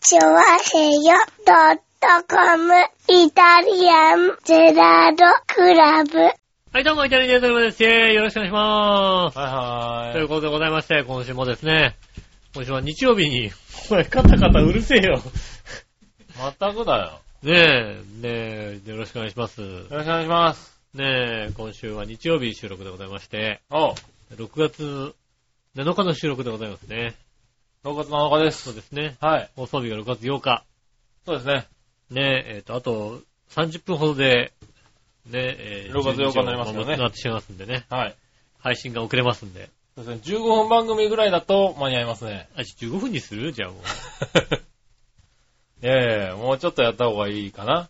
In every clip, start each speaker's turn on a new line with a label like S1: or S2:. S1: チョワヘヨドットコムイタリアンゼラードクラブ。
S2: はい、どうも、イタリアンジェルマンです。イェーイよろしくお願いします。
S3: はい
S2: とい
S3: は
S2: うことでございまして、今週もですね、今週は日曜日に、おい、カタカタうるせえよ。
S3: い。まったくだよ。
S2: ねえ、ねえ、よろしくお願いします。
S3: よろしくお願いします。
S2: ねえ、今週は日曜日収録でございまして、
S3: おう、
S2: 6月7日の収録でございますね。
S3: 6月7日で
S2: そう
S3: す。
S2: ですね。
S3: はい。
S2: 放送日が6月8日。
S3: そうですね。
S2: ねえ、えっ、と、あと30分ほどで、ねえ、えー
S3: 6月8日になりますよね
S2: 12時をなってしまいますんでね。
S3: はい。
S2: 配信が遅れますんで。
S3: そうですね。15分番組ぐらいだと間に合いますね。
S2: あ、15分にするじゃあもう。
S3: いやいやいやもうちょっとやった方がいいかな。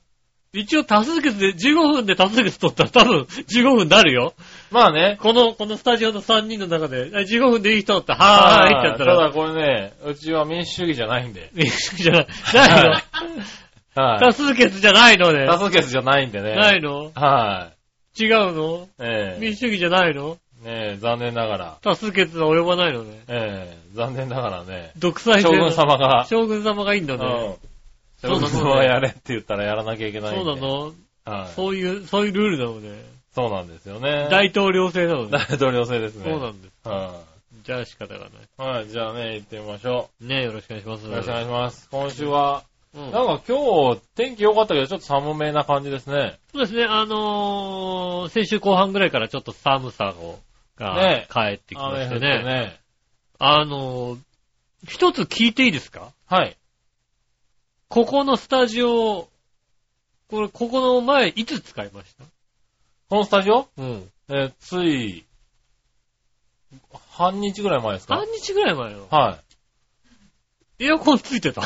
S2: 一応多数決で、15分で多数決取ったら多分15分になるよ。
S3: まあね。
S2: この、このスタジオの3人の中で、あ15分でいい人って、はーいってやった
S3: た
S2: ら、
S3: だこれね、うちは民主主義じゃないんで。
S2: いいじゃない、ないの
S3: は。は
S2: 多
S3: い。
S2: 数決じゃないのね。
S3: 多数決じゃないんでね。
S2: ないの
S3: は
S2: 違うの
S3: い。ええ
S2: 民主主義じゃないの
S3: ねえ、残念ながら。
S2: 多数決は及ばないのね。
S3: ええ、残念ながらね。
S2: 独裁制
S3: 将
S2: の
S3: 軍様が、
S2: 将軍様がいいんだ
S3: うん
S2: ね。
S3: 将軍様がやれって言ったらやらなきゃいけないん
S2: そう
S3: で。
S2: なの
S3: はい。
S2: そういう、そういうルールなのね。
S3: そうなんですよね。
S2: 大統領制なのね。
S3: 大統領制ですね。
S2: そうなんです。
S3: は
S2: じゃあ仕方がない。
S3: い、はい、じゃあね、行ってみましょ
S2: ねよろしくお願いします。
S3: う。よろしくお願いします。今週は、
S2: うん
S3: なんか今日、天気良かったけど、ちょっと寒めな感じですね。
S2: そうですね、あのー、先週後半ぐらいからちょっと寒さを、が
S3: ね
S2: 帰ってきましてね。
S3: 雨降ってね。
S2: あのー、一つ聞いていいですか
S3: はい。
S2: ここのスタジオ、これ、ここの前、いつ使いました
S3: このスタジオ
S2: うん。
S3: えーつい、半日ぐらい前ですか
S2: 半日ぐらい前よ。
S3: はい。
S2: エアコンついてた。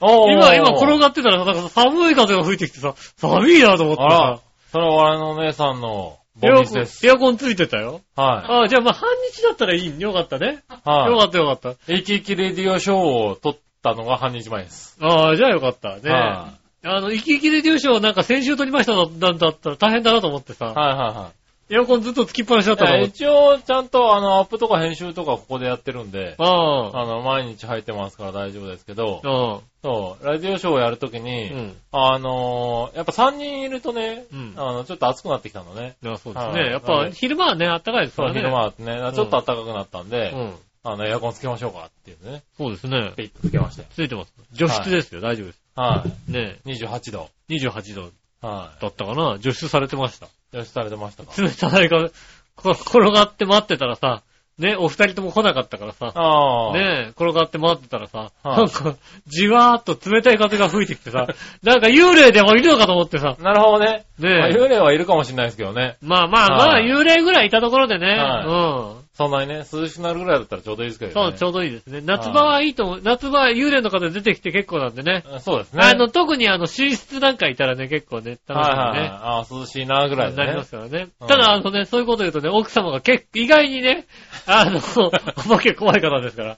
S3: お
S2: 今、今転
S3: が
S2: がってたら、なんか寒い風が吹いてきてさ、寒いなと思って
S3: あら
S2: さ、、
S3: それは我々のお姉さんのボ
S2: エア
S3: ミス
S2: コン
S3: です。
S2: エアコンついてたよ。
S3: は
S2: ああ、じゃあまあ半日だったらいいよかったね。
S3: い。はい
S2: よ。かったよかった。
S3: 生き生きレディオショーを撮ったのが半日前です。
S2: ああ、じゃあよかったね。
S3: は
S2: あの、生き生きレディオショーなんか先週撮りましたなんだったら大変だなと思って
S3: い。
S2: さ、
S3: はいはいはい。
S2: エアコンずっとつきっぱなしだったの。
S3: えー一応、ちゃんと、あの、アップとか編集とかここでやってるんで、
S2: ああ。
S3: あの、毎日入ってますから大丈夫ですけど、
S2: ああ。
S3: そう、ラジオショーをやるとき
S2: う
S3: に、
S2: ん。
S3: あのーやっぱ3人いるとね、
S2: うん
S3: あの、ちょっと暑くなってきたのね。
S2: あそうです
S3: は
S2: ね。
S3: い
S2: やっぱ昼間はね、あったかいですか
S3: そう、
S2: らね。
S3: 昼間はね、ちょっと暖かくなったんで、
S2: うん。
S3: あの、エアコンつけましょうかっていうね、
S2: そうですね。
S3: ピッとつけましたよ。
S2: ついてます。除湿ですよ、大丈夫です。
S3: は
S2: ね
S3: い。28度。
S2: え、28度
S3: は
S2: だったかな。除湿されてました。
S3: い。よし、されてましたか。
S2: 冷たい風、こ転がって待ってたらさ、ね、お二人とも来なかったからさ、
S3: ああ。。
S2: ねえ、転がって待ってたらさ、
S3: はい
S2: なんか、じわーっと冷たい風が吹いてきてさ、なんか幽霊でもいるのかと思ってさ、
S3: なるほどね。まあ
S2: ねえ、
S3: 幽霊はいるかもしれないですけどね。
S2: まあまあまあ、
S3: はい
S2: 幽霊ぐらいいたところでね、
S3: はい
S2: うん。
S3: そんなにね、涼しくなるぐらいだったらちょうどいいですけど
S2: そ
S3: ね。
S2: う、ちょうどいいですね。夏場はいいと思う。夏場は幽霊の方出てきて結構なんでね。
S3: うんそうですね。
S2: あの、特にあの、寝室なんかいたらね、結構ね、楽し
S3: はい
S2: み
S3: は
S2: に
S3: いはい。
S2: ね。
S3: ああ、涼しいなぐらいで
S2: なりま
S3: ね
S2: す。からね。
S3: うん
S2: ただ、あのね、そういうこと言うとね、奥様が結構、意外にね、あ の、お化け怖い方ですから。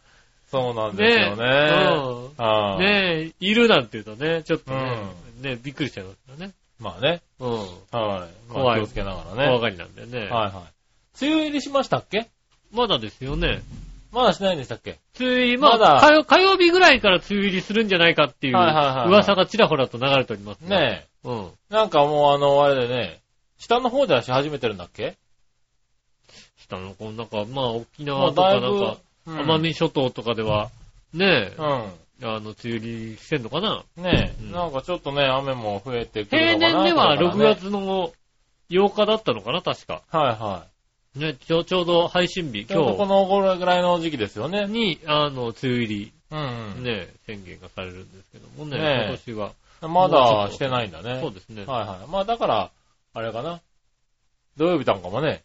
S3: そうなんですよ
S2: ね
S3: ね。
S2: え
S3: ああ
S2: ねえ、いるなんて言うとね、ちょっとね、
S3: う
S2: ねびっくりしちゃいますからね。
S3: まあね。
S2: うん。
S3: はい。まあ
S2: 怖い
S3: 気をつけながらね。
S2: 怖
S3: はい
S2: がりなんでね。
S3: はい。梅雨入りしましたっけ
S2: まだですよね。
S3: まだしないんでしたっけ
S2: 梅雨入り、まあ、
S3: まだ
S2: 火曜火曜日ぐらいから梅雨入りするんじゃないかっていう
S3: はいはいはい
S2: 噂がちらほらと流れておりますが
S3: ね
S2: うん。
S3: え。なんかもうあの、あれでね、下の方ではし始めてるんだっけ
S2: 下の子、なんか、まあ、沖
S3: も
S2: 縄
S3: う
S2: と
S3: だ
S2: か
S3: いぶ
S2: なんか、、
S3: うん
S2: 奄。美諸島とかでは、ねえ、
S3: う。
S2: あの、梅雨入りしてんのかなん
S3: ね
S2: うん
S3: え。なんかちょっとね、雨も増えてく
S2: 平
S3: るのかな
S2: 年では
S3: これか
S2: 6
S3: らね
S2: 月の8日だったのかな、確か。
S3: はいは
S2: ね、ちょちょうど配信日、
S3: い。ちょうどこ
S2: 今
S3: の頃ぐらいの時期ですよ
S2: 日
S3: ね。
S2: に、あの、梅雨入
S3: うん
S2: り、
S3: うん。
S2: ね、宣言がされるんですけどもね、
S3: ねえ
S2: 今年は。
S3: まだしてないんだね。
S2: そうですね。
S3: はいはい。まあだから、あれかな。土曜日なんかもね、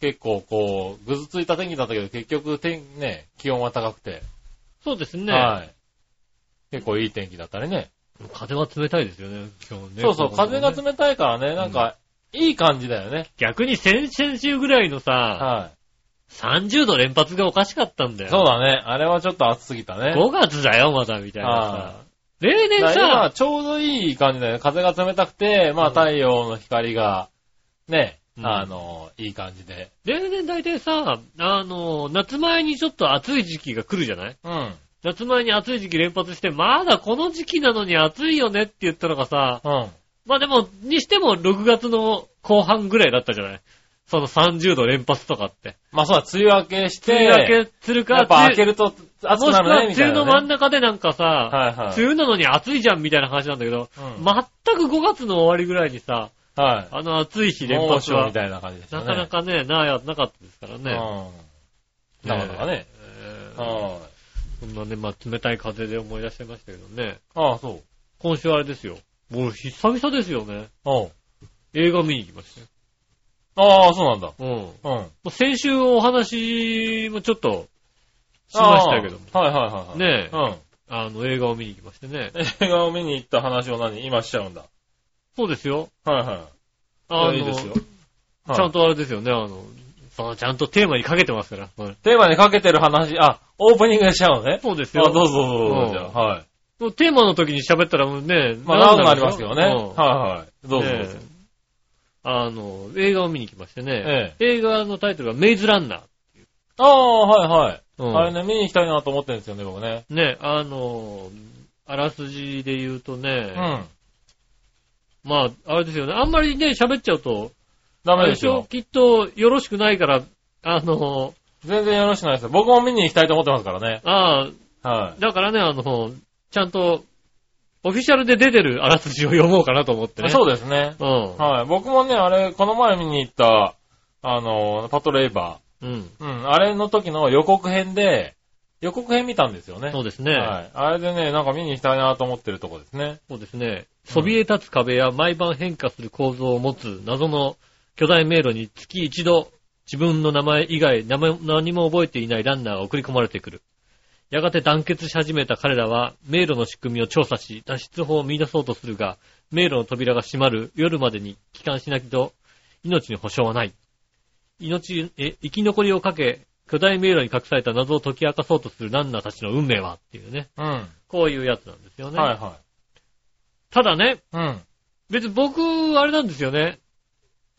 S3: 結構こう、ぐずついた天気だったけど、結局天、ね、気温は高くて。
S2: そうですね。
S3: はい。結構いい天気だったりね。
S2: 風は冷たいですよね、今日ね。
S3: そうそう、
S2: この頃
S3: 風
S2: ね
S3: が冷たいからね、なんか、いい感じだよね。
S2: 逆に先々週ぐらいのさ、
S3: は
S2: 30度連発がおかしかったんだ
S3: い。
S2: よ。
S3: そうだね。あれはちょっと暑すぎたね。
S2: 5月だよ、まだ、みたいなさ
S3: は。
S2: 例
S3: い。
S2: 年
S3: だから今、
S2: さ、
S3: ちょうどいい感じだよね。風が冷たくて、まあ
S2: うん
S3: 太陽の光が、ね、
S2: うん
S3: あの、いい感じで。
S2: 例年大体さ、あの、夏前にちょっと暑い時期が来るじゃない
S3: うん。
S2: 夏前に暑い時期連発して、まだこの時期なのに暑いよねって言ったのがさ、
S3: うん。
S2: まあでも、にしても6月の後半ぐらいだったじゃないその30度連発とかって。
S3: まあそうだ、梅雨明けして、
S2: 梅雨明けするか、
S3: やっぱ明け
S2: る
S3: ると暑く
S2: もし
S3: な
S2: くは
S3: る
S2: 梅
S3: ね、みた
S2: 雨
S3: いな、ね。
S2: の真ん中でなんかさ、
S3: はいはい
S2: 梅雨なのに暑いじゃんみたいな話なんだけど、
S3: うん
S2: 全く5月の終わりぐらいにさ、
S3: はい。
S2: あの暑い日連
S3: 猛
S2: 発
S3: 暑
S2: は
S3: み、たいな感じですよ
S2: な
S3: ね。
S2: かなかね、なや、なかったですからね。
S3: うん。なかなかね。
S2: えー
S3: はい。
S2: そんなね、まあ冷たい風で思い出しちゃいましたけどね。
S3: ああ、そう。
S2: 今週あれですよ。もう久々ですよね。
S3: うん。
S2: 映画見に行きましたよ。
S3: ああ、そうなんだ。
S2: うん。も
S3: うん。
S2: う先週お話もちょっとしましたけども。
S3: ああはいはいはいはい。
S2: ねえ
S3: うん。
S2: あの、映画を見に行きましてね。
S3: 映画を見に行った話を何今しちゃうんだ。
S2: そうですよ。
S3: はいはい。
S2: あの、
S3: いやいいですよ。はい
S2: ちゃんとあれですよね、あの、そのちゃんとテーマにかけてますから。はい
S3: テーマにかけてる話、あ、オープニングでしちゃうのね。
S2: そうです
S3: あ、
S2: よ。
S3: どうぞどう
S2: う
S3: ぞ。
S2: ん
S3: じゃあ、はい。
S2: もうテーマの時に喋ったらもうね、
S3: まあ、長くな
S2: る
S3: り
S2: で
S3: ま
S2: し
S3: す
S2: ょ
S3: けどね。
S2: うん
S3: はいはい。どうぞど
S2: ね
S3: うぞ。
S2: あの、映画を見に行きましてね、
S3: ええ。
S2: 映画のタイトルがメイズランナー。
S3: ああ、はい
S2: うん
S3: はい。あれね、見に行きたいなと思ってるんですよね、僕ね。
S2: ね、あの、あらすじで言うと
S3: う
S2: ね、
S3: ん。
S2: まあ、あれですよね、あんまりね、喋っちゃうと、
S3: ダ
S2: あ
S3: メ
S2: れ
S3: で
S2: でし
S3: す
S2: ょ
S3: よ。
S2: きっとよろしくないから、あの、
S3: 全然よろしくないですよ。僕も見に行きたいと思ってますからね。
S2: ああ、
S3: は
S2: だからね、あの、ちゃんと、オフィシャルで出てるあらすじを読もうかなと思ってね。
S3: い。そうですね。
S2: うん。
S3: はい。僕もね、あれ、この前見に行った、あの、パトレイバ
S2: うん。
S3: ー。うん。あれの時の予告編で、予告編見たんですよね。
S2: そうですね。
S3: はい。あれでね、なんか見に行きたいなと思ってるとこですね。
S2: そうですね。そびえ立つ壁や毎晩変化する構造を持つ謎の巨大迷路に月一度自分の名前以外名前何も覚えていないランナーが送り込まれてくる。やがて団結し始めた彼らは迷路の仕組みを調査し脱出法を見出そうとするが迷路の扉が閉まる夜までに帰還しなきと命に保証はない。命、え、生き残りをかけ巨大迷路に隠された謎を解き明かそうとするランナーたちの運命はっていうね。
S3: うん。は
S2: こういうやつなんですよ
S3: い
S2: ね。
S3: は
S2: ただね、
S3: い。うん。
S2: 別に僕、あれなんですよね。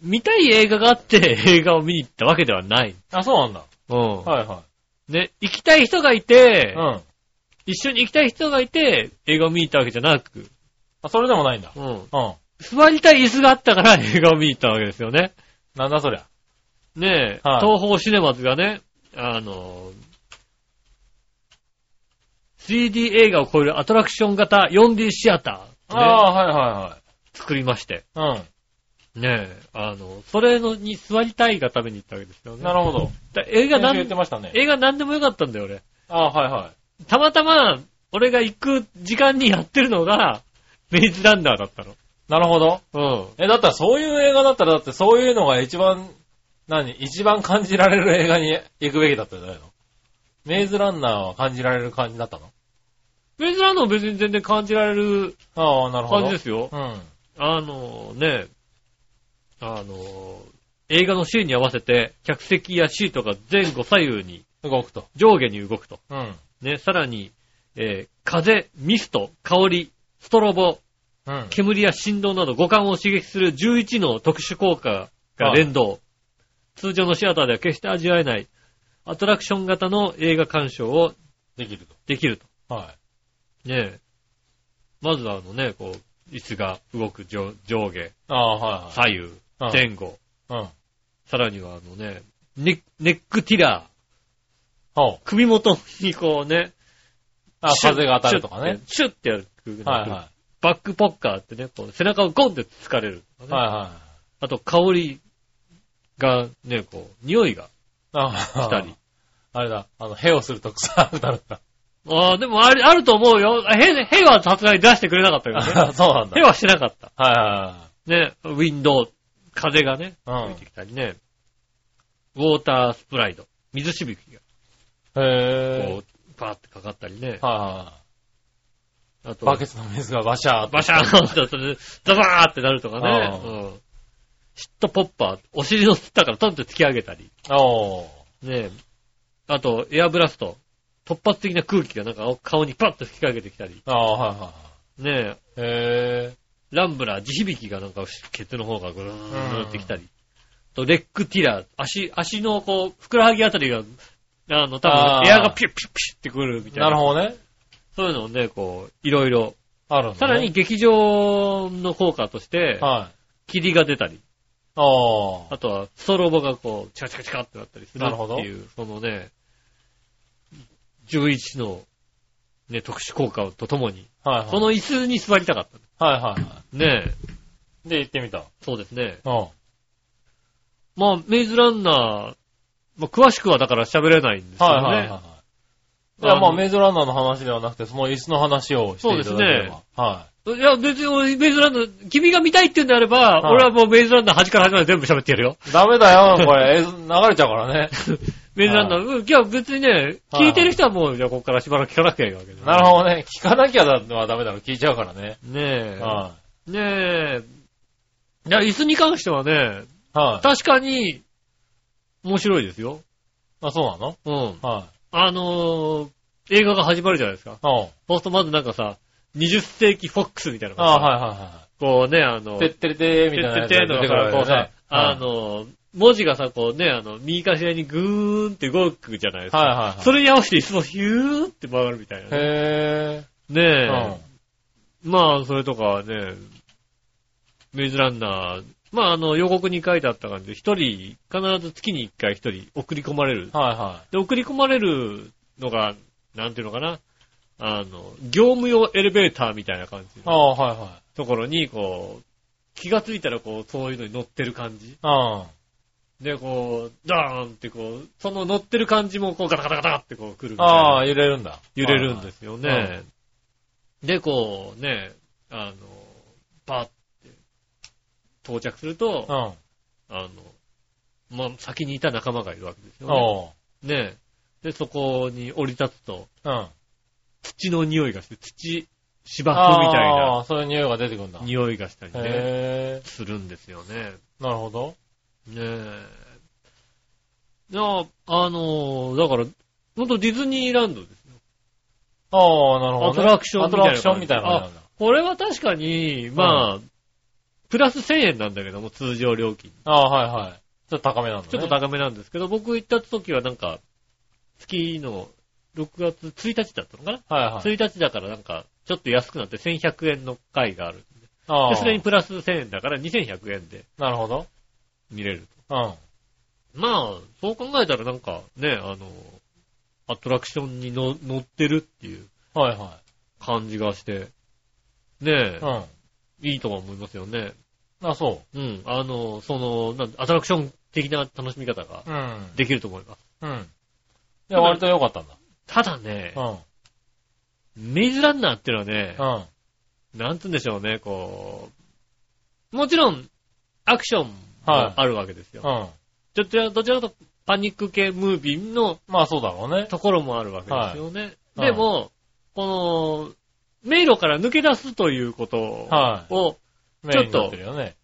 S2: 見たい映画があって 映画を見に行ったわけではない。
S3: あ、そうなんだ。
S2: うん。
S3: はいは
S2: ね、行きたい人がいて
S3: い。う、ん。
S2: 一緒に行きたい人がいて、映画を見に行ったわけじゃなく、
S3: あ、それでもないんだ。
S2: うん。
S3: うん。
S2: 座りたい椅子があったから 映画を見に行ったわけですよね。
S3: なんだそりゃ。
S2: ねえ、
S3: はい
S2: 東宝シネマズがね、あの、3D 映画を超えるアトラクション型 4D シアター、ね、
S3: ああ
S2: 作りまして。
S3: ー、はいはいはい。
S2: ねえ、あの、それのに座りたいがために行ったわけですよ
S3: う
S2: ね。
S3: ん。なるほど。
S2: だ映画
S3: 先週
S2: な
S3: 言っ
S2: ん
S3: て、ましたね。
S2: 映画なんでもよかったんだよ、俺。
S3: ああー、はいはい。
S2: たまたま、俺が行く時間にやってるのが、メイズランナーだったの。
S3: なるほど。
S2: うん。
S3: え、だったらそういう映画だったら、だってそういうのが一番、何一番感じられる映画に行くべきだったんじゃないのメイズランナーは感じられる感じだったの
S2: メイズランナーも別に全然感じられる
S3: ああ、なるほど。
S2: 感じですよ。
S3: うん。
S2: あのね、あの、映画のシーンに合わせて、客席やシートが前後左右に、
S3: 動くと。
S2: 上下に動くと。
S3: うん。
S2: ね、さらに、えー風、ミスト、香り、ストロボ、
S3: うん。
S2: 煙や振動など五感を刺激する11の特殊効果が連動。通常のシアターでは決して味わえないアトラクション型の映画鑑賞を
S3: できる
S2: できると。
S3: と。はい。
S2: ねえ。まずはあのね、こう、椅子が動く上上下、
S3: ああ、はい
S2: 左右、
S3: はい。
S2: 前後。
S3: うん。うん。
S2: さらにはあのね、ネネックティラー。
S3: ほう。
S2: 首元にこうね、
S3: あ、
S2: シュッ
S3: 風が当たるとかね。。
S2: シュッてシュッてやる。
S3: はいは
S2: バックポッカーってね、こう背中をゴンって突かれるとか
S3: い。
S2: ね、
S3: はいはい。
S2: あと香りがね、こう、匂いが
S3: あ
S2: 来たり。。
S3: あれだ、あの、ヘをすると臭くなるんだ。
S2: ああ、でもあれ、あると思うよ。へ、へはさすがに出してくれなかったけ どね。
S3: あ そうなんだ
S2: へ。はしなかった。
S3: は
S2: ね、ウィンドウ、風がね、
S3: いはいはい。
S2: 吹いてきたりね。ウォータースプライド、水しぶきが、
S3: うん。へ
S2: こう、パーってかかったりね
S3: ぇ。。は
S2: あ
S3: い。
S2: と、
S3: バケツの水がバシャー
S2: バシャーンって、それでザバーってなるとかね。
S3: う
S2: うん。シットポッパー、お尻のつったからトンって突き上げたり。
S3: おー。
S2: ねあと、エアブラスト、突発的な空気がなんか顔にパッと吹きかけてきたり。
S3: ああ、はいは
S2: ね
S3: い。へ
S2: ランブラー、地響きがなんか、ケツの方がぐるーんってきたり。と、レックティラー、足、足のこう、ふくらはぎあたりが、あの、多
S3: あ
S2: 分
S3: ー
S2: エアがピュッピュッピュッってくるみたいな。
S3: なるほどね。
S2: そういうのをね、こう、いろいろ。
S3: あるんだね
S2: さらに、劇場の効果として、
S3: はい。
S2: 霧が出たり、
S3: ああ。
S2: あとはストロボがこう、チカチカチカってなったりする
S3: なるほど
S2: っていう、そのね、11の、ね、特殊効果とともに、
S3: はいはい。
S2: その椅子に座りたかった。
S3: はいはいは
S2: ねえ、
S3: い。で、行ってみた。
S2: そうですね。
S3: うん。
S2: まあ、メイズランナー、まあ、詳しくはだから喋れないんですけどね。
S3: はいはいはいはい。いや、
S2: あの
S3: まあ、メイズランナーの話ではなくて、その椅子の話をしていただければ。
S2: そうで
S3: はい
S2: や、別に俺、メイズランナー、君が見たいって言うんであれば、
S3: はい
S2: 俺はもうメイズランナー端から端まで全部喋ってやるよ。
S3: い。ダメだよ、これ、映 像流れちゃうからね。
S2: メイズランナー、うん、いや、別にね、
S3: はい
S2: 聞いてる人はもう、じゃあここからしばらく聞かなきゃいいわけだ
S3: なるほどね。聞かなきゃだってはダメだろ、聞いちゃうからね。
S2: ど。ねえ。
S3: は
S2: ねえ。いや、椅子に関してはね、
S3: い。はい。
S2: 確かに、面白いですよ。
S3: あ、そうなの
S2: うん。
S3: はい。
S2: あのー映画が始まるじゃないですか。
S3: おう
S2: そうするとまずなんかさ、20世紀フォックスみたいなのが
S3: あ
S2: さ
S3: はいはいはいは
S2: こうね、あの、
S3: い。てってれてーみたいなやつ
S2: てって
S3: が
S2: のが
S3: 出てくるわ
S2: さ、
S3: け
S2: こう
S3: だ
S2: さ
S3: よね、
S2: あ、の、文字がさ、こうね、あの、右かしらにぐーんって動くじゃないですか。
S3: はいはいはい
S2: それに合わせて椅子もヒューって曲がるみたいなね。
S3: へ
S2: ね
S3: ぇ
S2: え、
S3: ー。
S2: まあ、それとかはね、メイズランナー、まあ、あの、予告に書いてあった感じで、一人、必ず月に一回一人送り込まれる
S3: うん。。はいは
S2: で、送り込まれるのが、なんていうのかな、あの、業務用エレベーターみたいな感じ
S3: い。ああ、はいはい。
S2: ところに、こう、気がついたら、こう、そういうのに乗ってる感じ。
S3: うん。
S2: で、こう、ダーンってこう、その乗ってる感じも、こう、ガタガタガタってこう、来るみたいな
S3: ああ、揺れるんだ。。
S2: 揺れるんですすよ
S3: はい
S2: ね。で、こう、ね、あの、バーって、到着すると
S3: う、ん。
S2: あの、まあ、先にいた仲間がいるわけですよ
S3: おう。
S2: ね。ね。で、そこに降り立つと、
S3: うん。あ
S2: 土の匂いがして、土、芝生みたい
S3: あ
S2: な
S3: ー、そういう匂いが出てくるんだ。
S2: 匂いがしたりね、
S3: へ
S2: するんですよね。
S3: ぇー。なるほど。
S2: ねえ。いや、あの、だから、ほんとディズニーランドです。
S3: ああ、なるほどね。
S2: アトラクションみたいな
S3: アトラクションみたいな感じなんだ。
S2: これは確かに、まあ、プラス1000円なんだけども、通常料金。
S3: ああ、はいはい。ちょっと高めなんだね。
S2: ちょっと高めなんですけど、僕行った時はなんか、月の6月1日だったのかな、
S3: はいはい。
S2: ?1 日だからなんか、ちょっと安くなって1100円の回がある。
S3: あ
S2: で
S3: あ、
S2: それにプラス1000円だから2100円で
S3: なるほど。
S2: 見れる。
S3: うん。はい
S2: まあ、そう考えたらなんか、ね、あの、アトラクションにの乗ってるっていう
S3: は
S2: 感じがして、ねえ
S3: い。、うん。
S2: いいとは思いますよね。
S3: あ、そ
S2: うん、あの、その、なんアトラクション的な楽しみ方が
S3: う。うん。
S2: できると思います。
S3: うん。いや、割と良かったんだ。
S2: ただね
S3: う、ん。
S2: メイズランナーっていうのはね、
S3: うん。
S2: なんつうんでしょうね、こう、もちろん、アクションもあるわけですよ。
S3: うん。
S2: ちょっとやどちらかというとパニック系ムービーの
S3: まあ、そうだろうね。
S2: ところもあるわけですよね。
S3: は
S2: で
S3: い
S2: も、この、迷路から抜け出すということを、
S3: はい。メ
S2: ち
S3: イ
S2: ょ
S3: ン
S2: っ
S3: に
S2: と
S3: なってるよね。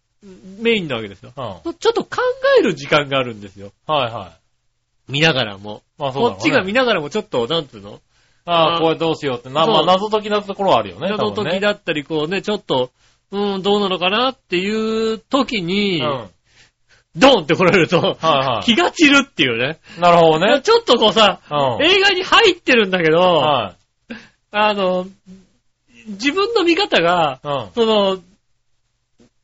S2: メインなわけですよ。
S3: うん。はい
S2: ちょっと考える時間があるんですよ。
S3: はい。
S2: 見ながらも。
S3: まあ、そうだろう
S2: こ
S3: ね。
S2: っちが見ながらもちょっと、なんつうの
S3: ああ、これどうしようって。な、ま
S2: そ
S3: あ、
S2: う
S3: 謎解きなところはあるよね。
S2: 謎
S3: 多分
S2: 解
S3: ね
S2: きだったり、こうね、ちょっと、うん、どうなのかなっていう時に、
S3: うん。
S2: ドンって来られると、
S3: はい は
S2: 気が散るっていうね。
S3: い。なる ほどね。
S2: ちょっとこうさ、
S3: うん。
S2: 映画に入ってるんだけど、
S3: は
S2: あの、自分の見方が、
S3: い。うん。
S2: その、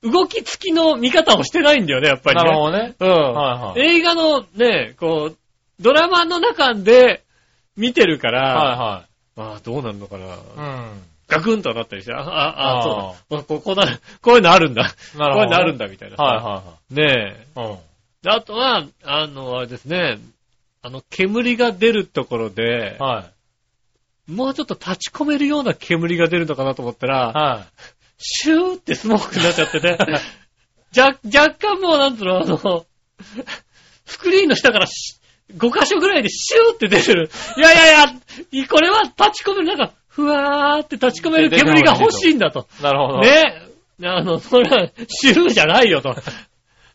S2: 動き付きの見方をしてないんだよね、やっぱり、ね。
S3: なるほどね。
S2: うん、
S3: はいはい
S2: 映画のね、こう、ドラマの中で見てるから、
S3: は
S2: ああ、どうなるのかな。
S3: いはい。
S2: ガクンとはなったりして、ああ、あ
S3: あ
S2: あ、
S3: あ
S2: そうだ。こうこうなる、こういうのあるんだ。
S3: うん。なる
S2: こ
S3: ほ
S2: ういう
S3: どね。
S2: のあるんだ、みたいな。
S3: は
S2: ね
S3: いはいはい。
S2: え。あとは、あの、あれですね、あの、煙が出るところで
S3: うん。、はい。
S2: もうちょっと立ち込めるような煙が出るのかなと思ったら、
S3: は
S2: シューってスモークになっちゃってね。じゃ、若干もうなんつうの、あの、スクリーンの下からし5箇所ぐらいでシューって出てる。いやいやいや、これは立ち込める、なんか、ふわーって立ち込める煙が欲しいんだと。
S3: い。 なるほど。
S2: ねあの、それは、シューじゃないよと。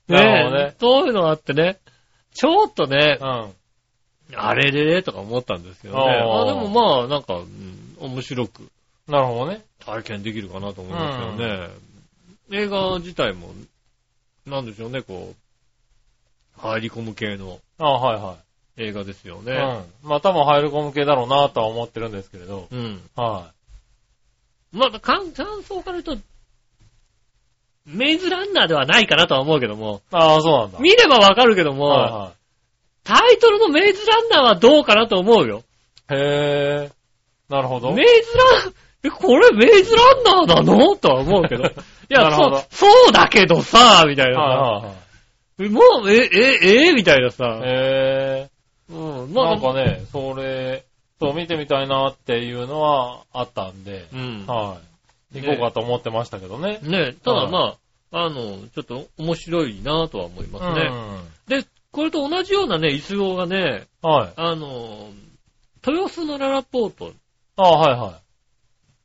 S3: なるほど
S2: ね
S3: ね
S2: そういうのあってね。ちょっとね
S3: う、ん。
S2: あれれれとか思ったんですけどね。
S3: あー
S2: あでもまあ、なんか、うん面白く
S3: なるほどね。
S2: 体験できるかなと思いますよね。映画自体も、なんでしょうね、こう、入り込む系の
S3: ああ、はいは
S2: 映画ですよ
S3: う
S2: ね。
S3: ん。まあ多分入り込む系だろうなとは思ってるんですけれど。
S2: うん。
S3: は
S2: まあ、感感想から言うと、メイズランナーではないかなとは思うけども
S3: い、。ああ、そうなんだ。
S2: 見ればわかるけども、
S3: はいは
S2: タイトルのメイズランナーはどうかなと思うよ。
S3: い。へえ。なるほど。
S2: メイズラン、 え、これメイズランナーなのとは思う けど。いや、
S3: なるほど
S2: そう、そうだけどさ、みたいな。
S3: はいはいはい。
S2: もう、え、え、え、みたいなさ。
S3: へえ。
S2: うん、まあ、
S3: なんかね、それ、そう見てみたいなっていうのはあったんで
S2: う、ん。
S3: はい。
S2: ね
S3: 行こうかと思ってましたけどね。
S2: ねただ
S3: はい
S2: まあ、あの、ちょっと面白いなとは思いま
S3: う
S2: すね。
S3: ん。
S2: で、これと同じようなね、一号がね、
S3: はい。
S2: あの、豊洲のララポート
S3: ああ、は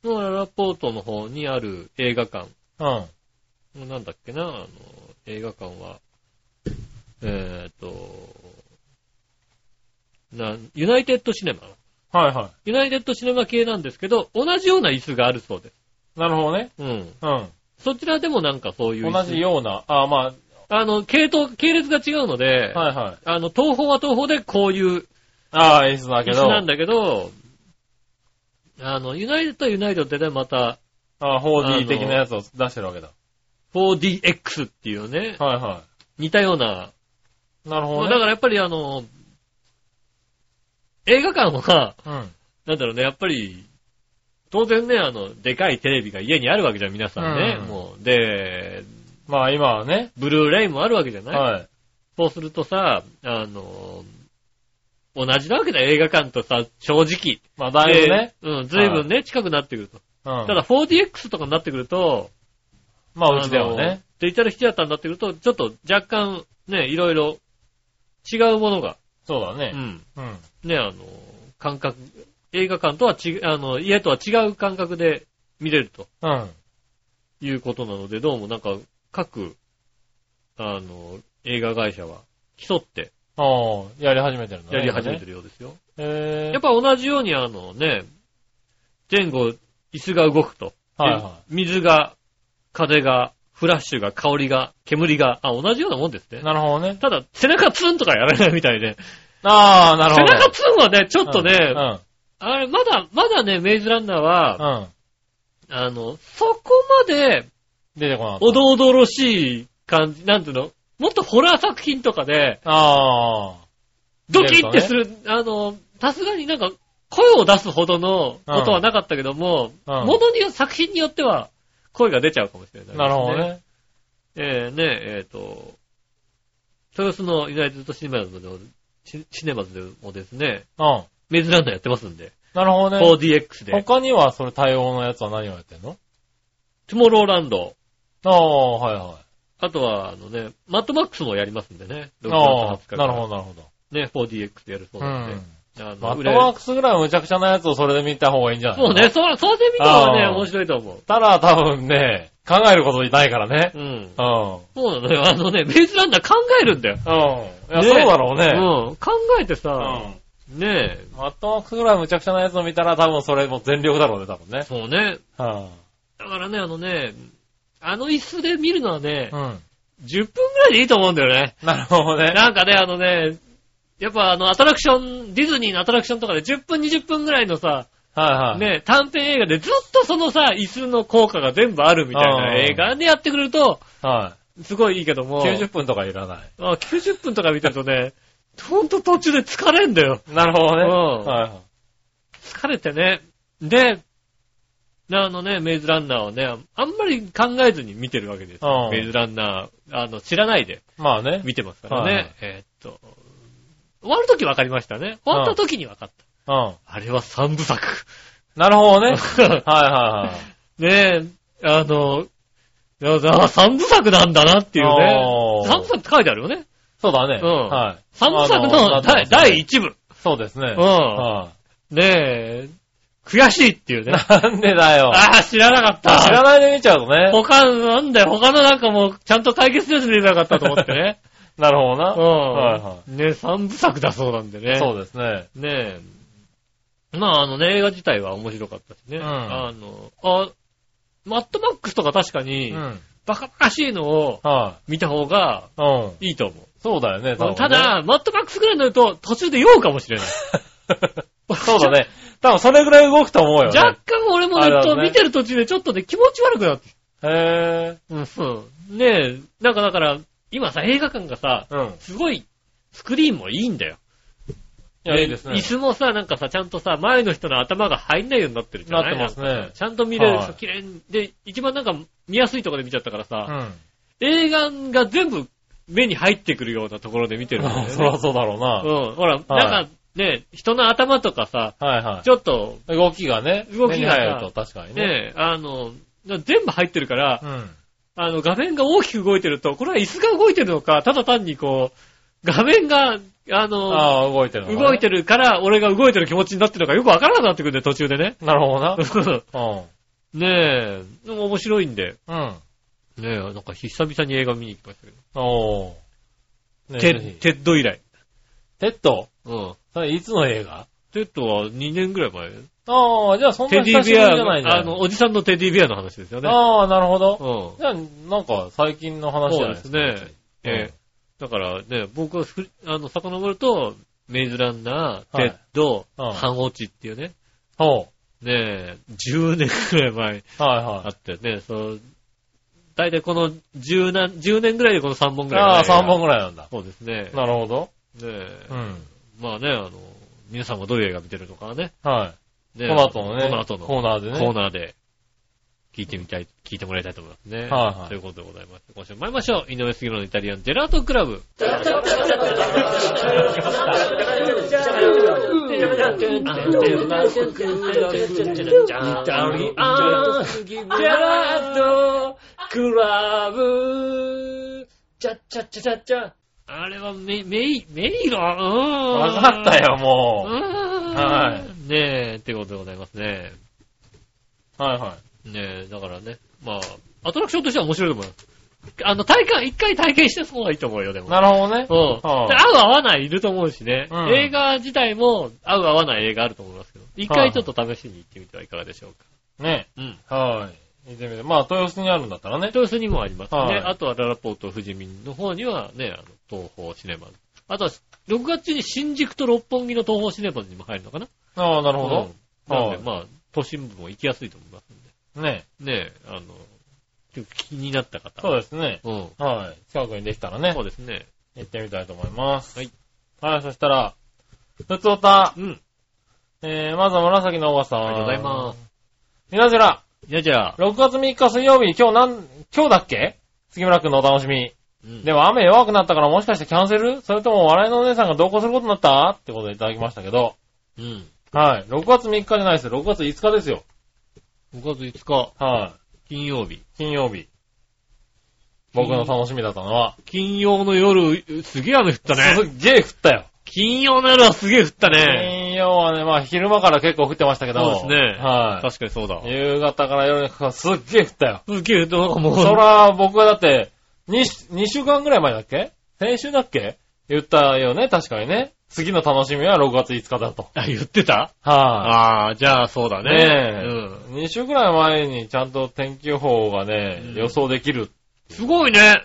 S2: のララポートの方にある映画館。
S3: いはい。うん。
S2: なんだっけな、あの、映画館は、えーっと、な、ユナイテッドシネマ。
S3: はいは
S2: ユナイテッドシネマ系なんですけど、同じような椅子があるそうです。
S3: い。なるほどね。
S2: うん。
S3: う
S2: そちらでもなんかそういう椅
S3: ん。
S2: 子
S3: 同じような、ああ、ま
S2: あの、系統、系列が違うので、
S3: あ、はいはい。
S2: あの、東方は東方でこういう
S3: ああ、椅子だけ
S2: 椅
S3: ど。
S2: 子なんだけど、あの、ユナイテッドはユナイテッドでまた
S3: ああ、4D 的なやつを出してるわけだ。
S2: 4DX っていうね、
S3: はいは
S2: 似たような。
S3: い。なるほ
S2: ま
S3: ど
S2: あ
S3: ね。
S2: だからやっぱりあの、映画館は、
S3: うん。
S2: なんだろうね、やっぱり、当然ね、あの、でかいテレビが家にあるわけじゃん、皆さんね。
S3: うん
S2: もう、で、
S3: まあ今はね、
S2: ブルーレイもあるわけじゃない、
S3: はい。
S2: そうするとさ、あの、同じなわけだよ、映画館とさ、正直。
S3: まあだいぶね、
S2: でうん、ずいぶんね、近くなってくると。
S3: うん。
S2: ただ 4DX とかになってくると、
S3: まあうちではね、
S2: あの。デジタル7型になってくると、ちょっと若干、ね、いろいろ違うものが、
S3: そうだ
S2: う
S3: ね。
S2: ん、
S3: うん。
S2: ね、あの、感覚、映画館とは違う、あの、家とは違う感覚で見れると
S3: うん。
S2: いうことなので、どうもなんか、各、あの、映画会社は競って
S3: ああ、やり始めてるんだね。
S2: やり始めて
S3: る。
S2: るようですよ。
S3: へえ。
S2: やっぱ同じようにあのね、前後、椅子が動くと。
S3: はいは
S2: で水が、風が、フラッシュが、香りが、煙が、あ、同じようなもんですね
S3: い。。なるほどね。
S2: ただ、背中ツンとかやらないみたいで。
S3: ああ、なる
S2: 背
S3: ほど。
S2: 中ツンはね、ちょっと
S3: う
S2: ね、
S3: ん。
S2: あれ、まだ、まだね、メイズランナーは、
S3: うん。
S2: あの、そこまで、
S3: 出てこなかった。
S2: おどおどろしい感じ、なんていうのもっとホラー作品とかで、
S3: あ
S2: ドキッてする、あの、さすがになんか、声を出すほどのことはなかったけども、
S3: うんうん
S2: ものによ、作品によっては、声が出ちゃうかもしれない、
S3: あ、なるほど。ね。
S2: えー、ね、えっ、と、豊洲のユナイテッドシネマズでも、シシネマズでもですね、
S3: うん。
S2: メイズランナーやってますんで、
S3: なるほどね。
S2: 4DX で、
S3: 他にはそれ対応のやつは何をやってんの
S2: トゥモローランド、
S3: ああ、はいは
S2: あとは、あのね、マットマックスもやりますんでね、
S3: い。
S2: 6
S3: あ
S2: 月20日から
S3: あ、なるほど、なるほど。
S2: ね、4DX でやるそう
S3: う
S2: なんで、
S3: ん。
S2: あ
S3: マ
S2: の、
S3: ッ
S2: 売
S3: ト
S2: れ
S3: ワークスぐらいむちゃくちゃなやつをそれで見た方がいいんじゃない
S2: そうね、。そう、そうで見た方がね、
S3: あー
S2: 面白いと思う。
S3: たら多分ね、考えることないからね。
S2: うん。
S3: うん。
S2: そうなのよ。あのね、ベースランナー考えるんだよ。
S3: うん。いや、
S2: ね
S3: そうだろう
S2: う
S3: ね。
S2: ん。考えてさ、ねえ。
S3: マットワークスぐらいむちゃくちゃなやつを見たら多分それも全力だろうね、多分ね。
S2: そうね。
S3: は
S2: だからね、あのね、あの椅子で見るのはね、
S3: あ、うん。
S2: 10分ぐらいでいいと思うんだよね。
S3: なるほどね。
S2: なんかね、あのね、やっぱあの、アトラクション、ディズニーのアトラクションとかで10分20分ぐらいのさ、
S3: はいはい。
S2: ね、短編映画でずっとそのさ、椅子の効果が全部あるみたい
S3: あ
S2: な
S3: ー
S2: 映画でやってくれると、
S3: は
S2: すごいいいけども、
S3: い。90分とかいらない。
S2: あ90分とか見てるとね、ほんと途中で疲れんだよ。
S3: なるほどね。
S2: うん
S3: はいはい。
S2: 疲れてね。で、あのね、メイズランナーをね、あんまり考えずに見てるわけですよ。
S3: うん
S2: メイズランナー、あの、知らないで
S3: まあね。
S2: 見てますからね。
S3: はい
S2: えーっと、終わるとき分かりましたね。終わったときに分かった。
S3: うん。
S2: あれは三部作。
S3: なるほどね。はいはいはい。
S2: ねえ、あの、いやあ三部作なんだなっていうね
S3: お。ー
S2: 三部作って書いてあるよね。
S3: そうだね。
S2: うん
S3: はい。
S2: 三部作
S3: あ
S2: の
S3: なって
S2: 第
S3: ますね
S2: 第一部。
S3: そうですね。
S2: うん。
S3: は
S2: ねえ、悔しいっていう
S3: い。
S2: ね。
S3: なんでだよ。
S2: ああ、知らなかった。
S3: 知らないで見ちゃうとね。
S2: 他、なんだよ、他のなんかもう、ちゃんと解決するやつ出てなかったと思って ね。
S3: なるほどな。
S2: うん。
S3: はいは
S2: ね、三部作だそうなんでね。
S3: い。そうですね。
S2: ねえ。まあ、あのね、映画自体は面白かったしね。
S3: うん
S2: あの、あ、マットマックスとか確か
S3: う
S2: に、
S3: ん。
S2: バカバカしいのを
S3: は
S2: 見た方が
S3: い。うん。
S2: いいと思う。
S3: そうだよね、多分ね
S2: た、だ、マットマックスぐらいになると、途中で酔うかもしれない。
S3: そうだね。多分それぐらい動くと思うよね。
S2: 若干俺もね
S3: あれだね
S2: 見てる途中でちょっとね、気持ち悪くなって。
S3: へ
S2: うん、そう。ねえ、なんかだから、今さ、映画館がさ、
S3: ぇー。うん。い
S2: すごい、スクリーンもいいんだよ。
S3: や、いいですね
S2: 椅。子もさ、なんかさ、ちゃんとさ、前の人の頭が入んないようになってるじゃない
S3: なってますね
S2: なんかさちゃんと見れる
S3: は
S2: さ、
S3: い
S2: 綺麗に。で、一番なんか見やすいところで見ちゃったから
S3: う
S2: さ、
S3: ん。
S2: 映画が全部目に入ってくるようなところで見てるんだよね。
S3: そりゃそうだろうな。
S2: うん。ほら、なんかね、人の頭とかさ、
S3: はいは
S2: ちょっと、
S3: い。動きがね、
S2: 動きが
S3: 目に入ると確かにね。
S2: ね、あの、全部入ってるから
S3: う、ん。
S2: あの、画面が大きく動いてると、これは椅子が動いてるのか、ただ単にこう、画面が、あの、
S3: ああ、動いてるのかね
S2: 動いてるから、俺が動いてる気持ちになってるのかよくわからなくなってくるんで、途中でね。
S3: なるほどな。
S2: ねえ、でも面白いんで。
S3: うん。うん。
S2: ねえ、なんか久々に映画見に行きましたけど。
S3: おー。ね
S2: テ
S3: ぜひ
S2: ッ、テッド以来。
S3: テッド
S2: うん。
S3: それいつの映画
S2: テッドは2年ぐらい前。
S3: ああ、じゃあそん
S2: テ
S3: な
S2: ディ
S3: 久しぶ
S2: ベ
S3: りじ
S2: ア
S3: ゃないんじ
S2: の、
S3: ゃ
S2: あ
S3: ない
S2: の、おじさんのテディベアの話ですよね。
S3: ああ、なるほど。
S2: うん。
S3: じゃあ、なんか最近の話じ
S2: そ
S3: ゃ
S2: う
S3: ない
S2: で
S3: です
S2: す
S3: か。
S2: ね。ええだからね、僕はふり、あの、遡ると、メイズランナー、
S3: はい
S2: テッド、
S3: うん
S2: ハンオチっていうね。
S3: そ
S2: ねえ、10年くらい前
S3: う。はい
S2: あ
S3: は
S2: ってね、そう、大体この10何、10年ぐらいでこの3本
S3: い。
S2: ぐらいの
S3: ああ、
S2: 映画
S3: 3本ぐらいなんだ。
S2: そうですね。ね
S3: なるほど。
S2: え、
S3: うん。
S2: まあね、あの、皆さんもどういう映画見てるのかね。
S3: は
S2: ね
S3: い。この後の
S2: こ
S3: ね、
S2: の後の
S3: コーナーでね。
S2: コーナーで、聞いてみたい、聞いてもらいたいと思いますね。
S3: はいはい
S2: ということでございます。今週も参りましょう。井上杉村のイタリアンジェラートクラブ。あれはメメイ、メイロ
S3: わかった。よ、
S2: うー
S3: も
S2: ん
S3: は
S2: ねえ、ってことでございますね。
S3: う。はいは
S2: ねえ、だからね、まあ、アトラクションとしては面白いと思うよ。あの、体感、一回体験してそうがいいと思うよ、で
S3: い。
S2: も。
S3: なるほどね。
S2: うん。
S3: はあ
S2: で合う合わないいると思うしね、
S3: うん
S2: 映画自体も合う合わない映画あると思いますけど、一回ちょっと試しに行ってみてはいかがでしょうか。
S3: ね。
S2: うん。
S3: はい。見てみて。まあ、豊洲にあるんだったらね。
S2: 豊洲にもありますね。
S3: はい
S2: あとはララポート、富士見の方にはね、あの、東方シネマズ。あとは、6月に新宿と六本木の東方シネマズにも入るのかな
S3: ああ、なるほ
S2: うんなんで、
S3: はい
S2: まあ、都心部も行きやすいと思いますんで。
S3: ど。ね。
S2: ねえ、あの、ちょっと気になった方。
S3: そうですね。
S2: うん。
S3: はい。近くにできたら ね
S2: そ。うですね。
S3: 行ってみたいと思います。
S2: はい。
S3: はい、そしたら、ふつおた、
S2: うん。
S3: えー、まずは紫のおばさん。。
S2: ありがとうございます
S3: みなじら、
S2: いや、じゃあ、
S3: 6月3日水曜日、今日なん、今日だっけ杉村くんのお楽しみ。
S2: うん
S3: でも雨弱くなったからもしかしてキャンセルそれとも笑いのお姉さんが同行することになったってことでいただきましたけど。
S2: うん。
S3: はい。6月3日じゃないです。6月5日ですよ。
S2: 5月5日、
S3: は
S2: 金曜日
S3: い。。金曜日。僕の楽しみだったのは。
S2: 金曜の夜、うすげえ雨降った
S3: す
S2: ね。
S3: っげえ降ったよ。
S2: 金曜の夜はすげえ降ったね。
S3: 金曜はね、まあ昼間から結構降ってましたけど。
S2: そうですね
S3: はい。
S2: 確かにそうだ。
S3: 夕方から夜にかかすっげえ降ったよ。
S2: すげえ、なんかもう、
S3: そら、僕はだって、2、2週間ぐらい前だっけ先週だっけ言ったよね、確かにね。次の楽しみは6月5日だと。
S2: あ、言ってた
S3: は
S2: ああ、じゃあそうだ
S3: い、
S2: ね。
S3: ねえ、
S2: うん。
S3: 2週ぐらい前にちゃんと天気予報がね、
S2: うん
S3: 予想できる。
S2: すごいね。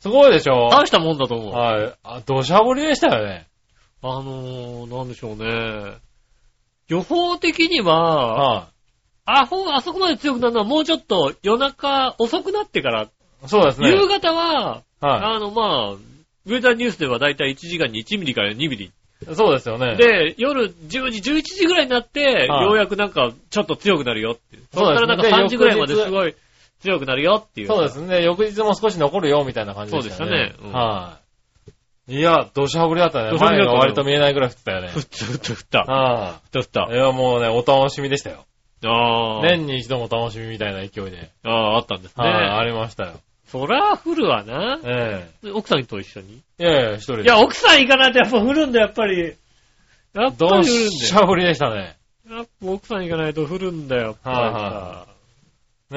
S3: すごいでしょ
S2: 大したもんだと思う。
S3: はい。あ、土砂降りでしたよね。
S2: あのー、なんでしょうね。予報的には、
S3: は
S2: あほ、あそこまで強くなるのはもうちょっと夜中遅くなってから、
S3: い、そうですね。
S2: 夕方は、
S3: は
S2: あの、まあ、ウェザーニュースではだいたい1時間に1ミリから2ミリ。
S3: い。そうですよね。
S2: で、夜10時、11時ぐらいになって、
S3: はい
S2: ようやくなんかちょっと強くなるよっていう。そ
S3: そう
S2: っ
S3: です
S2: から
S3: ね
S2: なんか
S3: で
S2: 3時ぐらいまで
S3: 翌
S2: す
S3: 日
S2: ごい強くなるよっていう。
S3: そうですね。翌日も少し残るよ、みたいな感じでした
S2: そ
S3: ね。
S2: うでしたねうん
S3: はい。いや、土砂降りだったね。
S2: 土砂降りだ
S3: 前
S2: ったね
S3: が割と見えないぐらい降ってたよね。
S2: ふったふったふった。
S3: は
S2: ふ
S3: い
S2: ったふった
S3: い。や、もうね、お楽しみでしたよ。
S2: ああ。
S3: 年に一度も楽しみみたいな勢いで。
S2: ああ、あったんです
S3: はい、あ
S2: ね。
S3: りましたよ。
S2: そら降るわな。
S3: え
S2: 奥さんと一緒に。
S3: えいやいや、一人で。
S2: いや、奥さん行かないとやっぱ降るんだ、やっぱり。やっぱ
S3: どう
S2: り降るん
S3: しゃぶりでしたね。
S2: だよ。やっぱ奥さん行かないと降るんだよ、やっぱり
S3: はい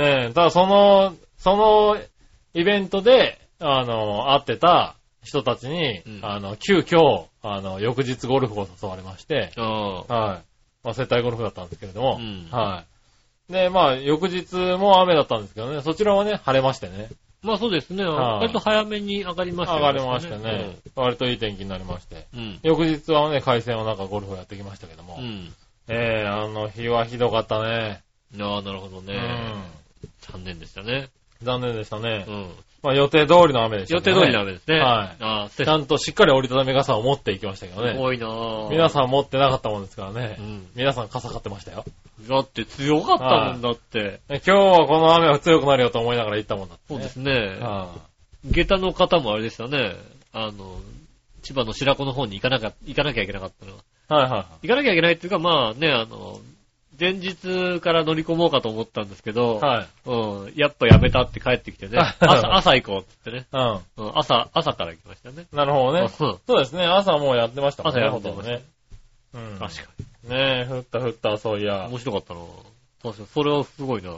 S2: さ
S3: はねえ、ただその、その、イベントで、あの、会ってた人たちに、
S2: うん
S3: あの、急遽、あの、翌日ゴルフを誘われまして、
S2: ああ。
S3: はい。まあ、接待ゴルフだったんですけれども、
S2: うん
S3: はい。で、まあ、翌日も雨だったんですけどね、そちらはね、晴れましてね。
S2: まあそうですね。
S3: はい
S2: 割と早めに上がりました
S3: 上
S2: よ
S3: がりましたね。。割といい天気になりまして。
S2: うん。
S3: 翌日はね、海鮮をなんかゴルフをやってきましたけども。
S2: うん。
S3: ええあの日はひどかったね。
S2: ああ、なるほどね。残念でしたね。
S3: うん。残念でしたね
S2: う。ん。
S3: まあ予定通りの雨でした
S2: 予
S3: け
S2: 定
S3: ど
S2: 通
S3: ね
S2: りの雨ですね。
S3: はい
S2: ああ、
S3: ちゃんとしっかり折りたたみ傘を持っていきましたけどね。
S2: 多いなぁ。
S3: 皆さん持ってなかったもんですからね。
S2: うん
S3: 皆さん傘買ってましたよ。
S2: だって強かったもんだって。
S3: 今日はこの雨は強くなるよと思いながら行ったもんだって、
S2: そうです
S3: ね。
S2: ね。
S3: は
S2: 下駄の方もあれでしたね。あの、千葉の白子の方に行かなきゃ、行かなきゃいけなかったのは。
S3: いはいは
S2: 行
S3: い。
S2: かなきゃいけないっていうか、まあね、あの、前日から乗り込もうかと思ったんですけど、
S3: はい。
S2: うん、やっぱやめたって帰ってきて ね、朝、朝行こうって言ってね、
S3: う
S2: うん、朝、朝から行きましたね。
S3: ん。なるほどね。
S2: うん
S3: そうですね。朝もうやってましたもんね。
S2: 朝やってました
S3: ほとんどね。うん。
S2: 確か
S3: ねえ、降った降った、そうい
S2: に。
S3: や。
S2: 面白かったな確かに、それはすごいな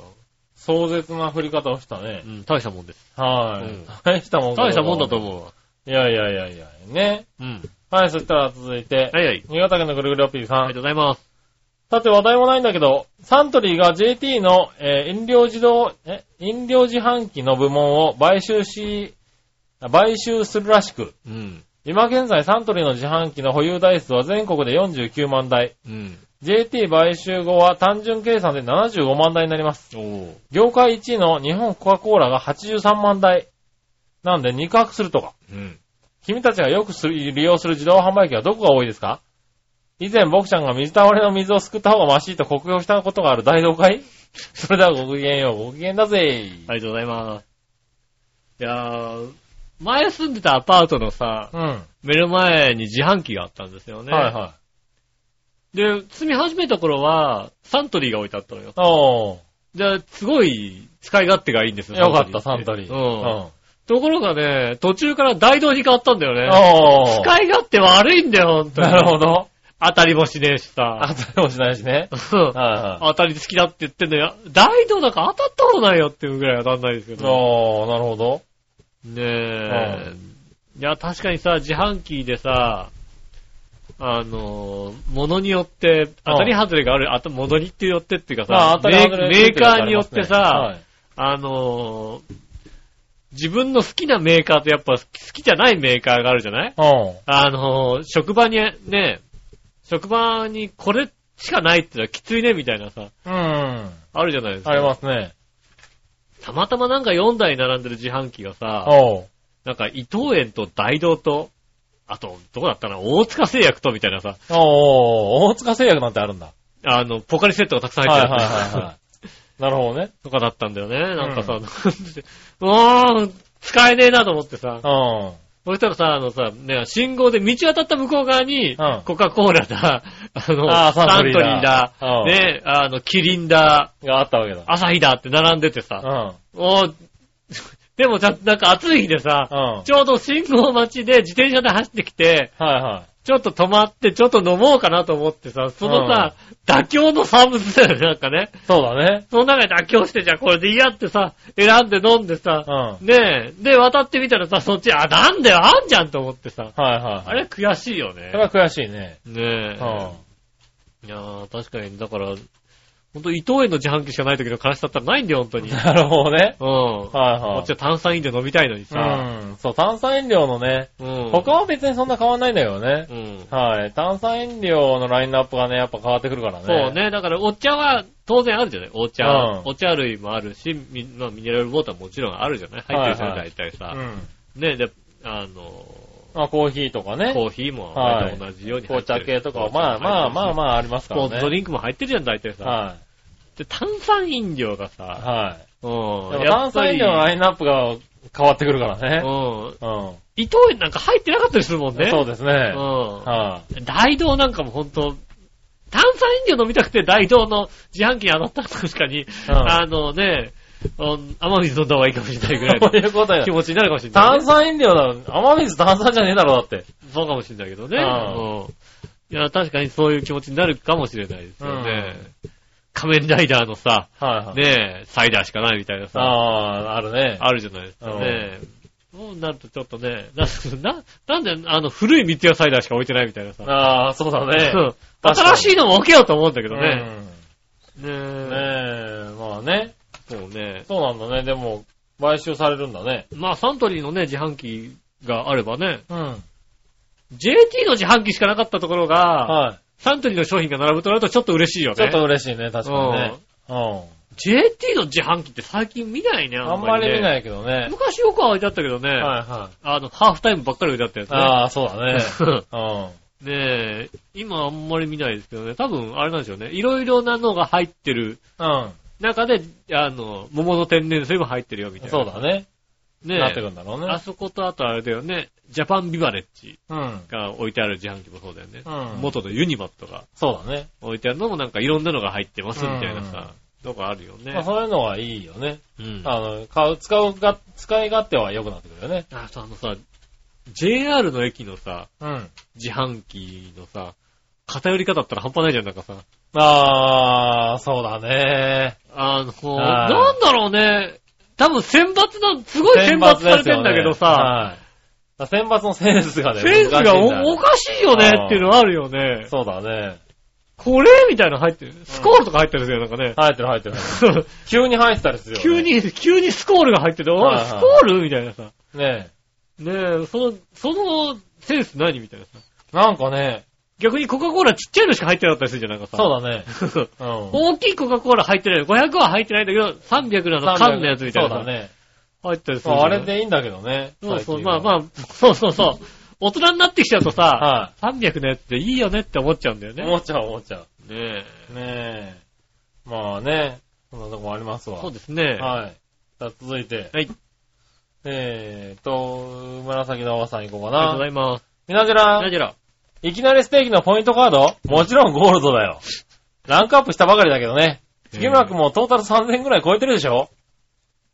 S3: 壮絶な降り方をしたね
S2: う。ん、大したもんです。
S3: は
S2: うん
S3: い。大したもんだ
S2: 大したもんだと
S3: う。
S2: 思うわ。
S3: いやいやいやいや。ね。
S2: うん。
S3: はい、そしたら続いて。
S2: はいはい。
S3: 新潟県のぐるぐるおっぴーさ
S2: ありが
S3: ん
S2: と。うございます。
S3: さて話題もないんだけど、サントリーが JT の、えー飲料自動、え、飲料自販機の部門を買収し、あ買収するらしく、
S2: うん。
S3: 今現在サントリーの自販機の保有台数は全国で49万台。
S2: うん。
S3: JT 買収後は単純計算で75万台になります。
S2: おー。
S3: 業界1位の日本コカ・コーラが83万台。なんで肉薄するとか。
S2: うん。
S3: 君たちがよくする利用する自動販売機はどこが多いですか以前、僕ちゃんが水倒れの水をすくった方がマシと酷評したことがある大道会それではごきげんよう、ごきげんだぜ。
S2: ありがとうございます。いやー、前住んでたアパートのさ、
S3: うん。は
S2: 目の前に自販機があったんですよ
S3: い
S2: ね。
S3: は
S2: で、住み始めた頃は、サントリーが置いてあったのよ
S3: い。。おー。
S2: じゃあ、すごい使い勝手がいいんですよ。
S3: よかった、サントリー。
S2: う
S3: うん
S2: ん。ところがね、途中から大道に変わったんだよね。
S3: おー。
S2: 使い勝手悪いんだよ、ほんとに。
S3: なるほど。
S2: 当たりもしねえし
S3: あ
S2: さ。
S3: たりもしないしね。
S2: うん
S3: はいは
S2: 当たり好きだって言ってんのよ。大道なんか当たったことないよっていうぐらい当たんないですけ
S3: い。
S2: ど。
S3: おー、なるほど。
S2: ねえ。いや、確かにさ、自販機でさ、あのー、ものによって、当たり外れがある、あと、ものによってっていうか
S3: ま
S2: さ、メー
S3: 外れ
S2: メーカーによってさ、
S3: はい
S2: あのー自分の好きなメーカーとやっぱ好きじゃないメーカーがあるじゃない
S3: うん。
S2: あのー職場にね、職場にこれしかないってのはきついねみたいなさ、
S3: うん。
S2: あるじゃないですか。
S3: ありますね。
S2: たまたまなんか4台並んでる自販機がさ、
S3: おー。
S2: なんか伊藤園と大道と、あと、どこだったかな大塚製薬とみたいなさ、
S3: おー、大塚製薬なんてあるんだ。
S2: あの、ポカリセットがたくさん
S3: はい
S2: 入っ
S3: はい
S2: てる。
S3: はいはい。なるほどね。
S2: とかだったんだよね。なんかさ、 うーん、使えねえなと思ってさ、
S3: うん。
S2: そしたらさ、あのさ、ね、信号で道当たった向こう側に、
S3: うん
S2: コカ・コーラだ、あの、
S3: あー
S2: サ
S3: サ
S2: ン
S3: ン
S2: ト
S3: ト
S2: リ
S3: リ
S2: ー
S3: ー
S2: だ
S3: だ、うん
S2: ね、あの、キリンだ、
S3: があったわけだ。
S2: アサヒだって並んでてさ、
S3: う
S2: おー でもちゃんなんか暑い日でさ、
S3: ん。うん。
S2: ちょうど信号待ちで自転車で走ってきて、
S3: はいは
S2: ちょっと止まって、ちょっと飲もうかなと思ってさ、そのさ、妥協の産物だよね、なんかね。
S3: い。そうだね。
S2: その中で妥協して、じゃあこれでいいやってさ、選んで飲んでさ、
S3: うん。
S2: ねえ、で、渡ってみたらさ、そっち、あ、なんだよ、あんじゃんと思ってさ、
S3: はいはい。
S2: あれ悔しいよね
S3: そ。れは悔しいね。
S2: ねえ。い
S3: うん。
S2: やー、確かに、だから、ほんと、伊藤園の自販機しかない時の悲しさったらないんだよ、ほんと に。うん。
S3: なるほどね。
S2: こ
S3: はい
S2: っ
S3: はい
S2: ち。は炭酸飲料飲みたいのにさ。
S3: うん。そう、炭酸飲料のね、
S2: うん。
S3: 他は別にそんな変わんないんだけどね
S2: う。ん。
S3: はい。炭酸飲料のラインナップがね、やっぱ変わってくるからね。
S2: そう。ね。だから、お茶は当然あるじゃないお茶、
S3: うん
S2: お茶類もあるし、ミまあミネラルウォーターももちろんあるじゃない入ってるじゃな
S3: はいはいい
S2: 大体さ。
S3: うん。
S2: ねで、あの
S3: まあ、コーヒーとか
S2: ー、
S3: ね。
S2: コーヒーも
S3: はい
S2: 同じように入っ
S3: 紅
S2: てる
S3: 茶系とかは、まあまあまあまああります
S2: ス
S3: か
S2: ポ
S3: らね。
S2: ーツドリンクも入ってるじゃん、大体さ。
S3: は
S2: で、炭酸飲料が
S3: い。
S2: さ、
S3: は
S2: う
S3: い。
S2: ん
S3: でも炭酸飲料のラインナップが変わってくるからね。
S2: うん。
S3: うん。
S2: 伊藤園なんか入ってなかったりするもんね。
S3: そう
S2: で
S3: ですね。
S2: う
S3: は
S2: ん。大道なんかもほんと、炭酸飲料飲みたくて大道の自販機に当たったら確かに、
S3: うん
S2: あのね、うん雨水飲んだ方がいいかもしれないぐら
S3: い。
S2: い
S3: そ
S2: の
S3: ういうことよ
S2: 気。持ちになるかもしれない、
S3: 炭
S2: ね。
S3: 酸飲料だろ。雨水炭酸じゃねえだろ、だって。
S2: そうかもしれないけどね。
S3: うん
S2: うん。いや、確かにそういう気持ちになるかもしれないですよね。仮面ライダーのさ、
S3: はいはい。
S2: ねえ、サイダーしかないみたいなさ。
S3: ああー、あるね。
S2: あるじゃないですかね。そうなるとちょっとね、な、ななんであの古い三ツ矢サイダーしか置いてないみたいなさ。
S3: ああ、そうだね。
S2: うん
S3: 確かに
S2: 新しいのも置けようと思うんだけ
S3: う
S2: ど
S3: ん
S2: ね。
S3: ね
S2: ねえ。
S3: え、まあね。
S2: そうね。
S3: そうなんだね。でも、買収されるんだね。
S2: まあ、サントリーのね、自販機があればね、
S3: うん。
S2: JT の自販機しかなかったところが、
S3: は
S2: サントリーの商品が並ぶとなるとちょっと嬉しいよ
S3: い。
S2: ね。
S3: ちょっと嬉しいね、確かにね。う
S2: JT の自販機って最近見ないね、
S3: ん。あんまり見
S2: い。
S3: ないけどね。
S2: 昔よくは置いてあったけどね、
S3: はいは
S2: あの、ハーフタイムばっかり置いてあ
S3: い。
S2: ったや
S3: ああ、そうだね。
S2: つね。
S3: うん。
S2: ねえ、今あんまり見ないですけどね、多分あれなんでしょうね、いろいろなのが入ってる
S3: うん。
S2: 中で、あの、桃の天然水も入ってるよみたいな。
S3: そうだね。
S2: ねえ。
S3: なってくんだろう
S2: あ
S3: ね。
S2: そことあとあれだよね、ジャパンビバレッジ
S3: うん。
S2: が置いてある自販機もそうだよね。
S3: うん
S2: 元のユニバットが
S3: そうだね。
S2: 置いてあるのもなんかいろんなのが入ってますみたいなさ、のがあるよ
S3: まあ
S2: ね。
S3: そういうのはいいよね。
S2: うん。
S3: あの、買う、使うが、使い勝手は良くなってくるよね。
S2: あとあのさ、JR の駅のさ、
S3: うん。
S2: 自販機のさ、偏り方だったら半端ないじゃん、なんかさ。
S3: ああ、そうだね。
S2: あの、
S3: はい
S2: なんだろうね。多分選抜なん、すごい選抜されてんだけどさ、
S3: 選抜ですよねはい。選抜のセンスがね、
S2: センスが
S3: 難しいんだ
S2: おお
S3: よ
S2: かしいよねっていうのはあるよね。
S3: そうだね。
S2: これみたいなの入ってる。スコールとか入ってるんですよ、なんかね。
S3: 入ってる入ってる。急に入ってたりするよ、ね。
S2: 急。に、急にスコールが入ってて、おい
S3: はいはい
S2: スコールみたいなさ。
S3: ね
S2: ねえ、その、そのセンス何みたいなさ。
S3: え。なんかね、
S2: 逆にコカ・コーラちっちゃいのしか入ってなかったりするじゃん、なんかさ。
S3: そうだね。
S2: そう。
S3: うん。
S2: 大きいコカ・コーラ入ってない。500は入ってないんだけど、300のあの缶のやつみたいなさ。
S3: そうだね。
S2: 入ったりす
S3: そう
S2: るじゃん。
S3: あれでいいんだけどね。
S2: そうそう、
S3: 最近
S2: まあ
S3: は
S2: まあ、そうそうそう。大人になってきちゃうとさ、
S3: は
S2: 300のやつっていいよねって思っちゃうんだよ
S3: い。
S2: ね。
S3: 思っちゃう思っちゃ
S2: ねえ。
S3: う。ねえ。まあね、そんなとこありますわ。
S2: そうですね。
S3: はい。じゃあ続いて。
S2: はい。
S3: えーと、紫のおばさん行こうか
S2: ありがとうござ
S3: な。
S2: います。
S3: みなじ
S2: ラ
S3: ら、
S2: ジェラ。
S3: いきなりステーキのポイントカードもちろんゴールドだよ。ランクアップしたばかりだけどね。月村くんもトータル3000くらい超えてるでしょ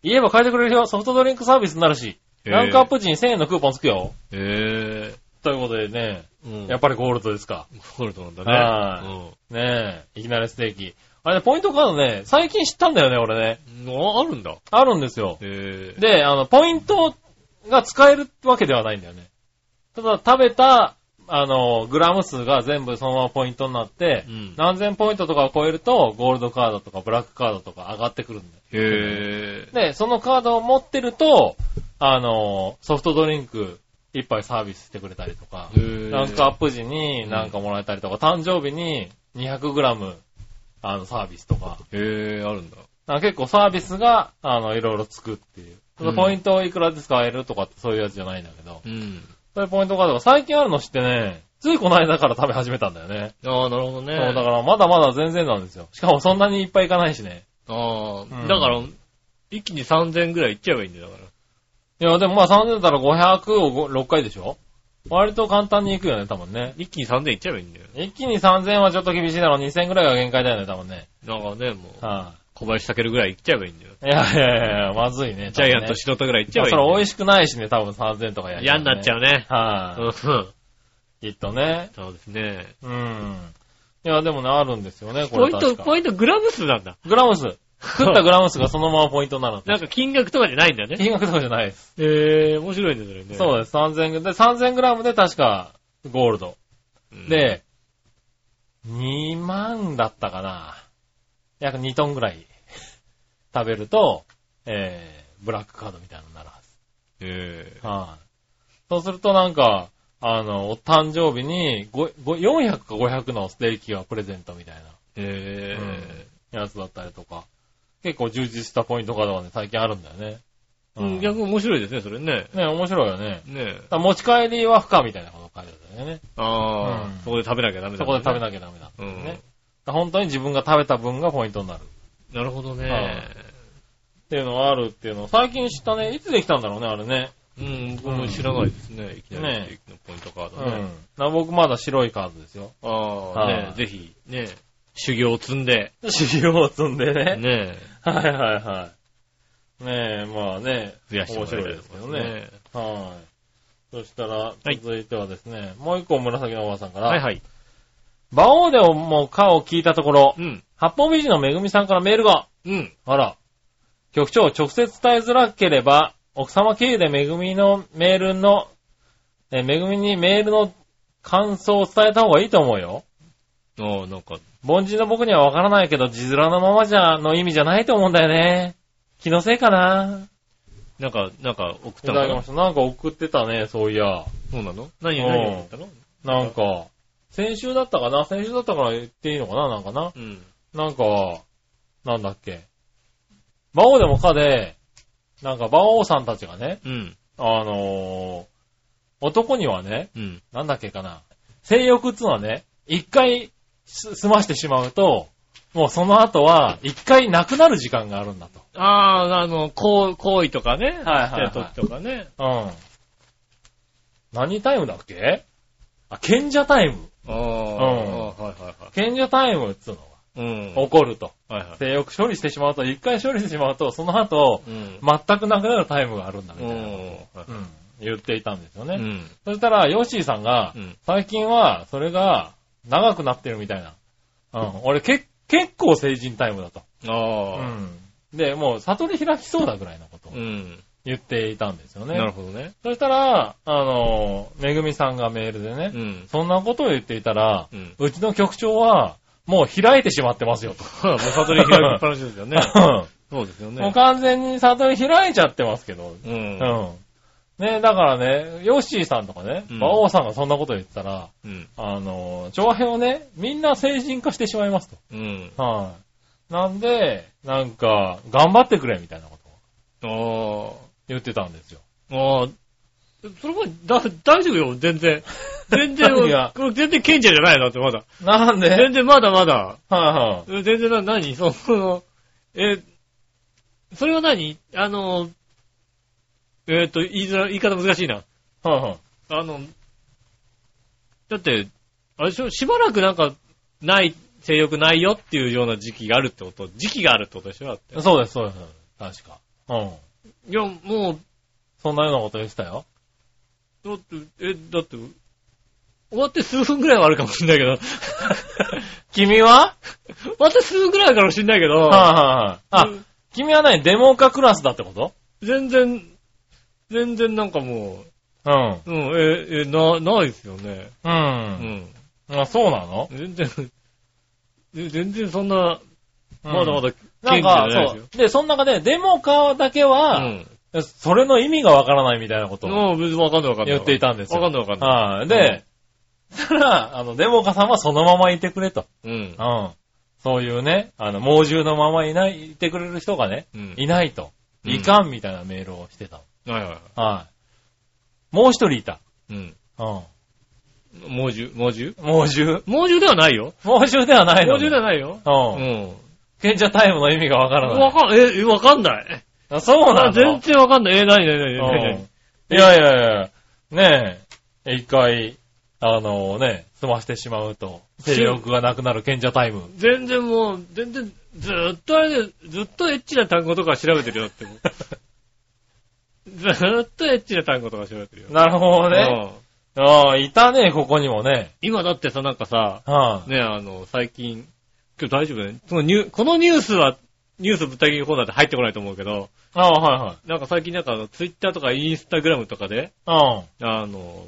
S3: 言えば変えてくれるよ。ソフトドリンクサービスになるし。ランクアップ時に1000円のクーポンつくよ。
S2: え
S3: ということでね、
S2: え。うん。
S3: やっぱりゴールドですか。
S2: ゴールドなんだね。
S3: はねえ、いきなりステーキ。あれね、ポイントカードね、最近知ったんだよね、俺ね。
S2: うん。のあるんだ。
S3: あるんですよ。
S2: ええ。
S3: で、あの、ポイントが使えるわけではないんだよね。ただ、食べた、あの、グラム数が全部そのままポイントになって、
S2: うん
S3: 何千ポイントとかを超えると、ゴールドカードとかブラックカードとか上がってくるんだよ。
S2: へえ。
S3: で、そのカードを持ってると、あの、ソフトドリンク一杯サービスしてくれたりとか、ランクアップ時になんかもらえたりとか、誕生日に 200g、あの、サービスとか、
S2: プ。へえ、あるんだ。
S3: なんか結構サービスが、あの、いろいろつくっていう。ただ
S2: うん
S3: ポイントをいくらで使えるとかってそういうやつじゃないんだけど、
S2: うん。
S3: そういうポイントカードが最近あるの知ってね、ついこの間から食べ始めたんだよね。
S2: ああ、なるほどね。
S3: そう、だからまだまだ全然なんですよ。しかもそんなにいっぱいいかないしね。
S2: あ
S3: う
S2: あ、
S3: ん
S2: だから、一気に3000ぐらいいっちゃえばいいんだよ、だか
S3: いや、でもまあ3000だったら500を6回でしょ割と簡単にいくよね、多分ね
S2: ら。。一気に3000いっちゃえばいいんだよ。
S3: 一気に3000はちょっと厳しいだろう。2000ぐらいが限界だよね、多分ね。
S2: だからね、もう、
S3: は
S2: 小林健ぐらいいっちゃえばいいんだよ。
S3: い。いやいやいやいや、まずいね。
S2: ジャイアント
S3: し
S2: 白田ぐらいいっち
S3: ち
S2: ゃえばいい
S3: そ
S2: んだよ。
S3: れ美味しくないしね、多分3000とかや
S2: 嫌になっちゃう
S3: ね。
S2: ね。
S3: は
S2: うん
S3: い。きっとね。
S2: そうですね。
S3: うん。いや、でもね、あるんですよね、こ
S2: ポ
S3: れ
S2: イント、
S3: 確か。
S2: ポイントグラム数なんだ。
S3: グラム数。食ったグラム数がそのままポイントになるの。
S2: なんか金額とかじゃないんだよね。
S3: 金額とかじゃないです。
S2: えー、面白いね、それね。
S3: そうです。3000、で、3000グラムで確か、ゴールド。
S2: うん。
S3: で、2万だったかな。約2トンぐらい 食べると、えー、ブラックカードみたいなのになるはず。
S2: え
S3: はい、そうするとなんか、あの、お誕生日にごご400か500のステーキがプレゼントみたい
S2: ー、え
S3: なやつだったりとか、結構充実したポイントカードがね、最近あるんだよね。
S2: ー、うん、
S3: ね、
S2: 逆に面白いですね、それね。
S3: 面白いよね。
S2: ねえ。
S3: ただ持ち帰りは不可みたいなこと書いてあるんだよね。
S2: あー、
S3: うん
S2: そこで食べなきゃダメだ、
S3: そこで食べ
S2: な
S3: なきゃダメだったんだよね。
S2: うん
S3: だから本当に自分が食べた分がポイントになる。
S2: なるほど
S3: は
S2: ね。
S3: っていうのがあるっていうのを最近知ったね。いつできたんだろうね、あれね。
S2: うん、僕も知らないですね。いきなり
S3: ね
S2: ステーキのポイントカー
S3: う
S2: ド
S3: ん
S2: ね。。
S3: な僕まだ白いカードですよ。
S2: あー、
S3: は
S2: ね
S3: い
S2: ぜひ、ね修行を積んで、
S3: 修行を積んでね。
S2: ね
S3: はいはいはい。ねえ、まあね。
S2: 増やしてもら
S3: 面
S2: い
S3: 白
S2: た
S3: い
S2: い
S3: ですけ
S2: と
S3: ど
S2: 思います
S3: ね。
S2: ね。
S3: はい。そしたら
S2: い、
S3: 続いてはですね、もう一個紫のおばさんから、
S2: はいはい。
S3: バオーデオもかを聞いたところ
S2: う、ん。
S3: 八方美人のめぐみさんからメールが、
S2: うん。
S3: あら、局長、直接伝えづらければ、奥様経由でめぐみのメールの、えーめぐみにメールの感想を伝えた方がいいと思うよ。
S2: あー、なんか、
S3: 凡人の僕にはわからないけど、字面のままじゃ、の意味じゃないと思うんだよね。気のせいかな。
S2: なんか、なんか送っ
S3: い
S2: た
S3: た
S2: のか
S3: だきま
S2: な
S3: した。なんか送ってたね、そういや。
S2: そうなの何、
S3: うん
S2: 何送ったの
S3: なんか、先週だったかな先週だったから言っていいのかななんかな
S2: うん。
S3: なんか、なんだっけ。馬王でもかで、なんか馬王さんたちがね、
S2: うん。
S3: あのー男にはね、
S2: うん。
S3: なんだっけかな。性欲っつうのはね、一回す済ましてしまうと、もうその後は、一回なくなる時間があるんだと。
S2: ああ、あの、行行為とかね。はい
S3: はいはい
S2: した時とかね。
S3: うん。何タイムだっけあ、賢者タイム。
S2: ああ、はいは
S3: 賢者タイムっつうの
S2: いはい。うん。
S3: が起こると。
S2: はいはい。
S3: 性欲処理してしまうと、一回処理してしまうと、その後、
S2: うん。
S3: 全くなくなるタイムがあるんだみ
S2: う
S3: たいな。
S2: ん。はい
S3: うん。言っていたんですよね。
S2: うん。
S3: そしたら、ヨッシーさんが、
S2: うん
S3: 最近は、それが、長くなってるみたいな。うん。俺、け、結構成人タイムだと。う
S2: ああ。
S3: ん。で、もう、悟り開きそうだぐらいのことを
S2: うん。
S3: 言っていたんですよね。
S2: なるほどね。
S3: そしたら、あの、めぐみさんがメールでね、
S2: うん。
S3: そんなことを言っていたら、
S2: うん。
S3: うちの局長は、もう開いてしまってますよと。
S2: もう悟り開きっぱなしです よね。そうですよ
S3: もう
S2: ね。
S3: 完全に悟り開いちゃってますけど、
S2: う。
S3: うんん。ねだからね、ヨッシーさんとかね、
S2: うん
S3: 馬王さんがそんなこと言ってたら、
S2: うん。
S3: あの、長編をね、みんな成人化してしまいます
S2: うん。
S3: と。はい。なんで、なんか、頑張ってくれみたいなことを
S2: ああ。
S3: 言ってたんですよ。
S2: ああ、それもだ大丈夫よ、全然。全然
S3: 何が、
S2: これ全然賢者じゃないなって、まだ。
S3: なんではい
S2: 全然まだまだ。
S3: はい。
S2: 全然な、何 その、え、それは何あの、えっ、と、言いづら、言い方難しいな。
S3: はいはい。
S2: あの、だって、あれでしょ、しばらくなんか、ない、性欲ないよっていうような時期があるってこと、時期があるってことでしょだって。
S3: そうです、そうです。確か。うん。
S2: いや、もう、
S3: そんなようなこと言ってたよ。
S2: だって、え、だって、終わって数分くらいはあるかもしんないけ ど。
S3: 君は
S2: 終わって数分くらいかもしんないけど、
S3: はいはいはい。あ、君は何デモ化クラスだってこと
S2: 全然、全然なんかも
S3: うん。
S2: う、うん、え、え、な、ないですよね。う
S3: う。
S2: んん。
S3: あ、そうなの
S2: 全然、え全然そんな、まだまだ、
S3: な
S2: 賢者
S3: ん
S2: じゃない
S3: か、
S2: です
S3: そ
S2: よ。
S3: う。で、その中で、デモ化だけは、それの意味がわからないみたいなこと
S2: う
S3: を
S2: ん。もう別にわかんないわかんない。
S3: 言っていたんですよ。
S2: わかんないわかんない。
S3: はい。で、そしたら、あの、デモカさんはそのままいてくれと。
S2: うん
S3: う。ん。そういうね、あの、猛獣のままいない、いてくれる人がね、
S2: うん。
S3: いないと。
S2: うん
S3: いかんみたいなメールをしてたの。
S2: はいは
S3: はい。もう一人いた。
S2: い。うん。
S3: うん。
S2: 猛獣、猛獣
S3: 猛獣
S2: 猛獣ではないよ。
S3: 猛獣ではないの。
S2: 猛獣ではないよ。
S3: は
S2: う
S3: うん。
S2: ん。
S3: 賢者タイムの意味がわからな
S2: わ
S3: い。
S2: かん、え、えわかんない。
S3: あそうなの
S2: あ全然わかんない。え、なになになになに
S3: うんいやいやいや、ねえ、一回、あのね、済ましてしまうと、性欲がなくなる賢者タイム。
S2: 全然もう、全然、ずーっとあれで、ずっとエッチな単語とか調べてるよ ってもう。ずーっとエッチな単語とか調べてるよ。
S3: なるほどね。
S2: うん
S3: ああ、いたね、ここにもね。
S2: 今だってさ、なんかさ、
S3: は
S2: ね、あの、最近、今日大丈夫ねそのニュこのニュースは、ニュースぶった切りコーナーで入ってこないと思うけど、
S3: あ、ああ、はいはい。
S2: なんか最近なんかあの、ツイッターとかインスタグラムとかで、
S3: あ
S2: あの、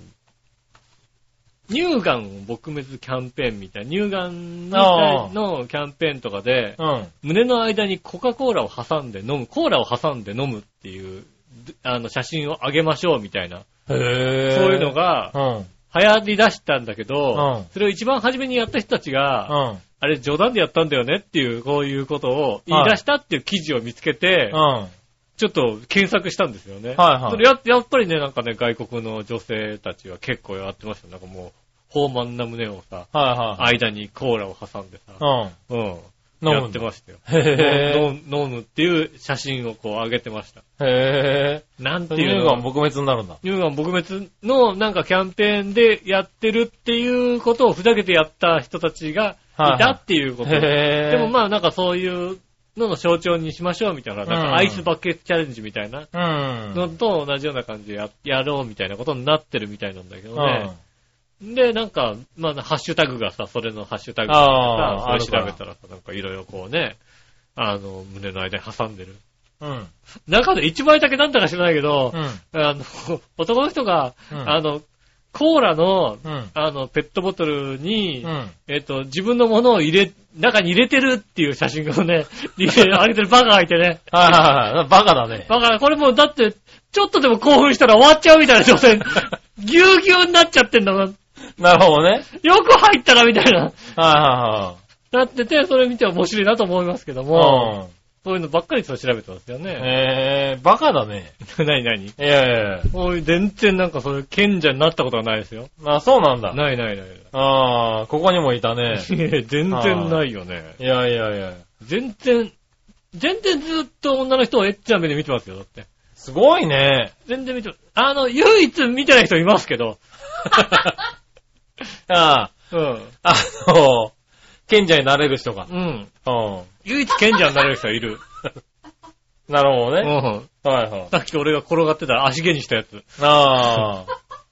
S2: 乳がんを撲滅キャンペーンみたいな、乳がん
S3: ああ
S2: のキャンペーンとかで、
S3: あ、うん。
S2: 胸の間にコカ・コーラを挟んで飲む、コーラを挟んで飲むっていう、であの、写真をあげましょうみたいな、
S3: へえ。
S2: そういうの。が
S3: うん。
S2: 流行り出したんだけ
S3: う
S2: ど
S3: ん、
S2: それを一番初めにやった人たちが、
S3: うん。
S2: あれ冗談でやったんだよねっていう、こういうことを言い出したっていう記事を見つけて
S3: う、ん。
S2: ちょっと検索したんですよね。
S3: はいはい
S2: それややっぱりね、なんかね、外国の女性たちは結構やってました。なんかもう、豊満な胸をさ、
S3: はい
S2: 間にコーラを挟んでさ、
S3: はい。
S2: うん。
S3: うん。飲
S2: や
S3: む
S2: っ
S3: ん
S2: て
S3: だ。
S2: ましたよ。
S3: へ
S2: 飲む飲むっていう写真をこう上げてました。
S3: え。へえ。
S2: なんて
S3: 乳
S2: いう
S3: がん
S2: の
S3: 撲滅になるんだ。
S2: 乳がん撲滅のなんかキャンペーンでやってるっていうことをふざけてやった人たちが
S3: はい
S2: いたっていうこと。
S3: へ
S2: で
S3: え。
S2: もまあなんかそういうのの象徴にしましょうみたいな、なん
S3: うん
S2: かアイスバケツチャレンジみたいな
S3: あうん。
S2: のと同じような感じでややろうみたいなことになってるみたいなんだけど
S3: うん
S2: ね。。で、なんか、まあ、ハッシュタグがさ、それのハッシュタグが
S3: あ
S2: さ
S3: あ、
S2: それ調べたらさ、なんかいろいろこうね、あの、胸の間に挟んでる。
S3: うん。
S2: 中で一枚だけなんだか知らないけど、
S3: うん。
S2: あの、男の人が、
S3: うん
S2: あの、コーラの、
S3: うん。
S2: あの、ペットボトルに、
S3: うん。
S2: えっと、自分のものを入れ、中に入れてるっていう写真を ね、入れ上げてるバカがいてね。
S3: はいはいはい。バカだね。
S2: だからこれもうだって、ちょっとでも興奮したら終わっちゃうみたいな状 態、ぎゅうぎゅうになっちゃってんだもん。
S3: なるほどね。
S2: よく入ったなみたいな。
S3: は
S2: なってて、それ見て面白いなと思いますけど
S3: いはい
S2: も、
S3: はい。うん。
S2: そういうのばっかりそう調べてますよね。
S3: えー、バカだね。
S2: なになに
S3: いやいやいや。
S2: そういう全然なんかそういう賢者になったことはないですよ。
S3: あ、そうなんだ。
S2: ないないない。
S3: ああ、ここにもい たね。
S2: 全然ないよね。
S3: いやいやいや。
S2: 全然、全然ずっと女の人をエッチな目で見てますよ、だって。
S3: すごいね。
S2: 全然見てます。あの、唯一見てない人いますけど。
S3: あ
S2: うん。
S3: あ、あの、賢者になれる人が。
S2: うん。
S3: う
S2: 唯一賢者になれる人いる。
S3: ん。なるほど
S2: う
S3: ね。
S2: ん。
S3: はいはい。
S2: さっき俺が転がってた足毛にしたやつ。
S3: あ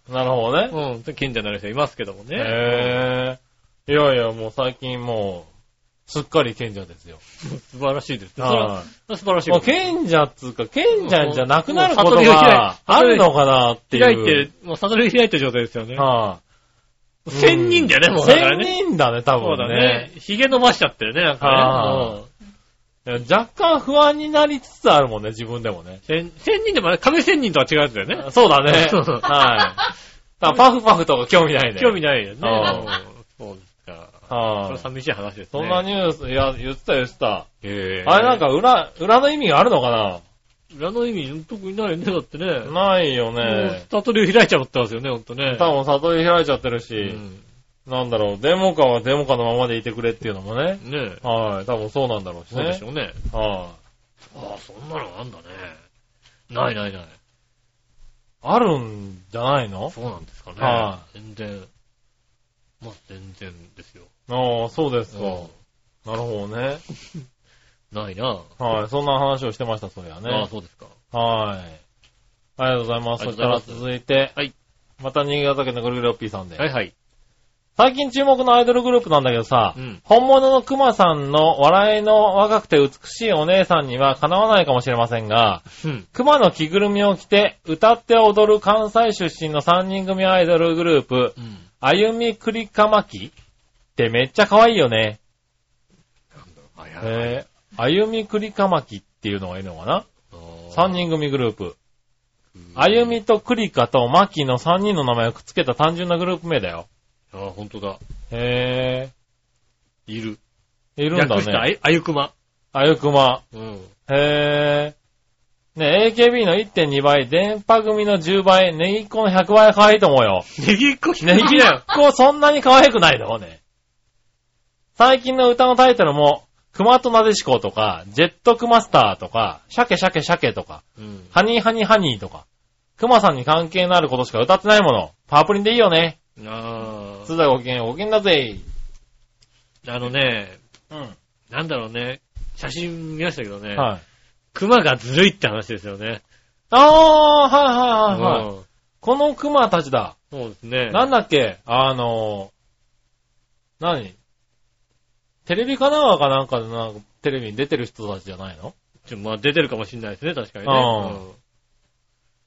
S3: あ、なるほどね。
S2: うん。賢者になる人いますけどもね。
S3: へえ。いやいや、もう最近もう、すっかり賢者ですよ。
S2: 素晴らしいですね。それは
S3: は
S2: 素晴らし
S3: い。
S2: い
S3: も
S2: こと。
S3: う賢者っつうか、賢者じゃなくなる
S2: もう
S3: こ
S2: 悟
S3: と
S2: りを開い
S3: があるのかなっていう。
S2: 開いて、もう悟り開いてる状態ですよね。
S3: は
S2: 千人だよね、
S3: い。
S2: もうだから
S3: 千
S2: ね。
S3: 人だね、多
S2: そう
S3: 分
S2: だね。髭伸ばしちゃってるね、なんかね。う
S3: は
S2: ん
S3: いや若干不安になりつつあるもんね、自分でもね。
S2: 千千人でもあれ、亀千人とは違うやつだよね。
S3: そうだ ね。
S2: そうそう
S3: はい。だからパフパフとか興味ないね。
S2: 興味ないよね
S3: あ。
S2: そうですか。そ
S3: は
S2: れ
S3: い。
S2: 寂しい話ですね。
S3: そんなニュース、いや、言ってた言ってた。
S2: へー
S3: あれなん、か裏、裏の意味があるのか
S2: 裏の意味、特にないよね、だってね。
S3: なない
S2: も
S3: よ
S2: う
S3: ね。
S2: 悟りを開いちゃってますよね、ほんとね。
S3: 多分悟り開いちゃってる
S2: う
S3: し、
S2: ん
S3: なんだろう、デモカはデモカのままでいてくれっていうのもね。
S2: ねえ。
S3: はい。多分そうなんだろうし
S2: そうで
S3: ね
S2: し。ょうね。
S3: は
S2: ああ、そんなのあんだね。ないないない。
S3: い。あるんじゃないの
S2: そうなんですかね。
S3: は
S2: 全然。まあ、全然ですよ。
S3: ああ、そうですか。
S2: うん
S3: なるほどね。
S2: ないな。
S3: はい。そんな話をしてました、そりゃね。
S2: ああ、そうですか。
S3: はい。ありがとうございます。
S2: ありがとう
S3: そした
S2: ござい
S3: ら
S2: ます
S3: 続いて、
S2: はい。
S3: また新潟県のぐるぐるおっぴーさんで。
S2: はいはい。
S3: 最近注目のアイドルグループなんだけどさ、
S2: うん
S3: 本物のクマさんの笑いの若くて美しいお姉さんにはかなわないかもしれませんが、
S2: うん。
S3: クマの着ぐるみを着て歌って踊る関西出身の3人組アイドルグループ、
S2: うん。
S3: あゆみくりかまきってめっちゃ可愛いよね。
S2: はいはい。
S3: えー、あゆみくりかまきっていうのがいいのかな
S2: 3
S3: ?3 人組グループ。あゆ。みとクリカとマキの3人の名前をくっつけた単純なグループ名だよ。
S2: ああ、ほんとだ。
S3: へ
S2: いる。
S3: ぇー。いるんだ
S2: 略してあ
S3: ね。
S2: ゆあゆくま。
S3: あゆくま。
S2: うん。
S3: へぇー。ね AKB の1.2倍、電波組の10倍、ネギっ子の100倍可愛いと思うよ。
S2: ネギっこひ
S3: ネギっ
S2: よ。
S3: 子そんなに可愛くないだろうね。最近の歌のタイトルも、熊となでしことか、ジェットクマスターとか、シャケシャケシャケとか、
S2: うん。
S3: ハニーハニーハニーとか、熊さんに関係のあることしか歌ってないもの。パープリンでいいよね。
S2: あ
S3: つだごきげん、ごきげんだぜ。
S2: あ。あのね、
S3: うん。
S2: なんだろうね。写真見ましたけどね。
S3: はい。
S2: 熊がずるいって話ですよね。
S3: ああー、はいはいはい、はい
S2: うん
S3: このクマたちだ。
S2: そうですね。
S3: なんだっけあのー、何テレビ神奈川かなんかでなんかテレビに出てる人たちじゃないの
S2: ちょまあ出てるかもしれないですね、確かに
S3: あ
S2: ね
S3: あ。
S2: うん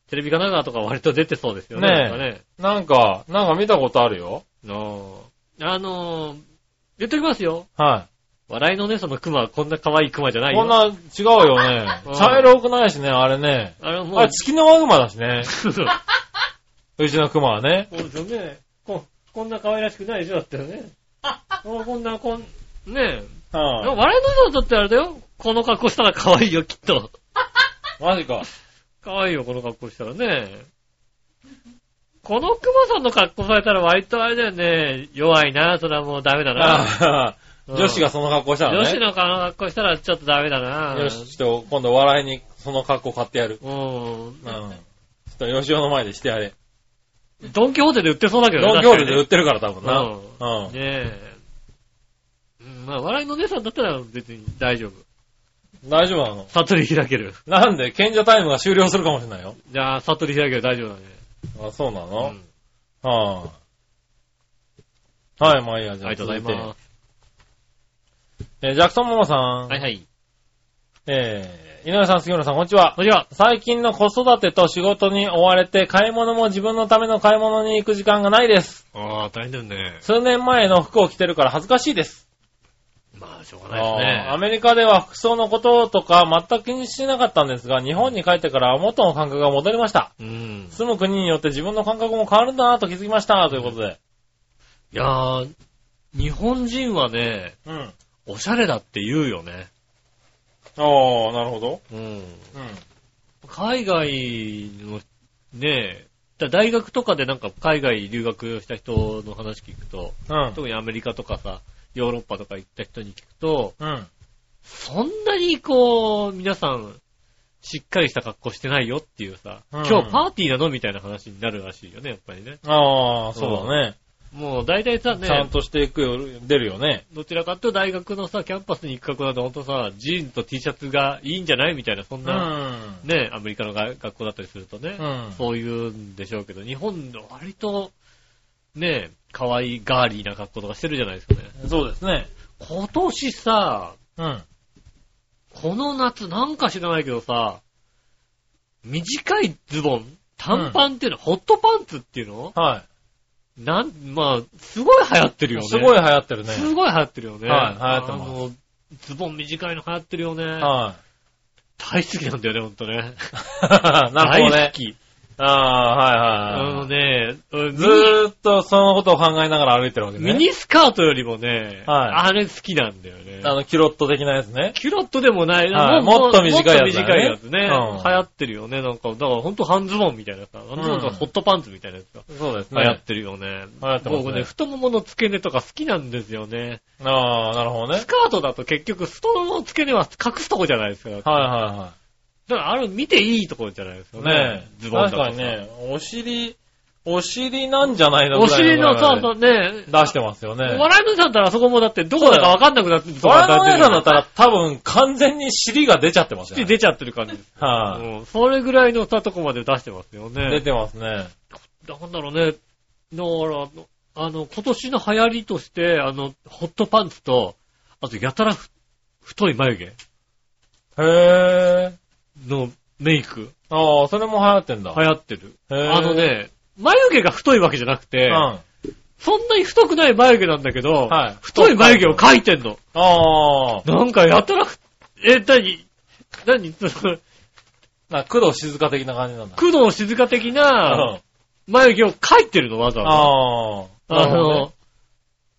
S2: テレビ神奈川とか割と出てそうですよね。
S3: ねえ
S2: なんかね
S3: なんか、なんか見たことあるよ。
S2: あああのー、言っときますよ。
S3: は。
S2: 笑いのね、その熊、こんな可愛い熊じゃないいよ。
S3: こんな、違うよね
S2: うん。
S3: 茶色くないしね、あれね。
S2: あれも
S3: あ
S2: う
S3: れ、、月のワグマだし ね。
S2: そうそう
S3: うちのクマはね。
S2: ですよね。こ、こんな可愛らしくないでしょ、だったよ ね。もうこんな、こん、ねえ。でも
S3: は
S2: 笑いの人だってあれだよ。この格好したら可愛いよ、きっと。
S3: い。マジか。
S2: 可愛いよ、この格好したらね。このクマさんの格好されたら割とあれだよね。弱いな、それはもうダメだな。
S3: あ
S2: うん
S3: ー女子がその格好したの
S2: 女
S3: ね。
S2: 子の顔の格好したらちょっとダメだな。
S3: よし、ちょっと今度笑いにその格好買ってやる。
S2: うん
S3: う。ん。ちょっと吉尾の前でしてやれ。
S2: ドンキホーテで売ってそうだけど
S3: 農
S2: ね
S3: 業で売っ
S2: 確
S3: てるから多分
S2: か
S3: な。
S2: にね
S3: うん
S2: うん。ね。え。うんまあ、笑いの姉さんだったら別に大丈夫。
S3: 大丈夫なの
S2: 悟り開ける。
S3: なんで、賢者タイムが終了するかもしれないよ。
S2: じゃあ、悟り開ける大丈夫だね。
S3: あ、そうな
S2: う
S3: の
S2: ん
S3: はあ。はい、まあいいや、じゃ
S2: あ
S3: あ
S2: りがとうご
S3: 続
S2: ざ
S3: い
S2: い
S3: て。
S2: ます。
S3: えージャクソンママさん。
S2: はいはい。
S3: え井上さん、杉村さん、こんにちは
S2: こ。んにちは。
S3: 最近の子育てと仕事に追われて、買い物も自分のための買い物に行く時間がないです。
S2: ああ、大変だよね。
S3: 数年前の服を着てるから恥ずかしいです。
S2: まあ、しょうがないです
S3: あーア
S2: ね。
S3: メリカでは服装のこととか全く気にしなかったんですが、日本に帰ってから元の感覚が戻りました。
S2: うん。
S3: 住む国によって自分の感覚も変わるんだなと気づきました、ということで。
S2: いやー、日本人はね、
S3: うん。
S2: おしゃれだって言うよね。
S3: ああ、なるほど。
S2: うん。
S3: う
S2: 海外の、ねえ、だ大学とかでなんか海外留学した人の話聞くと、
S3: ん。うん。
S2: 特にアメリカとかさ、ヨーロッパとか行った人に聞くと、
S3: うん。
S2: そんなにこう、皆さん、しっかりした格好してないよっていうさ、
S3: うん
S2: 今日パーティーなのみたいな話になるらしいよね、やっぱりね。
S3: ああ、そうだね。
S2: もう大体さ、ね、
S3: ちゃんとしていくよ、出るよね。
S2: どちらかというと大学のさ、キャンパスに行く格好だとほんとさ、ジーンズと T シャツがいいんじゃないみたいな、そん
S3: う
S2: な、
S3: ん。
S2: ね、アメリカのが学校だったりするとね、
S3: うん。
S2: そういうんでしょうけど、日本の割と、ね、可愛いガーリーな格好とかしてるじゃないですかね。
S3: そうですね。
S2: 今年さ、
S3: うん。
S2: この夏なんか知らないけどさ、短いズボン、短パンっていうの、ホットパンツっていうの
S3: は
S2: なん、まあ、すごい流行ってるよ
S3: い。
S2: ね。
S3: すごい流行ってるね。
S2: すごい流行ってるよね。
S3: はい流行ってます
S2: あの、ズボン短いの流行ってるよね。
S3: は
S2: 大好きなんだよね、ほんとね。
S3: い。 なるほど
S2: 大
S3: ね
S2: 好。き。あ
S3: ああ、はいはい
S2: の
S3: はい。
S2: ね、
S3: ずーっとそのことを考えながら歩いてるわけ
S2: ミ
S3: ね。
S2: ニミニスカートよりもね、
S3: はい
S2: あれ好きなんだよね。
S3: あの、キュロット的なやつね。
S2: キュロットでもない、
S3: はいもっと短いやつ
S2: も
S3: だ
S2: っと短い
S3: よね
S2: やつね。
S3: うん
S2: 流行ってるよね。なんか、だからほんと半ズボンみたいなさ。半ズボンとかホットパンツみたいなやつが
S3: そうです
S2: 流行
S3: ね
S2: っ。てるよね。
S3: 流行ってますね
S2: 僕ね、太ももの付け根とか好きなんですよね。
S3: ああ、なるほどね
S2: ス。カートだと結局、太ももの付け根は隠すとこじゃないですか。だか
S3: はいは
S2: ら、あれ見ていいところじゃないですか
S3: いはい。
S2: ね
S3: ね。え。
S2: ズボンだ
S3: 確
S2: と。
S3: かに。ね、お尻、お尻なんじゃないの
S2: お尻のさ、
S3: さ、
S2: ね、
S3: 出してますよね。
S2: 笑いのお姉さんだったらあそこもだってどこだかわかんなくなってるとこ
S3: 笑いのお姉さんだった
S2: ら、
S3: ら多分完全に尻が出ちゃってますよ
S2: 口
S3: ね。
S2: 出ちゃってる感じです。
S3: は
S2: うん。それぐらいのさ、とこまで出してますよ
S3: い。出
S2: ね。
S3: てますね。
S2: なんだろうね。だから、あの、今年の流行りとして、あの、ホットパンツと、あと、やたらふ太い眉毛
S3: へえ。
S2: のメイク、
S3: ああ、それも流行ってんだ。
S2: 流行ってる。
S3: へー
S2: あの、ね、眉毛が太いわけじゃなく
S3: う
S2: て
S3: ん。、あ
S2: そんなに太くない眉毛なんだけど
S3: はい、
S2: 太い眉毛を描いてんの。
S3: あ、
S2: なんかやたらふ、え、なに、なに、その
S3: な、工藤静香的な感じなん だ。
S2: 工藤静香的な
S3: あ
S2: 眉毛を描いてるの、わざわ
S3: あー。
S2: ざ。あ
S3: なるほどね
S2: の、、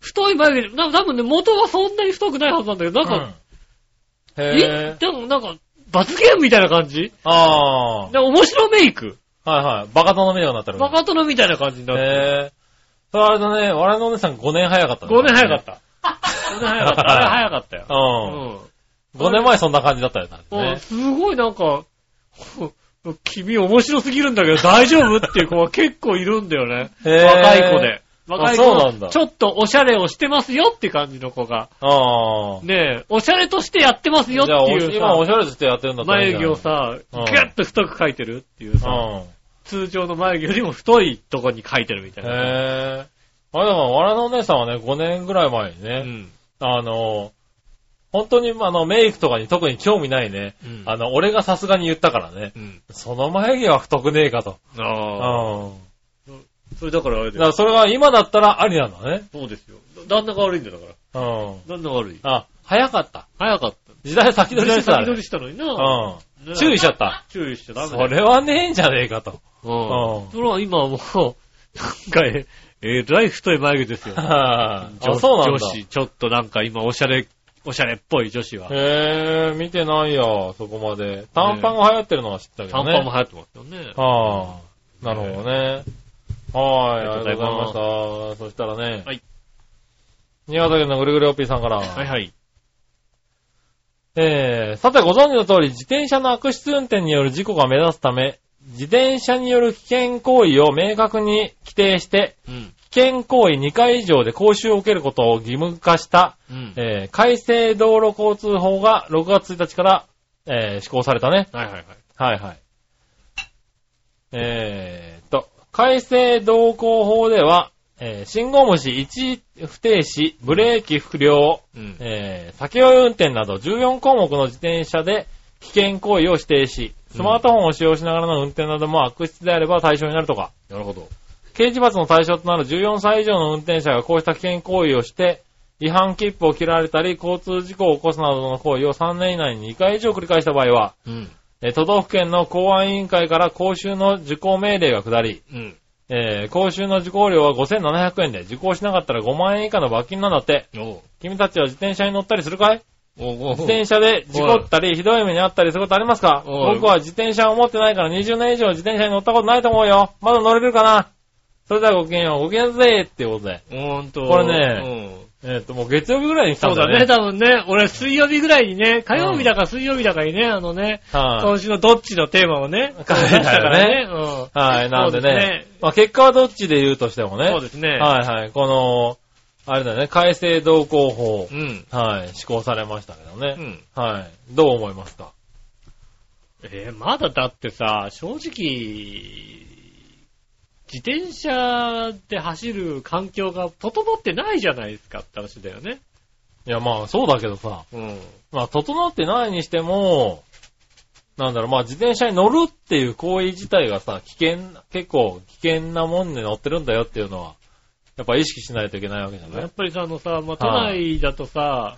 S2: 太い眉毛、な多分ね、元はそんなに太くないはずなんだけど、なんか、
S3: うん、
S2: え
S3: へぇ
S2: でもなんか、罰ゲームみたいな感じ
S3: あ
S2: で面白メイク
S3: あ。はいはい。バカ殿みたいになってる。
S2: バカ殿みたいな感じになってる。
S3: へぇそれあれだね、我々のお姉さん5年早かったね。
S2: 5年早かった。5年早か った。あれ早かったよ。
S3: うん。5年前そんな感じだったよね。
S2: うん。うん。すごいなんか、 ほ君面白すぎるんだけど大丈夫っていう子が結構いるんだよね。
S3: へー
S2: 若い子で。若い子
S3: そうな
S2: の
S3: んだ
S2: ちょっとおしゃれをしてますよって感じの子が。
S3: ああ。
S2: ねえ、おしゃれとしてやってますよって
S3: じゃあ、お
S2: いう
S3: 今お
S2: さ、
S3: しゃれとしてやってるんだったらいい
S2: 眉
S3: じゃ
S2: 毛
S3: ん
S2: をさ、
S3: うん
S2: ギュッと太く描いてるっていうさ、通常の眉毛よりも太いとこに描いてるみた
S3: う
S2: い
S3: ん。へ
S2: な。
S3: ぇあれだから、我々のお姉さんはね、5年ぐらい前にね、
S2: うん。
S3: あの、本当に、あの、メイクとかに特に興味ないね。
S2: うん
S3: あの、俺がさすがに言ったからね。
S2: うん。
S3: その眉毛は太くねえかと。うん。
S2: ああ。それだからあれだ
S3: だか
S2: よ。
S3: らそれが今だったらありなんだね。
S2: そうですよ。旦那が悪いんだよだから。
S3: うん。
S2: 旦那が悪い。
S3: あ、早かった。
S2: 早かった。
S3: 時代先取りしてた
S2: 先
S3: ね。
S2: 取りしたのにな。
S3: う
S2: ね
S3: ん。注意しちゃった。
S2: 注意しちゃダメだ
S3: そ
S2: よ。
S3: れはねえんじゃねえかと。
S2: うん
S3: うん
S2: それは今もう、なんか、え えらい太い眉毛 ですよ。
S3: あ
S2: 女、
S3: そうなん
S2: 女
S3: だ。
S2: 子、ちょっとなんか今、おしゃれ、おしゃれっぽい女子は。
S3: へえ、見てないよ、そこまで。短パンが流行ってるのは知ったけど
S2: 短
S3: ね。
S2: パンも流行ってますよね。
S3: はあ、なるほどね。はーい、あ
S2: あ
S3: り
S2: りがとうござ
S3: がとうござい
S2: い
S3: ま
S2: ま
S3: し。
S2: した
S3: そしたらね、
S2: はい
S3: 新潟県のぐるぐるおっぴーさんから、
S2: はいはい。
S3: えー、さてご存知の通り、自転車の悪質運転による事故が目立つため、自転車による危険行為を明確に規定して、
S2: うん。
S3: 危険行為2回以上で講習を受けることを義務化した、
S2: うん。
S3: えー、改正道路交通法が6月1日から、えー、施行されたね。
S2: はいはいはい。
S3: はいはい。えーっと、改正動向法では、えー信号無視、一時不停止、ブレーキ不良、
S2: うん。
S3: えー酒酔い運転など14項目の自転車で危険行為を指定し、スマートフォンを使用しながらの運転なども悪質であれば対象になるとか、
S2: なるほど。
S3: 刑事罰の対象となる14歳以上の運転者がこうした危険行為をして、違反切符を切られたり、交通事故を起こすなどの行為を3年以内に2回以上繰り返した場合は、
S2: うん。
S3: えー都道府県の公安委員会から講習の受講命令が下り、
S2: うん。
S3: えー講習の受講料は5700円で、受講しなかったら5万円以下の罰金なんだって。
S2: おう
S3: 君たちは自転車に乗ったりするかい
S2: おうおう
S3: 自転車で事故ったり、ひどい目にあったりすることありますか
S2: おい
S3: 僕は自転車を持ってないから20年以上自転車に乗ったことないと思うよ。まだ乗れるかなそれではごきげんよう、ごきげんぜーっていうことで。
S2: ほんと。
S3: これ
S2: ね、
S3: えーっと、もう月曜日ぐらいに来た
S2: そう
S3: んだ
S2: だ
S3: ね。
S2: ね、多分ね。俺、水曜日ぐらいにね、火曜日だか水曜日だかにね、あのね、
S3: はい、
S2: 今週のどっちのテーマをね、
S3: 書いてあるね
S2: 出したからね。
S3: はい、なんで
S2: そうで
S3: ね
S2: すね。
S3: まあ結果はどっちで言うとしても
S2: うん。
S3: ね。
S2: そうですね。
S3: はいはい。この、あれだね、改正同行法
S2: う。ん。
S3: はい、施行されましたけど
S2: う
S3: ね。
S2: ん。
S3: はい。どう思いますか
S2: えーまだだってさ、正直、自転車で走る環境が整ってないじゃないですかって話だよね。
S3: いや、まあそうだけどさ。
S2: うん。
S3: まあ、整ってないにしても、なんだろう、まあ、自転車に乗るっていう行為自体がさ、危険、結構危険なもんで乗ってるんだよっていうのは、やっぱ意識しないといけないわけじゃない
S2: や
S3: はい
S2: っ、ぱりさ、あのさ、まあ、都内だとさ、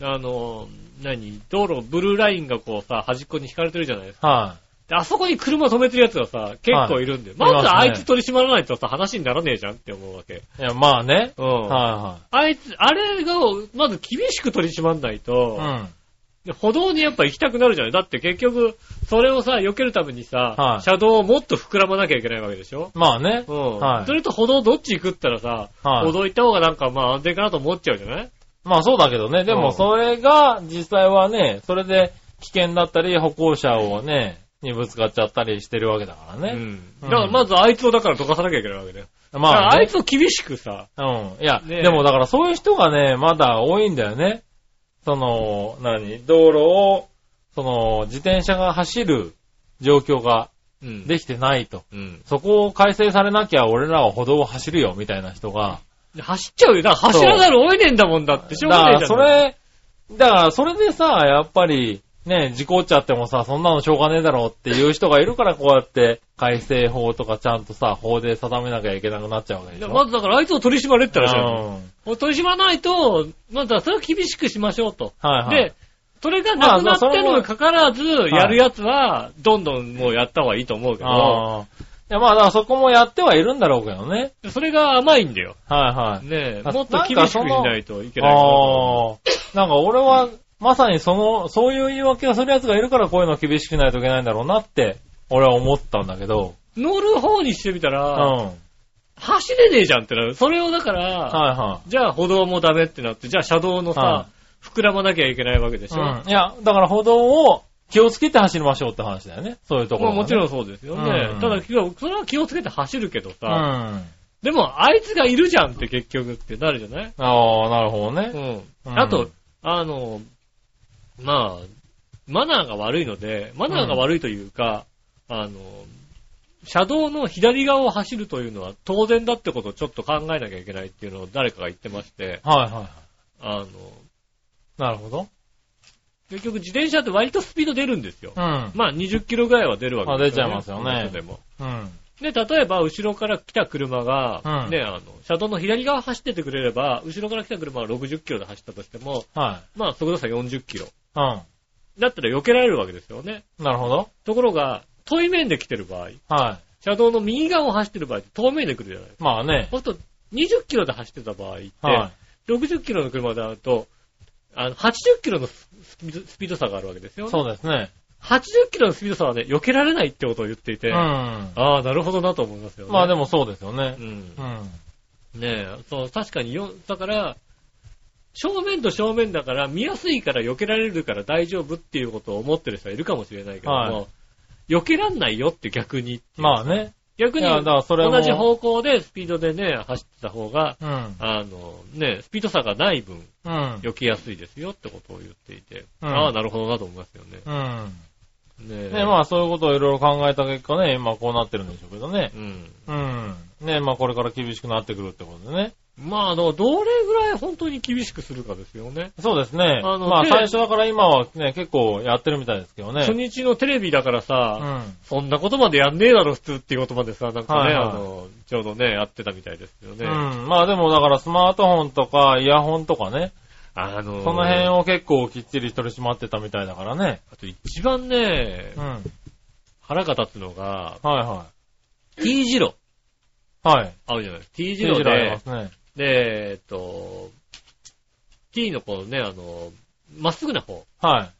S2: あの、何、道路、ブルーラインがこうさ、端っこに引かれてるじゃないですか。
S3: はい、
S2: であそこに車止めてるやつがさ、結構いるんで、
S3: はい
S2: まず
S3: います
S2: あ
S3: ね
S2: いつ取り締まらないとさ、話にならねえじゃんって思うわけ。
S3: いや、まあね。
S2: うん。
S3: は
S2: あいつ、あれが、まず厳しく取り締まんない
S3: い
S2: と、
S3: はい。うん。
S2: で歩道にやっぱ行きたくなるじゃないだって結局、それをさ、避けるためにさ、
S3: はい
S2: 車道をもっと膨らまなきゃいけないわけでしょ
S3: まあね
S2: う。ん。
S3: はい
S2: それと歩道どっち行くったらさ、
S3: はい
S2: 歩道行った方がなんかまあ安全かなと思っちゃうじゃない
S3: まあそうだけどね。で
S2: う
S3: も
S2: ん
S3: それが実際はね、それで危険だったり、歩行者をね、にぶつかっちゃったりしてるわけだから
S2: う
S3: ね。
S2: ん。だからまずあいつをだから溶かさなきゃいけないわけだよ。だか
S3: ま
S2: ら
S3: あ、
S2: あ
S3: ね
S2: い、つを厳しくさ、
S3: うん。いや、
S2: ねえ
S3: でもだからそういう人がね、まだ多いんだよね。その、何道路を、その、自転車が走る状況が
S2: うん
S3: できてないと。
S2: うん。
S3: そこを改正されなきゃ俺らは歩道を走るよ、みたいな人が。
S2: で走っちゃうよ。だから走らざるを得ねえんだもんだって、しょ
S3: だ
S2: う
S3: か
S2: がねえじ
S3: ら
S2: ゃん。
S3: それ、だからそれでさ、やっぱり、ね、事故っちゃってもさ、そんなのしょうがねえだろうっていう人がいるからこうやって改正法とかちゃんとさ、法で定めなきゃいけなくなっちゃうわけでし
S2: で
S3: ょ。
S2: まずだからあいつを取り締まれって話だよ。
S3: うん
S2: 取り締まらないと、まずはそれを厳しくしましょうと。
S3: はいはい。
S2: で、それがなくなってるのにかかわらず、
S3: も
S2: やるやつは、どんどんもうやった方がいいと思うけど、
S3: ああ。いや、まあ、だからそこもやってはいるんだろうけどね。
S2: それが甘いんだよ。
S3: はいはい。
S2: ねえ、
S3: あ
S2: もっと厳しくしないといけないかなと。
S3: ああ。なんか俺は、まさにその、そういう言い訳をする奴がいるからこういうの厳しくしないといけないんだろうなって、俺は思ったんだけど。
S2: 乗る方にしてみた
S3: うん。
S2: ら、
S3: はい
S2: 走れねえじゃんってなる。それをだから、
S3: は
S2: じゃあ歩道もダメってなって、じゃあ車道の
S3: は
S2: さ、膨らまなきゃいけないわけで
S3: い。
S2: しょ。ま
S3: うんいや、だから歩道を気をつけて走りましょうって話だよね。そういうところ
S2: あ
S3: はね、
S2: もちろんそうですよ
S3: う
S2: ね。
S3: ん
S2: ただ、それは気をつけて走るけど
S3: うん。
S2: さ、
S3: あ
S2: でもあいつがいるじゃんって結局ってなるじゃない
S3: あ、なるほど
S2: う
S3: ね。
S2: ん
S3: うん
S2: あと、あの、まあ、マナーが悪いので、マナーが悪いというか、あの、車道の左側を走るというのは当然だってことをちょっと考えなきゃいけないっていうのを誰かが言ってまして、
S3: はいは
S2: あの、
S3: い。なるほど。
S2: 結局自転車って割とスピード出るんですよ。
S3: うん。
S2: まあ20キロぐらいは出るわけですよ、ね。
S3: あ出ちゃいますよ
S2: そ
S3: ね
S2: うでも。
S3: うん。
S2: で、例えば、後ろから来た車が、
S3: うん
S2: ね、あの、車道の左側走っててくれれば、後ろから来た車は60キロで走ったとしても、
S3: は
S2: まあ、速度差40キロ。
S3: い。う
S2: だったら避けられるわけですよね。
S3: ん。なるほど。
S2: ところが、遠い面で来てる場合、
S3: は
S2: 車道の右側を走ってる場合って遠面で来るじゃない
S3: い。まあね。
S2: そうすると、20キロで走ってた場合って、
S3: はい。
S2: 60キロの車であると、あの、80キロのススピードスピード差があるわけですよね。
S3: そうですね。
S2: 80キロのスピード差はね、避けられないってことを言っていて、
S3: うん。
S2: ああ、なるほどなと思いますよね。
S3: まあで
S2: も、
S3: もそうですよね
S2: う。ん
S3: う。
S2: ね
S3: ん。
S2: え、そう、確かによ、だから、正面と正面だから、見やすいから避けられるから大丈夫っていうことを思ってる人はいるかもしれないけども、
S3: は
S2: 避けらんないよって逆にっていう
S3: まあね。
S2: 逆に
S3: いやだからそれも
S2: 同じ方向でスピードでね、走ってた方が、
S3: うん。
S2: あの、ね、スピード差がない分、
S3: うん。
S2: 避けやすいですよってことを言っていて、
S3: うん
S2: ああ、なるほどなと思いますよね。
S3: うん。
S2: ね
S3: ね、まあそういうことをいろいろ考えた結果ね、今こうなってるんでしょうけどね。
S2: うん。
S3: うん。ね、まあこれから厳しくなってくるってことでね。
S2: まあ、あの、どれぐらい本当に厳しくするかですよね。
S3: そうですね。
S2: あの
S3: まあ
S2: 手
S3: 最初だから今はね、結構やってるみたいですけどね。
S2: 初日のテレビだから
S3: う
S2: さ、
S3: ん。
S2: そんなことまでやんねえだろ、普通っていうことまでさ、なんかね、
S3: はいはい
S2: あの、ちょうどね、やってたみたいですよね。
S3: うん。まあでもだからスマートフォンとかイヤホンとかね、
S2: あの
S3: その辺を結構きっちり取り締まってたみたいだからね。
S2: あと一番ね
S3: う、ん。はい
S2: 腹が立つのが、
S3: は
S2: T 字路。
S3: い。はい。
S2: あるじゃない T 字
S3: 以上
S2: 路
S3: でありま
S2: で、
S3: すね。
S2: で、えっと、T のこのね、あの、まっすぐな方
S3: は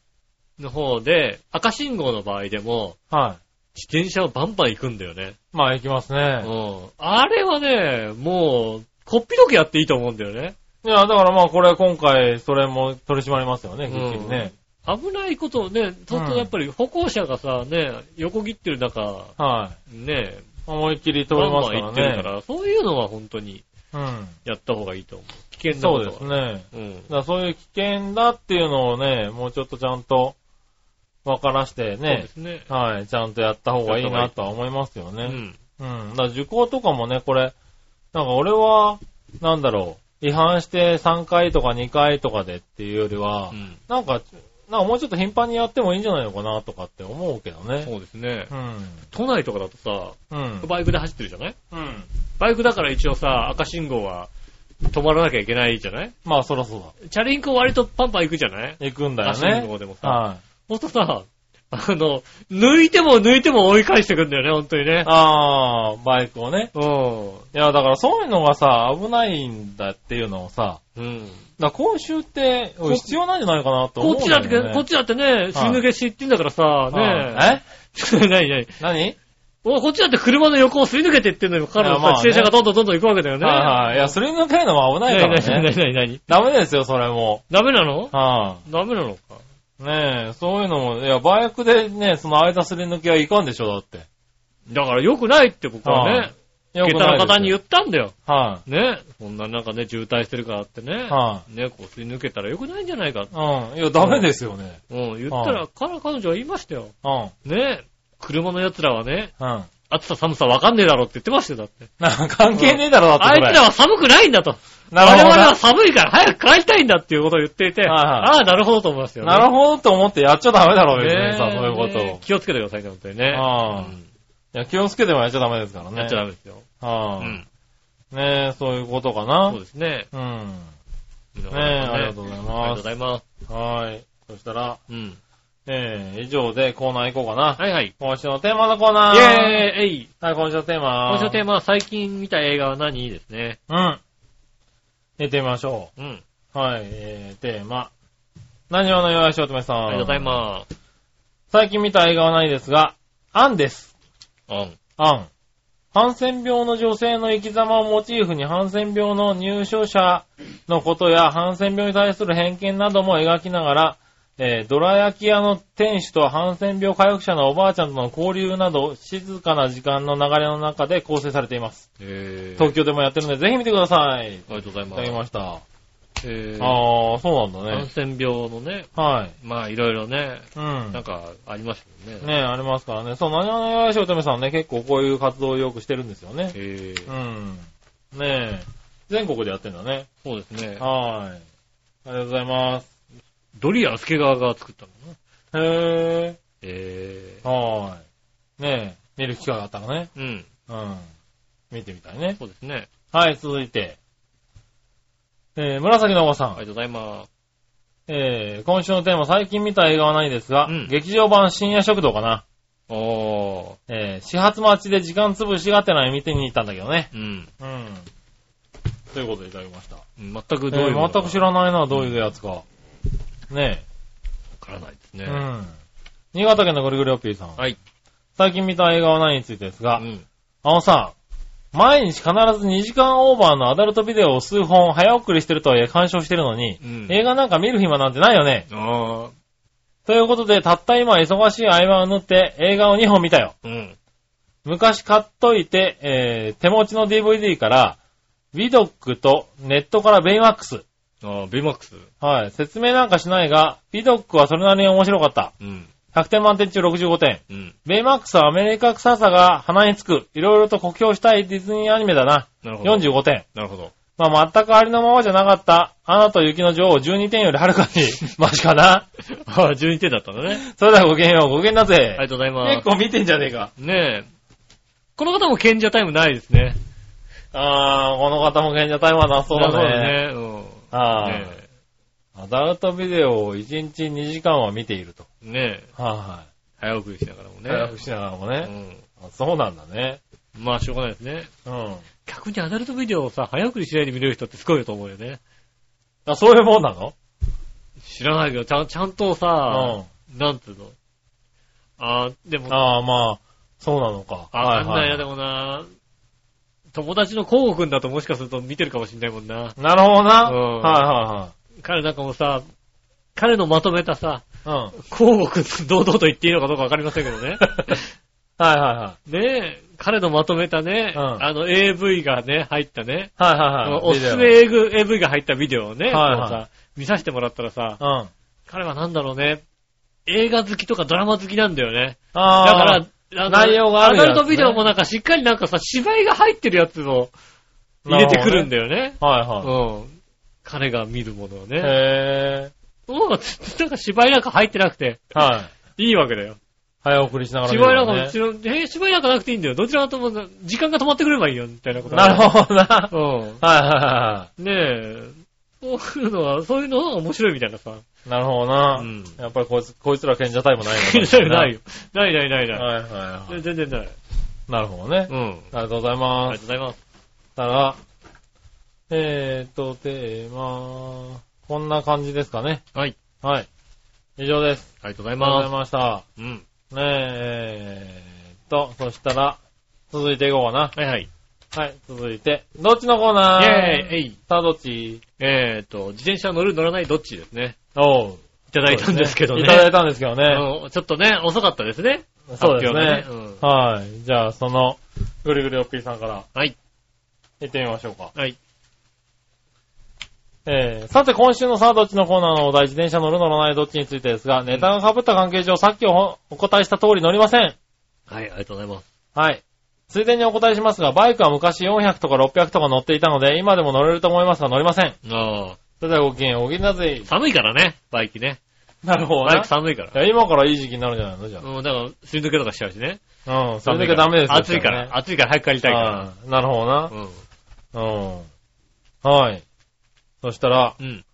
S2: の方で、赤信号の場合でも、
S3: い。は
S2: 自転車をバンバン行くんだよね。
S3: い。まあ行きます
S2: う
S3: ね。
S2: ん。あれはね、もう、こっぴどくやっていいと思うんだよね。
S3: いや、だからまあこれ今回それも取り締まりますよね、きっちりね。
S2: 危ないことをね、ちょっとやっぱり歩行者がさ、ね、横切ってる中、
S3: はい。
S2: ね、
S3: 思いっきり
S2: バ
S3: 取
S2: ン
S3: れま
S2: バ
S3: す
S2: ン
S3: か
S2: 行ってるから
S3: ね。
S2: ら、そういうのは本当に
S3: うん。
S2: やった方がいいと思う。危険な
S3: そ
S2: こ
S3: う
S2: と
S3: で
S2: は。
S3: すね。
S2: うん
S3: だからそういう危険だっていうのをね、もうちょっとちゃんと分からして
S2: そうで
S3: ね、
S2: すね。
S3: はい、ちゃんとやった方がいいなとは思いますよ
S2: う
S3: ね。
S2: ん。
S3: うん。だから受講とかもね、これ、なんか俺は、なんだろう、違反して3回とか2回とかでっていうよりは、
S2: うん
S3: なんか、なんかもうちょっと頻繁にやってもいいんじゃないのかなとかって思うけどね。
S2: そうですね
S3: う。ん。
S2: 都内とかだとさ、
S3: うん。
S2: バイクで走ってるじゃない
S3: うん。
S2: バイクだから一応さ、赤信号は止まらなきゃいけないじゃない
S3: まあそらそう
S2: チャリンコ割とパンパン行くじゃない
S3: だ。行くんだよ
S2: 赤信
S3: ね。
S2: 号でもさ。
S3: はい。
S2: ほんとさ、あの、抜いても抜いても追い返してくんだよね、ほんとにね。
S3: ああ、バイクをね。
S2: うん。
S3: いや、だからそういうのがさ、危ないんだっていうのをさ、
S2: うん。
S3: だから講習っておい必要なんじゃないかなと思
S2: こ
S3: う、
S2: っちだって、こっ
S3: ち
S2: ちだってね、死ぬげしって言うんだからさ、ね
S3: ね。
S2: え。何何
S3: え何
S2: おこっちだって車の横をすり抜けてってんのにもかかわらず
S3: いやま
S2: さ
S3: あ
S2: 自
S3: ね
S2: 転車がどんどんどんどん行くわけだよね。
S3: はいはい。いや、それに抜けるのは危ないから
S2: 何何
S3: ね。
S2: 何何何
S3: ダメですよ、それも。
S2: ダメなの
S3: は
S2: ダメなのか。
S3: い。ねえ、そういうのも、いや、バイクでね、その間すり抜けはいかんでしょ、だって。
S2: だから良くないって僕は
S3: は
S2: ね
S3: い、よ
S2: 下
S3: く
S2: 駄
S3: な
S2: の
S3: いですよ
S2: 方に言ったんだよ。
S3: は
S2: ね。こんな中ね、渋滞してるからってね
S3: い。。は
S2: ね、こうすり抜けたら良くないんじゃないか。
S3: い。うん。いや、ダメですよね。
S2: うん、言った
S3: は
S2: ら、から彼女は言いましたよ。
S3: うん。うん。
S2: ね。車の奴らはね、暑さ寒さわかんねえだろって言ってましたよ、だって。
S3: なんか関係ねえだろ、だって
S2: あ
S3: こ
S2: いつ
S3: れ。
S2: らは寒くないんだと。
S3: な
S2: 我
S3: るほ
S2: 々
S3: ど
S2: は寒いから早く帰りたいんだっていうことを言っていて、
S3: はいはい
S2: ああ、なるほどと思いましたよ、ね。
S3: なるほどと思ってやっちゃダメだろ、別
S2: ね
S3: にさ、そういうことを
S2: ね。気をつけてくださいね、本当にね。
S3: ああ
S2: う
S3: いや、気をつけてもやっちゃダメですから
S2: ん
S3: ね。
S2: やっちゃダメですよ。う
S3: はあ、
S2: ん。
S3: ねえ、そういうことかな。
S2: そうですね。
S3: うん。
S2: ね
S3: ねえ、ありがとうござい
S2: ありがとう
S3: ま
S2: ご
S3: す。
S2: ざいます。
S3: はい。そしたら、
S2: うん。
S3: ええ以上でコーナー行こうかな。
S2: はいはい。
S3: 今週のテーマのコーナー。
S2: イェーイえい
S3: はい、今週のテーマ。
S2: 今週のテー
S3: ー
S2: マは最近見た映画は何ですね。
S3: マ。うん。見てみましょ
S2: うん。
S3: う。はい、えー、テーマ。何をの岩井翔太さん。
S2: ありがとうございます。
S3: す。最近見た映画はないですが、アンです。
S2: うん。
S3: アン。ハンセン病の女性の生き様をモチーフにハンセン病の入所者のことやハンセン病に対する偏見なども描きながら、えー、ドラ焼き屋の店主とハンセン病回復者のおばあちゃんとの交流など、静かな時間の流れの中で構成されています。
S2: えー。
S3: 東京でもやってるので、ぜひ見てください。い
S2: ありがとうござい
S3: ただき
S2: ま
S3: ました。
S2: す。えー。
S3: ああ、そうなんだ
S2: 感
S3: ね。
S2: 染病のね、
S3: はい。
S2: まあいろいろね、
S3: う
S2: なん
S3: ん。
S2: かありますよね。
S3: ねありますからね。そう、何々よしおとめさんね、結構こういう活動をよくしてるんですよね。
S2: えー
S3: うん。ねえ。全国でやってんだね。
S2: そうですね。
S3: はい。ありがとうございます。
S2: ドリアスケ側が作ったのかな。
S3: へ
S2: え
S3: え。はい。ねえ。見る機会があったらね。
S2: ー。うん。
S3: うん。見てみたいね。
S2: そうですね。
S3: はい、続いて。えー、紫のおばさん。
S2: ありがとうございます。
S3: えー、今週のテーマ、最近見た映画はないですが、
S2: うん
S3: 劇場版深夜食堂かな。
S2: おー。
S3: えー、始発待ちで時間潰しがてない見てに行ったんだけどね。
S2: うん。
S3: うん。ということでいただきました。
S2: 全くどう
S3: え
S2: いうの
S3: ー、
S2: か
S3: 全く知らないな、どういうやつか。ね
S2: わからないです
S3: え。
S2: ね。
S3: うん。新潟県のぐるぐるおっぴーさん。
S2: はい。
S3: 最近見た映画はないについてですが、
S2: うん。
S3: あのさ、毎日必ず2時間オーバーのアダルトビデオを数本早送りしてるとはいえ鑑賞してるのに、
S2: うん
S3: 映画なんか見る暇なんてないよね。
S2: ああ。
S3: ということで、たった今忙しい合間を縫って映画を2本見たよ。
S2: うん。
S3: 昔買っといて、えー、手持ちの DVD から、ビドックとネットからベイマックス。
S2: ああ、ベイマックス。
S3: はい。説明なんかしないが、ビドックはそれなりに面白かった。
S2: うん。
S3: 100点満点中65点。
S2: うん。
S3: ベイマックスはアメリカ臭さが鼻につく。いろいろと酷評したいディズニーアニメだな。
S2: なるほど。
S3: 45点。
S2: なるほど。
S3: まあ、全くありのままじゃなかった、アナと雪の女王12点よりはるか に、マシかな。
S2: ああ、12点だったんだね。
S3: それではごきげんよう、ごきげんだ
S2: あ
S3: ぜ
S2: り。がとうございま
S3: 結
S2: す。
S3: 構見てんじゃねえか。
S2: ねえ。この方も賢者タイムないですね。
S3: あー、この方も賢者タイマーなさそうだ
S2: なさ
S3: ね。
S2: そうだね。
S3: あー、
S2: ね
S3: アダルトビデオを1日2時間は見ていると。
S2: え。ねえ。
S3: は
S2: 早送りしながらも
S3: い
S2: ね。
S3: はい。早くしながらもね。あそうなんだね。
S2: うん。まあ、しょうがないですね。
S3: うん。
S2: 逆にアダルトビデオをさ、早送りしないで見れる人ってすごいと思うよね。
S3: あ、そういうもんなの
S2: 知らないけど、ちゃんちゃんと
S3: う
S2: さ、
S3: ん。
S2: なんつうの。あーでも、
S3: ああ、まあ、そうなのか。
S2: あ、あんなんやで
S3: も。
S2: もな、友達のコウくんだともしかすると見てるかもしんないもんな。
S3: なるほどな。
S2: うん
S3: は
S2: 彼なんかもさ、彼のまとめたさ、
S3: いはいはい。うん。
S2: コウくん堂々と言っていいのかどうかわかりませんけど ね。
S3: はいはいはい。
S2: ねえ、彼のまとめたね、
S3: うん
S2: あの AV がね、入ったね、
S3: はいはいはい。
S2: おすすめ
S3: ビデ
S2: AV が入ったビデオをね、
S3: はいはい
S2: こうさ見させてもらったらさ、
S3: オ。うん。
S2: 彼はなんだろうね、映画好きとかドラマ好きなんだよね。だ
S3: ああ。
S2: から、あの
S3: 内容があるや
S2: ア
S3: つ
S2: ダ
S3: ね
S2: ルトビデオもなんかしっかりなんかさ、芝居が入ってるやつを入れてくるんだよね。
S3: はいはい。
S2: うん。彼が見るものをね。
S3: へ
S2: もうなんか芝居なんか入ってなくて、
S3: え。はい。
S2: いいわけだよ。
S3: 早送りしながら見
S2: 芝居なんか
S3: るのね、
S2: もちろん、え芝居なんかなくていいんだよ。どちらかとも、時間が止まってくればいいよ、みたいなこと。
S3: なるほどな。
S2: ど。
S3: はいはいは
S2: うん。ねえ。そういうのは、そういうのが面白いみたいなさ。
S3: い。なるほどな。
S2: うん
S3: やっぱりこいつ、こいつら賢者タイムないのかもし れ
S2: ないよ。ないないない
S3: な
S2: ない。
S3: いはいはいは
S2: 全然ない。
S3: い。なるほどね。
S2: うん。
S3: ありがとうござい
S2: ありが
S3: ま
S2: とう
S3: す。
S2: ございます。
S3: たら、えーっと、テーマ、こんな感じですかね。
S2: はい。
S3: はい。以上です。
S2: ありがとうござい
S3: ありがとうござ
S2: ま
S3: いました。
S2: す。うん。
S3: ねえ、えーっと、そしたら、続いていこうかな。
S2: はいはい。
S3: はい、続いて、どっちのコーナー
S2: イェーイえい
S3: さあ、どっち
S2: えーと、自転車乗る乗らないどっちですね。
S3: おう。
S2: いただいたんですけどね。
S3: いただいたんですけどね。
S2: うんちょっとね、遅かったですね。
S3: そうで
S2: 発表。
S3: すね
S2: がねうん
S3: はい。じゃあ、その、ぐりぐりおっぴーさんから
S2: はい。
S3: 行ってみましょうか。
S2: はい。
S3: えー、さて今週のさあどっちのコーナーのお題、自転車乗る乗らないどっちについてですが、ネタが被った関係上、さっきおお答えした通り乗りません。
S2: はい、ありがとうございます。
S3: はい。ついでにお答えしますが、バイクは昔400とか600とか乗っていたので、今でも乗れると思いますが乗りません。
S2: あ
S3: それではごきげんよう、おぎんなぜ
S2: ー。寒いからね、バイキね。
S3: なるほど
S2: バイ
S3: ね
S2: ク。寒いから
S3: い。や、今からいい時期になるんじゃないのじゃ
S2: うん、だから、すり抜けとかしちゃうしね。
S3: あ。うん、それだけダメですよ
S2: 暑いから、。暑いから早く帰りたいか
S3: あーなるほどな
S2: ら。。うん。
S3: うん。はい。そしたら、
S2: うん。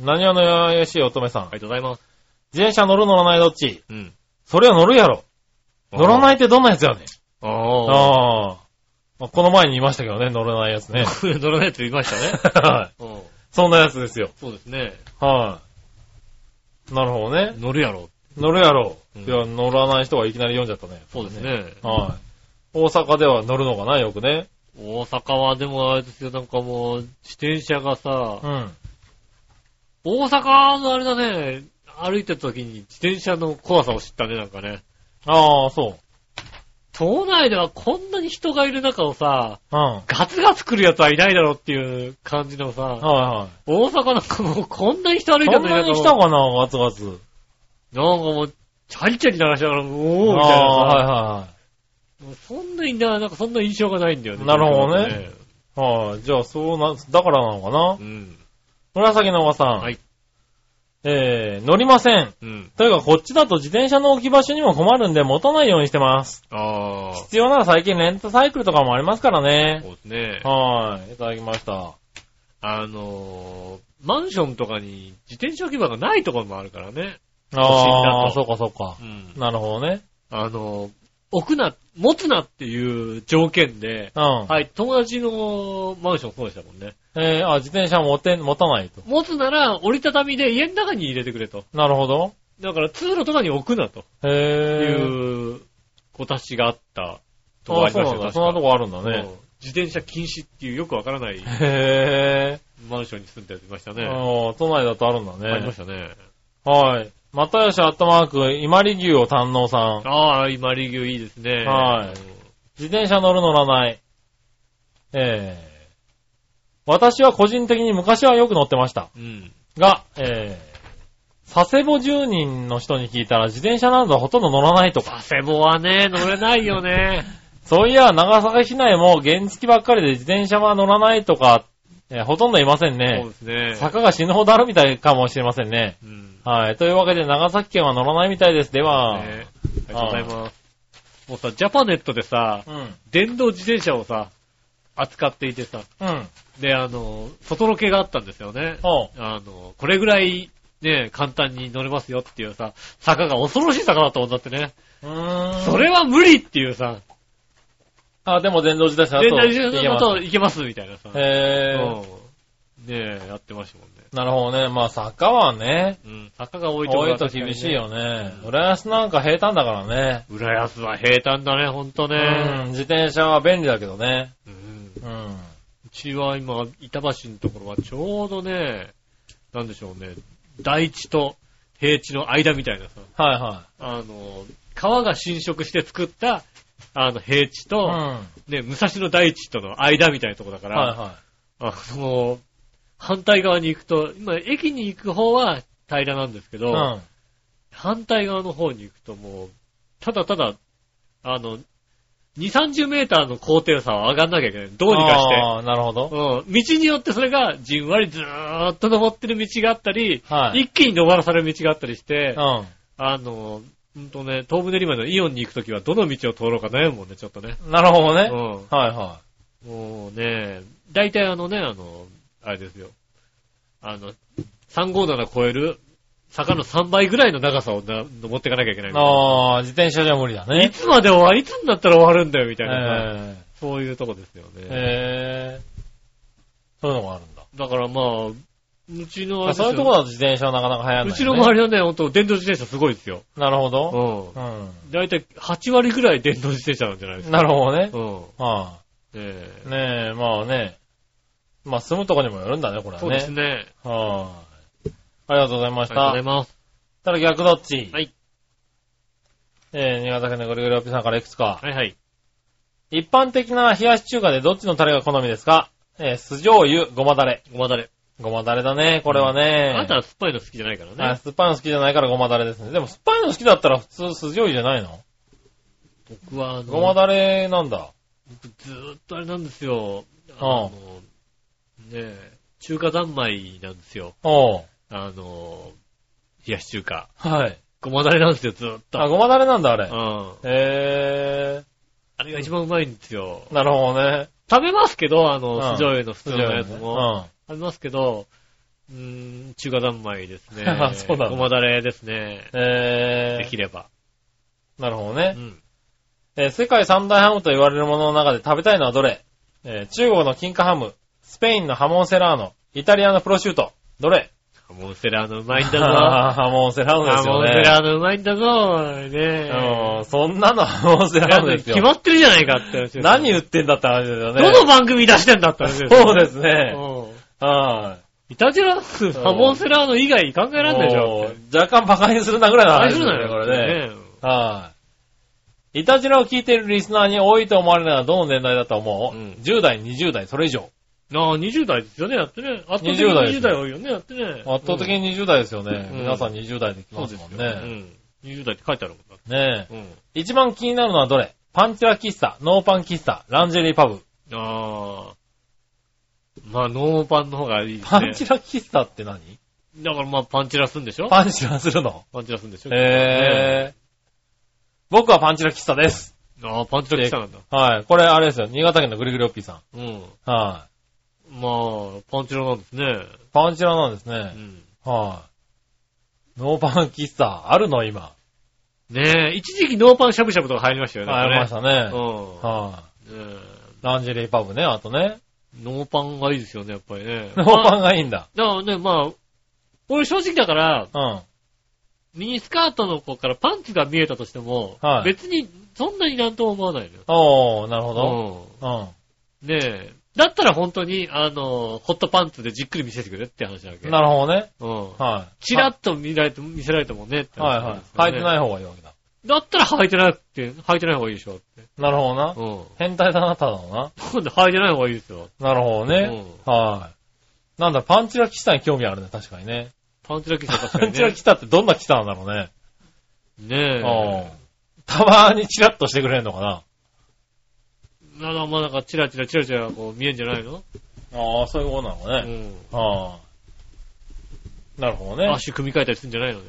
S3: 何話のややしい乙女さん。
S2: ありがとうございます。
S3: 自転車乗る乗らないどっち
S2: うん。
S3: それは乗るやろ。乗らな
S2: い
S3: いってどんなやつやねん。
S2: ああ。
S3: ああ。まあこの前に言いましたけどね、乗らないやつね。
S2: 乗らないやついましたね。
S3: はい。
S2: うん。
S3: そんなやつですよ。
S2: そうですね。
S3: はい。なるほどね。
S2: 乗るやろ。
S3: 乗るやろ。
S2: うん
S3: いや、乗らない人がいきなり読んじゃったね。
S2: そうです。ね。
S3: はい。大阪では乗るのかな、よくね。
S2: 大阪はでもあれですよ、なんかもう、自転車がさ
S3: う、ん。
S2: 大阪のあれだね、歩いてた時に自転車の怖さを知ったね、なんかね。
S3: ああ、そう。
S2: 都内ではこんなに人がいる中をさ、
S3: うん。は
S2: ガツガツ来るやつはいないだろうっていう感じの
S3: い
S2: さ、
S3: は
S2: 大阪なんかもうこんなに人歩
S3: い。
S2: いて
S3: そ
S2: る
S3: ん
S2: の
S3: なに来
S2: な
S3: た
S2: んか
S3: かな、ガツガツ。
S2: もう、チャリチャリ鳴らしながら、おー
S3: あ
S2: みたいなさ、
S3: あ
S2: もうそんなにな、なんかそんな印象がないんだよね。
S3: なるほどね。ー、はいはい。はい。じゃあ、そうな、だからなのかな
S2: うん。
S3: 紫のおばさん。
S2: はい。
S3: えー、乗りません。
S2: うん。
S3: というか、こっちだと自転車の置き場所にも困るんで、持たないようにしてます。
S2: ああ、そ
S3: 必要なら最近レンタサイクルとかもありますから
S2: う
S3: ね。
S2: ですね。
S3: はい。いただきました。
S2: あのー、マンションとかに自転車置き場がないところもあるからね。
S3: ああ、
S2: 都
S3: そう
S2: 心
S3: かそうか
S2: う。ん。
S3: なるほどね。
S2: あのー、置くな、持つなっていう条件で、
S3: うん。
S2: はい、友達のマンションそうでしたもんね。
S3: えー、あ、自転車持てん、持たないと。
S2: 持つなら折りたたみで家の中に入れてくれと。
S3: なるほど。
S2: だから通路とかに置くなとい
S3: へえ。
S2: う子たちがあったとこあ
S3: あ、
S2: り
S3: そう
S2: まし
S3: な
S2: たよ
S3: んだ。
S2: 確
S3: そんな
S2: か
S3: とこあるんだ
S2: うん
S3: ね。
S2: 自転車禁止っていうよくわからない
S3: へ
S2: マンションに住んでいました
S3: え。
S2: ね。
S3: ああ、都内だとあるんだ
S2: ありま
S3: ね
S2: し。たね。
S3: はい。またよしアットマーク、伊万里牛を堪能さん。
S2: ああ、今リーグいいですね。
S3: はい自転車乗る乗らない。ええ。私は個人的に昔はよく乗ってました。
S2: うん。
S3: が、ええ。佐世保住人の人に聞いたら自転車などほとんど乗らないとか。
S2: 佐世保はね、乗れないよね。
S3: そういや、長崎市内も原付ばっかりで自転車は乗らないとか、えーほとんどいません
S2: そう
S3: ね。
S2: ですね。
S3: 坂が死ぬほどあるみたいかもしれませんね。
S2: うん。
S3: はい。というわけで、長崎県は乗らないみたいです。では、
S2: ねありがとうございます。もうさ、ジャパネットでさ、
S3: うん。
S2: 電動自転車をさ、扱っていてさ、
S3: うん。
S2: で、あの、外ロケがあったんですよね。
S3: おう。
S2: あの、これぐらい、ね、簡単に乗れますよっていうさ、坂が恐ろしい坂だったもんだってね。
S3: うーん。
S2: それは無理っていうさ、
S3: あ、でも電動自転車だと。
S2: 電動自転
S3: い
S2: 車
S3: けま
S2: だ
S3: す
S2: といけますみたいなさ。
S3: へー。
S2: うんねえ、やってましたもんね。
S3: なるほどね。まあ、坂はね、
S2: うん、坂が多いとこ
S3: 多
S2: ろ
S3: い
S2: は
S3: と
S2: 確かにね
S3: 厳しい。よね。浦安なんか平坦だからね。
S2: 浦安は平坦だね、ほんと
S3: うん
S2: ね。
S3: 自転車は便利だけどね。
S2: うん
S3: うん。
S2: うちは今、板橋のところはちょうどね、なんでしょうね、大地と平地の間みたいなさ、
S3: はいは
S2: あの、川が浸食して作った、あの、平地
S3: い。うん。
S2: と、
S3: は
S2: ね、武蔵野大地との間みたいなところだか
S3: い
S2: ら、
S3: は
S2: あの、反対側に行くと、今、駅に行く方は平らなんですけ
S3: い。
S2: ど、
S3: うん。
S2: 反対側の方に行くともう、ただただ、あの、2、30メーターの高低差は上がんなきゃいけない。どうにかして。
S3: ああ、なるほど。
S2: うん。道によってそれがじんわりずーっと登ってる道があったり、
S3: はい。
S2: 一気に登らされる道があったりして、
S3: う
S2: あ
S3: ん。
S2: の、ほんとね、東武練馬のイオンに行くときはどの道を通ろうか悩むもんね、ちょっとね。
S3: なるほどね。
S2: う
S3: はいは
S2: ん。もうね、大体あのね、あの、あれですよ。あの、357超える坂の3倍ぐらいの長さをな登っていかなきゃいけないみ
S3: い。
S2: たいな
S3: ああ、自転車じゃ無理だ
S2: い
S3: ね。
S2: つまで終わいつになったら終わるんだよ、みたいなさ、
S3: え
S2: そういうとこですよ
S3: え。
S2: ね。
S3: へえ。そういうのがあるんだ。
S2: だからまあ、うちのあれ
S3: あ
S2: ですよ
S3: そういうとこだと自転車はなかなか流行らな
S2: う
S3: い。
S2: ちの周
S3: り。
S2: りはね、ほんと電動自転車すごいですよ。
S3: なるほど。う。
S2: うんん。だいたい8割ぐらい電動自転車なんじゃないですか。
S3: なるほどね。
S2: うん。
S3: は
S2: ねえ
S3: い。ねえ、まあね。まあ住むとこにもよるんだね、これはね。
S2: そうですね。
S3: はい。ありがとうございま
S2: あ
S3: し
S2: りが
S3: た
S2: とうござい。ます。
S3: ただ逆どっち
S2: はい。
S3: えー、新潟県のぐるぐるおっぴさんからいくつか。
S2: はいはい。
S3: 一般的な冷やし中華でどっちのタレが好みですかえー、酢醤油、ごまだれ。
S2: ごまだれ。
S3: ごまだれだね、これはね。
S2: あなたは酸っぱいの好きじゃないから
S3: あ
S2: ね。
S3: 酸っぱいの好きじゃないからごまだれですね。でも酸っぱいの好きだったら普通酢醤油じゃないの
S2: 僕は、あ
S3: ごま
S2: の、
S3: だれなんだ。
S2: 僕ずーっとあれなんですよ。あの、ねえ、中華三昧なんですよ。
S3: おう
S2: あの、冷やし中華。
S3: はい。
S2: ごまだれなんですよ、ずーっと。
S3: あ、ごまだれなんだ、あれ。
S2: うん。
S3: え
S2: あれが一番うまいんですよ。
S3: ー、なるほどね。
S2: 食べますけど、あの、
S3: うん
S2: 酢醤油の普通のやつ
S3: 酢
S2: も。
S3: 醤
S2: 食べますけど、うーん、中華三昧ですね
S3: あ。そうなんだ
S2: ごまだれですね。
S3: 油ね。うん。
S2: で
S3: え
S2: きれば。
S3: ー、なるほど
S2: う
S3: ね。
S2: ん。
S3: えー世界三大ハムと言われるものの中で食べたいのはどれえー中国の金華ハム、スペインのハモンセラーノ、イタリアのプロシュート。どれ
S2: ハモンセラーのうまいんだぞ。 ハ
S3: ハモンセラーノです
S2: モ
S3: よ
S2: ン
S3: ね。
S2: セラーのうまいんだぞ。ね
S3: うん、そんなのハモンセラーノです
S2: 決
S3: よ。
S2: まってるじゃないかって話ですよ
S3: 何言ってんだって話ですよね。
S2: どの番組出してんだって話ですよ
S3: そうですね。
S2: うん
S3: はい
S2: たじら、ハモンセラーの以外考えらんないでしょ。って
S3: い。若干馬鹿にするなぐらいの
S2: 大
S3: 話
S2: 丈
S3: です
S2: 夫なの
S3: よね、
S2: よ、
S3: これね。
S2: ね
S3: はい。いたじらを聞いているリスナーに多いと思われるのはどの年代だと思う、
S2: うん
S3: ?10 代、20代、それ以上。
S2: ああ、20代ですよね、やってね。圧倒的に
S3: 20代で
S2: 20
S3: す
S2: 代多いよね、やってね。
S3: 圧倒的に20代ですよね。
S2: うん
S3: 皆さん20代で来
S2: うん、そ
S3: ま
S2: うで
S3: すもん
S2: す
S3: ね。
S2: よね。うん。20代って書いてあるもんだって。
S3: ねえ。
S2: うん。
S3: 一番気になるのはどれパンチラ喫茶、ノーパン喫茶、ランジェリーパブ。
S2: ああ。まあ、ノーパンの方がいいですね。
S3: パンチラ喫茶って何
S2: だからまあ、パンチラすんでしょ
S3: パンチラするの
S2: パンチラすんでしょ
S3: ええ僕はパンチラ喫茶です。
S2: えああ、パンチラ来たんだ。
S3: はい。これあれですよ。新潟県のぐりぐりおっぴーさん。
S2: うん。
S3: はい。
S2: まあ、パンチラなんですね。
S3: パンチラなんです
S2: う
S3: ね。
S2: ん。
S3: はい。ノーパン喫茶、あるの今。
S2: ねえ、一時期ノーパンしゃぶしゃぶとか入りましたよね。
S3: ありまし
S2: こ
S3: た
S2: れ
S3: ね
S2: ね。。う
S3: は
S2: ん。ね
S3: い。ランジェリーパブね、あとね。
S2: えノーパンがいいですよね、やっぱりね。
S3: ノー
S2: まあ
S3: パンがいいんだ。
S2: だからね、まあ、俺正直だから、
S3: うん。
S2: ミニスカートの子からパンツが見えたとしても、
S3: はい
S2: 別にそんなになんとも思わないの
S3: おー、なるほど。
S2: よ。うん。
S3: うん。
S2: ねえ。だったら本当に、あの、ホットパンツでじっくり見せてくれって話なわけ。
S3: なるほどね。
S2: うん。
S3: はい。
S2: チラッと見られて、見せられてもねって
S3: はい
S2: 話
S3: は。
S2: ない。
S3: 履いてないい方がいいわけだ。
S2: だったら履いてなくて、履いてない方がいいでしょって。
S3: なるほどな。
S2: うん。
S3: 変態だな、ただの
S2: 今度履いてない方がいいですよ。
S3: な。なるほどね。はい。なんだ、パンチラ喫茶に興味あるね、確かにね。
S2: パンチラ喫茶確か
S3: パ
S2: に
S3: ン
S2: ね。
S3: チラ喫茶ってどんな喫茶なんだろうね。
S2: ねえ。
S3: うんたまにチラッとしてくれんのかな。
S2: ななまあなんかチラチラチラチラこう見えんじゃないの
S3: ああ、そういうことなの
S2: う
S3: かね。
S2: ん。
S3: ああ。なるほどね。
S2: 足組み替えたりするんじゃないのね。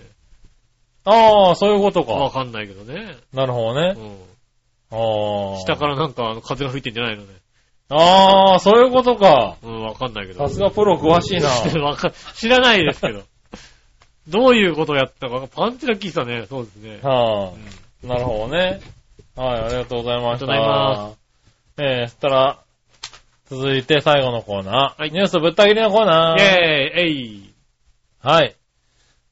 S3: ああ、そういうこと
S2: わ
S3: か。
S2: かんないけどね。
S3: なるほどね。
S2: う
S3: ああ。
S2: ん。下からなんかあの風が吹いてんじゃないのね。
S3: ああ、そういうことか。
S2: うん、わかんないけど。
S3: さすがプロ詳しいな。
S2: わか知らないですけど。どういうことをやったか、パンチラ聞いてたね。そうですね。う
S3: はあ
S2: ん。
S3: なるほどね。はい、ありがとうございまし
S2: ありがとう
S3: た。ございます。えー、そしたら、続いて最後のコーナー。
S2: はい
S3: ニュースぶった切りのコーナー。
S2: イェーイ、えい。
S3: はい。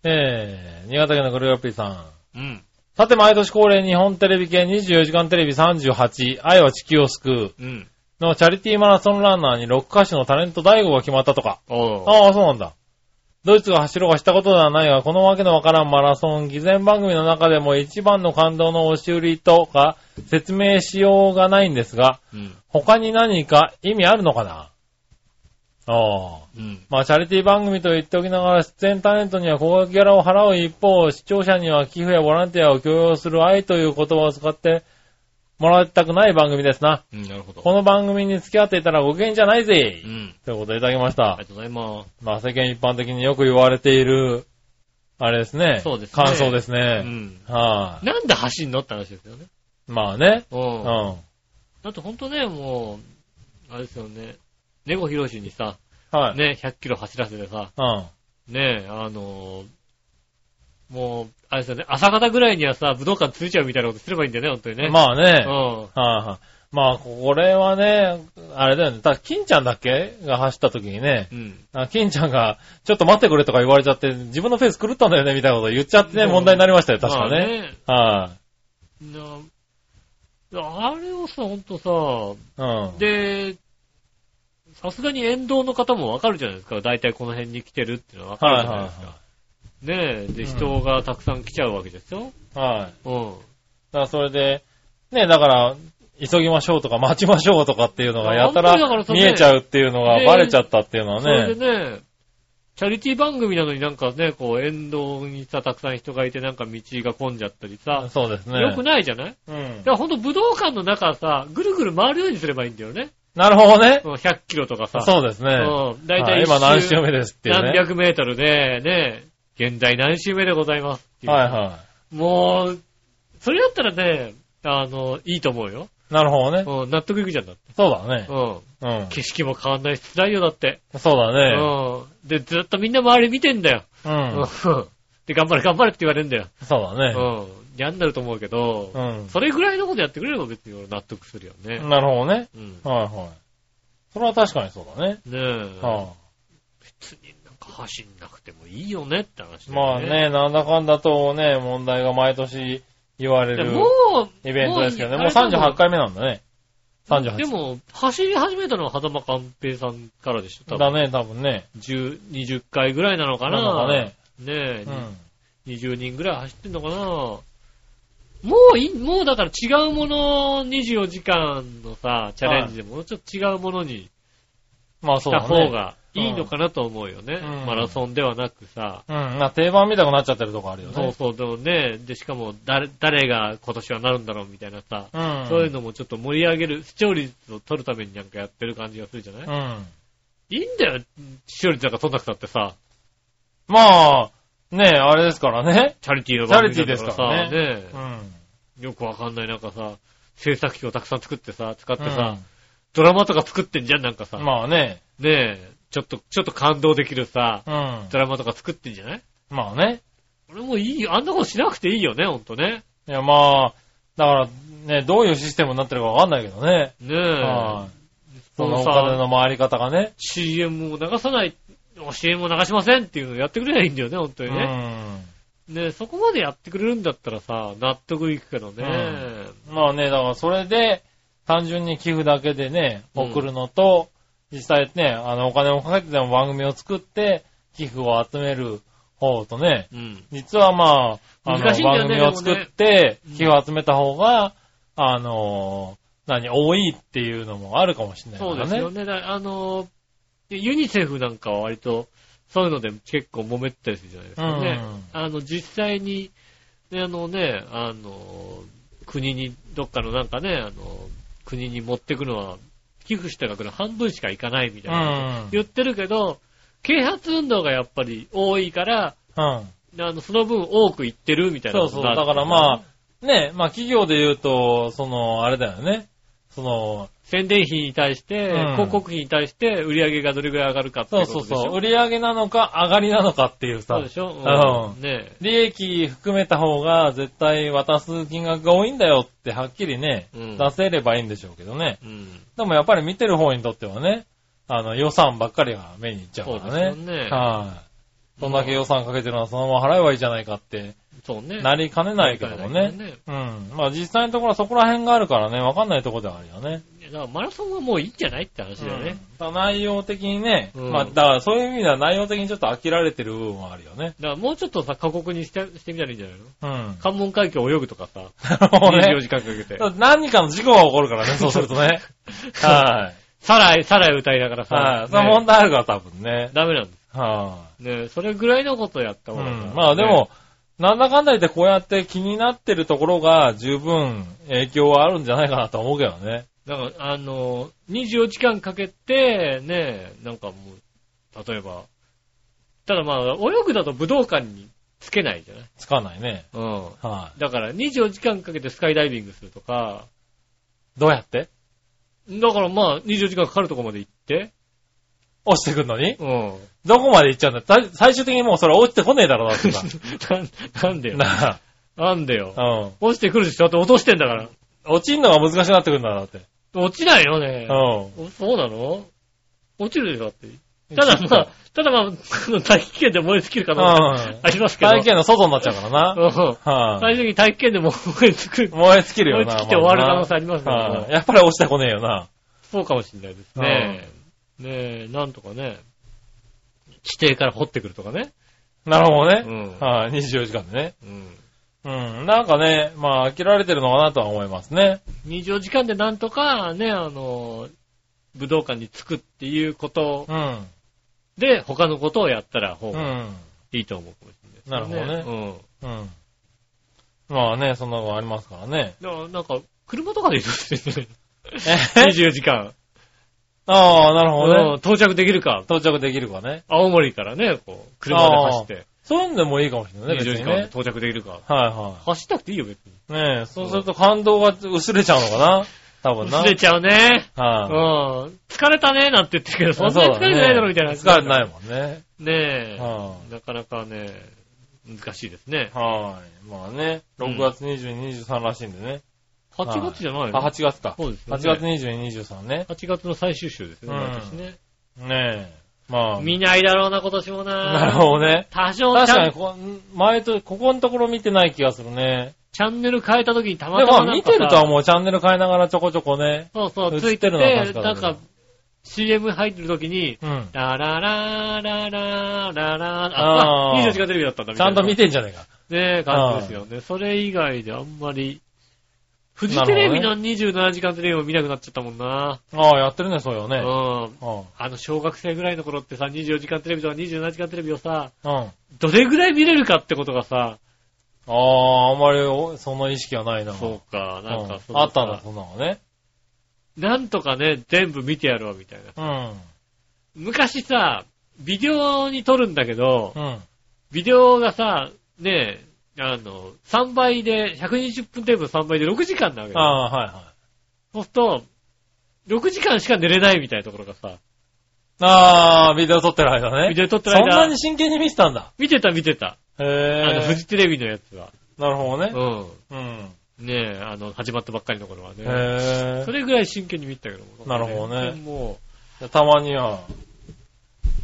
S3: えー、新潟県のグルーピーさ
S2: う
S3: ん。
S2: ん。
S3: さて、毎年恒例日本テレビ系24時間テレビ38、愛は地球を救う
S2: うん。
S3: のチャリティーマラソンランナーに6カ所のタレント第5が決まったとか。
S2: おう
S3: ああ、そうなんだ。ドイツが走ろうがしたことではないが、このわけのわからんマラソン、偽善番組の中でも一番の感動の押し売りとか説明しようがないんですが、
S2: うん。
S3: 他に何か意味あるのかなああ。
S2: うん。
S3: まあ、チャリティー番組と言っておきながら、出演タレントには高額ギャラを払う一方、視聴者には寄付やボランティアを強要する愛という言葉を使ってもらいたくない番組ですな。
S2: うん、なるほど。
S3: この番組に付き合っていたらご機嫌じゃないぜ
S2: うん。
S3: ということでいただきまし
S2: あ
S3: た
S2: りが。とうございます。
S3: まあ世間一般的によく言われている、あれですね。
S2: そうですね
S3: 感想です
S2: う
S3: ね。
S2: ん。
S3: はい、
S2: なんで走んのって話ですよね。
S3: まあね。
S2: う。
S3: うんん。
S2: だってほんとね、もう、あれですよね。猫ひろしにさ、
S3: はい。
S2: ね、100キロ走らせてさ、
S3: うん。
S2: ね、あのーもう、あれですよね、朝方ぐらいにはさ、武道館ついちゃうみたいなことすればいいんだよね、ほんとにね。
S3: まあね。はい、
S2: あ、
S3: はいまあこれはね、あれだよね。ただ、金ちゃんだっけが走った時にね、
S2: うん。うん。
S3: あ金ちゃんが、ちょっと待ってくれとか言われちゃって、自分のフェース狂ったんだよね、みたいなこと言っちゃってね、
S2: うん
S3: 問題になりましたよ、確
S2: ま
S3: か
S2: あ
S3: ね。は
S2: なあれをさ、ほんと
S3: い、
S2: さ、
S3: うん。
S2: で、さすがに沿道の方もわかるじゃないですか。だいたいこの辺に来てるっていうのはわかるじゃないですか。ねえ、で、
S3: うん
S2: 人がたくさん来ちゃうわけですよ。
S3: はい。だ
S2: うん。
S3: からそれで、ね、だから、急ぎましょうとか待ちましょうとかっていうのがやた
S2: あ本当にだかららそれ
S3: 見
S2: ね
S3: えちゃうっていうのが
S2: ね
S3: バレちゃったっていうのは
S2: それ
S3: ね。
S2: でね、チャリティー番組なのになんかね、こう沿道にさ、たくさん人がいてなんか道が混んじゃったりさ、
S3: そうですね。
S2: よくないじゃない
S3: うん
S2: だか。らほんと武道館の中さ、ぐるぐる回るようにすればいいんだよね。
S3: なるほどね。
S2: うん100キロとかさ。
S3: そうですね。
S2: うん。だいた
S3: はいい今何周目ですっていう
S2: 何
S3: ね。
S2: 百メートルで、ね、現在何周目でございますっていう
S3: はいは
S2: もう、それだったらね、あの、いいと思うよ。
S3: い。なるほどね。
S2: うん、納得いくじゃんだって。
S3: そうだね
S2: う。ん。
S3: う
S2: 景色も変わんないし、辛いよだって。
S3: ん。そうだね。
S2: うん。で、ずっとみんな周り見てんだよ。
S3: う。
S2: うんん。 で、頑張れ頑張れって言われるんだよ。
S3: そうだね。
S2: うん。嫌になると思うけど
S3: う、ん。
S2: それぐらいのことやってくれれば別に俺納得するよね。
S3: なるほどね。
S2: うん。
S3: はいはい。それは確かにそうだね。
S2: ねえ。
S3: は
S2: 別になんか走んなくてもいいよねって話
S3: い
S2: だ
S3: ま
S2: よ
S3: あ。ね、なんだかんだとね、問題が毎年言われ
S2: で
S3: る
S2: もう、
S3: イベントですけどね。
S2: も
S3: も
S2: う
S3: う
S2: いいあれだもん
S3: 38回目なんだね。
S2: で
S3: 38。
S2: も、走り始めたのは狭間寛平さんからでしょ、多
S3: だ
S2: 分。
S3: ね、多分ね。
S2: 10 20回ぐらいなのかな。
S3: なのかね。
S2: ねえ、
S3: うん。
S2: 20人ぐらい走ってんのかな。もうい、もうだから違うもの、24時間のさ、チャレンジでもうちょっと違うものに
S3: まあ
S2: し
S3: そう
S2: た
S3: だ
S2: 方
S3: ね。
S2: がいいのかなと思うよね。
S3: うん
S2: マラソンではなくさ。
S3: うん。な定番みたくなっちゃってるとこあるよね。
S2: そうそう、でもね、で、しかも誰、誰が今年はなるんだろうみたいなさ、
S3: うん。
S2: そういうのもちょっと盛り上げる、視聴率を取るためになんかやってる感じがするじゃない、
S3: うん。
S2: いいんだよ、視聴率なんか取んなくたってさ、
S3: まあ、ねえ、あれですからね。
S2: チャリティーの番組だからさ、
S3: チャリティー
S2: ね
S3: うん。
S2: よくわかんないなんかさ、制作費をたくさん作ってさ、使って
S3: だ
S2: さ、
S3: ってさ、
S2: ドラマとか作ってんじゃん、なんかさ、
S3: まあね、
S2: ねえ、ちょっと、ちょっと感動できるさ、
S3: うん。
S2: ドラマとか作ってんじゃない
S3: まあね。
S2: 俺もういいよ、あんなことしなくていいよね、ほんとね。
S3: いやまあ、だからね、どういうシステムになってるかわかんないけどね。
S2: ね
S3: は
S2: え、
S3: い。そのお金の回り方がね。
S2: CM を流さない、CM を流しませんっていうのをやってくれりゃいいんだよね、本当
S3: う
S2: にね。
S3: ん。
S2: ねそこまでやってくれるんだったらさ、納得いくけどね。
S3: まあね、だからそれで、単純に寄付だけでね、
S2: うん
S3: 送るのと、実際ね、あの、お金をかけてでも番組を作って、寄付を集める方とね、
S2: うん。
S3: 実はまあ、あの、
S2: 難しいんだよ
S3: 番
S2: ね
S3: 組を作って、寄付を集めた方が、あの、何、多いっていうのもあるかもしれないか
S2: そう
S3: ら
S2: ですよ
S3: ね。
S2: ね。だあのー、でユニセフなんかは割と、そういうので結構揉めてたりするじゃないですかね。あの、実際に、ね、あのね、あのー、国に、どっかのなんかね、あのー、国に持ってくのは、寄付した額の半分しかいかないみた
S3: う
S2: いな。
S3: ん。
S2: 言ってるけど、啓発運動がやっぱり多いから、
S3: うん。
S2: あの、その分多く行ってるみたいな
S3: そう
S2: こと
S3: そう。
S2: にな
S3: だ
S2: る
S3: からまあ、ね、まあ企業で言うと、その、あれだよね。その、
S2: 宣伝費に対して、
S3: うん
S2: 広告費に対して売り上げがどれぐらい上がるかってい
S3: そうう
S2: こと
S3: そう
S2: でしょ
S3: そう。売り上げなのか上がりなのかっていう
S2: そう
S3: さ
S2: で。しょ
S3: うん
S2: ね
S3: 利益含めた方が絶対渡す金額が多いんだよってはっきりね、
S2: うん
S3: 出せればいいんでしょうけどね。
S2: え。うん。
S3: でもやっぱり見てる方にとってはね、あの予算ばっかりが目にいっちゃ
S2: そうう
S3: か
S2: です
S3: ら
S2: よ
S3: ね。
S2: ね。
S3: はい。どんだけ予算かけてるのはそのまま払えばいいじゃないかって
S2: そうね。
S3: なりかねないけどもね。うん。まあ実際のところはそこら辺があるからね、わかんないところではあるよね。
S2: だからマラソンはもういいんじゃないって話だよ
S3: うん
S2: ね。
S3: だから内容的にね、
S2: うん
S3: まあだからそういう意味では内容的にちょっと飽きられてる部分はあるよね。
S2: だからもうちょっとさ、過酷にしてしてみたらいいんじゃないの
S3: うん。
S2: 関門海峡泳ぐとかさ、
S3: もうね
S2: 24時間かけて。
S3: 何かの事故が起こるからね、そうすると ね。 は
S2: サライ、サライ歌いながら
S3: い。は
S2: さ
S3: い。、その
S2: ね
S3: 問題あるから多分ね。
S2: ダメなんです。
S3: は
S2: ねそれぐらいのことやった
S3: い。
S2: 方がさ
S3: うんまあで、も、なんだかんだ言ってこうやって気になってるところが十分影響はあるんじゃないかなと思うけどね。
S2: なんか、あの、24時間かけて、ね、なんかもう、例えば、ただまあ、泳ぐだと武道館につけないじゃない
S3: つかないね。
S2: うん。
S3: は
S2: だから、24時間かけてスカイダイビングするとか、
S3: い。どうやって
S2: だからまあ、24時間かかるとこまで行って、
S3: 落ちてくんのに
S2: うん。な
S3: どこまで行っちゃうんだた最終的にもうそれ落ちてこねえだろうなっ てさ。
S2: なん でよ。
S3: な
S2: なんでよ。
S3: あ。うん。
S2: 落ちてくるでしょだって落としてんだから。
S3: 落ちんのが難しくなってくるんだろうって。
S2: 落ちないよね。
S3: う
S2: おそうなの落ちるでしょだって。
S3: ん。
S2: ただまあ、ただまあ、 この大気圏で燃え尽きる可能性
S3: うん。
S2: ありますけど。
S3: 体験の外になっちゃうからな。
S2: うん。
S3: は
S2: 最
S3: い。
S2: 終的に体験でも燃え尽くる。
S3: 燃え尽きる
S2: 燃
S3: よ
S2: え
S3: な。
S2: 尽きて終わる可
S3: まあ
S2: 能
S3: な
S2: 性ありますから
S3: はい
S2: ね。
S3: やっぱり落ちてこねえよな。
S2: そうかもしれないですね。ねえ、なんとかね、地底から掘ってくるとかね。
S3: なるほど
S2: う
S3: ね。
S2: ん。
S3: はい、24時間でね。
S2: うん
S3: うん。なんかね、まあ、飽きられてるのかなとは思いますね。
S2: 24時間でなんとかね、あの、武道館に着くっていうこと
S3: うん。
S2: で、他のことをやったら方
S3: う
S2: が
S3: ん。
S2: いいと思うかもしれないです
S3: なるほ
S2: ね。うん。
S3: うん。まあね、そんなのありますか らね。
S2: だからなんか、車とかで移動して るね。
S3: え
S2: 24時間。
S3: ああ、なるほ
S2: う
S3: ど
S2: ん
S3: ね。
S2: 到着できるか。
S3: 到着できるかね。
S2: 青森からね、こう、車で走って、
S3: そういうのでもいいかもしれないね、別
S2: 24時
S3: に
S2: 間で
S3: ね。
S2: 到着できるか。
S3: はいは
S2: 走ったくていいよ、別に。
S3: い。ねえ、そうすると感動が薄れちゃうのかな多分な。
S2: 忘れちゃうね。う
S3: はい。
S2: ん。疲れたね、なんて言ってるけど、そんなに疲れてないだろ、みたいな。
S3: そうだね疲れてないもんね。
S2: ね
S3: は
S2: え。なかなかね、難しいですね。
S3: はい。まあね、
S2: うん
S3: 6月22、23らしいんでね。
S2: 8月じゃないの
S3: あ、8月か。
S2: そうですよ
S3: 8
S2: ね。
S3: 月22、23ね。
S2: 8月の最終週ですね、
S3: うん
S2: 私ね。
S3: ねえ。まあ。
S2: 見ないだろうな、今年もな。
S3: なるほどね。
S2: 多少
S3: 確
S2: チ
S3: か
S2: ャン
S3: にこ、前と、ここのところ見てない気がするね。
S2: チャンネル変えた時にた
S3: で
S2: また
S3: も、
S2: ま
S3: まあ
S2: なん
S3: 見
S2: か
S3: て
S2: さ
S3: るとはもうチャンネル変えながらちょこちょこね。
S2: そうそう、つ
S3: 映
S2: い
S3: ってて
S2: る
S3: るのは確か
S2: な
S3: だ
S2: ん
S3: けど
S2: か、CM 入ってる時に、
S3: うん。
S2: ラララララララあ、
S3: あー
S2: 24時間テレビだったんだみ
S3: ち
S2: たい
S3: ゃん
S2: な。
S3: と見てんじゃねえか。
S2: ねえ、感じですよね。それ以外であんまり、フジテレビの27時間テレビを見なくなっちゃったもんな。
S3: ああ、やってるね、そうよね。
S2: うん。
S3: うん。
S2: あの、小学生ぐらいの頃ってさ、24時間テレビとか27時間テレビをさ、
S3: うん。
S2: どれぐらい見れるかってことがさ、
S3: ああ、あんまりおその意識はないな。
S2: そうか、
S3: う
S2: なんか
S3: ん
S2: そのさ
S3: あったんだ、そんなのね。
S2: なんとかね、全部見てやるわ、みたいな。
S3: うん。
S2: 昔さ、ビデオに撮るんだけど、
S3: うん。
S2: ビデオがさ、ねえ、あの、3倍で、120分テープの3倍で6時間なわけだよ。
S3: ああ、はいはい。
S2: そうすると、6時間しか寝れないみたいなところがさ、
S3: ああ、ビデオ撮ってる間ね。
S2: ビデオ撮ってる
S3: そんな
S2: 間
S3: に、真剣に見てたんだ。
S2: 見てた見てた。
S3: へ
S2: あの、フ
S3: え。
S2: ジテレビのやつは。
S3: なるほどね。
S2: う
S3: うん。
S2: ん。ねえ、あの、始まったばっかりの頃はね。
S3: へ
S2: それぐらい真剣に見てたけども。
S3: なるほどね
S2: 全然も
S3: え。たまには、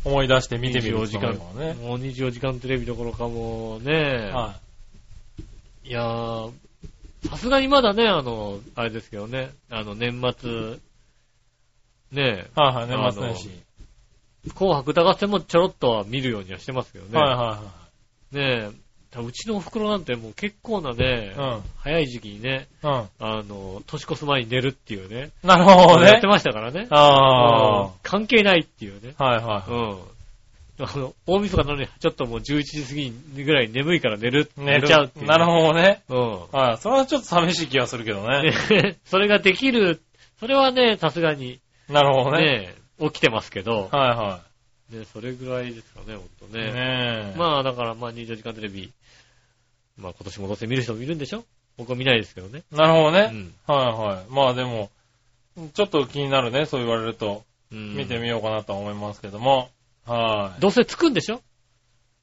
S3: 思い出して
S2: う、
S3: 見てみる
S2: 24時間、
S3: もんね。
S2: もう24時間テレビどころかもうね、
S3: はい
S2: やー、さすがにまだね、あの、あれですけどね、あの、年末、ね
S3: い。はいはい、年末年始。
S2: え、紅白歌合戦もちょろっとは見るようにはしてますけどね。
S3: はいは
S2: ねえ、たうちのお袋なんてもう結構なね、
S3: いはい。
S2: 早い時期にね、
S3: うん。うん。
S2: あの、年越す前に寝るっていうね、
S3: なるほど
S2: やっ
S3: ね
S2: て。ましたからね。
S3: ああ。
S2: うん関係ないっていうね。
S3: はいは
S2: うん。あの、大晦日なのに、ちょっともう11時過ぎにぐらいに眠いから寝る、
S3: い。寝る
S2: ちゃうっていう。
S3: なるほどね。
S2: ほど。
S3: はい。それはちょっと寂しい気がするけど
S2: うん。
S3: ね。
S2: でそれができる、それはね、さすがに、
S3: なるほどね。
S2: ね、起きてますけど、
S3: はいは
S2: ね、それぐらいですかね、ほんと
S3: い。
S2: ね。
S3: ねえ。
S2: まあ、だから、まあ、24時間テレビ、まあ、今年もどうせ見る人もいるんでしょ僕は見ないですけどね。
S3: なるほど
S2: う
S3: ね。
S2: ん。
S3: はいはい。まあでも、ちょっと気になるね、そう言われると。
S2: うん
S3: 見てみようかなとは思いますけども。は
S2: どうせ着くんでしょ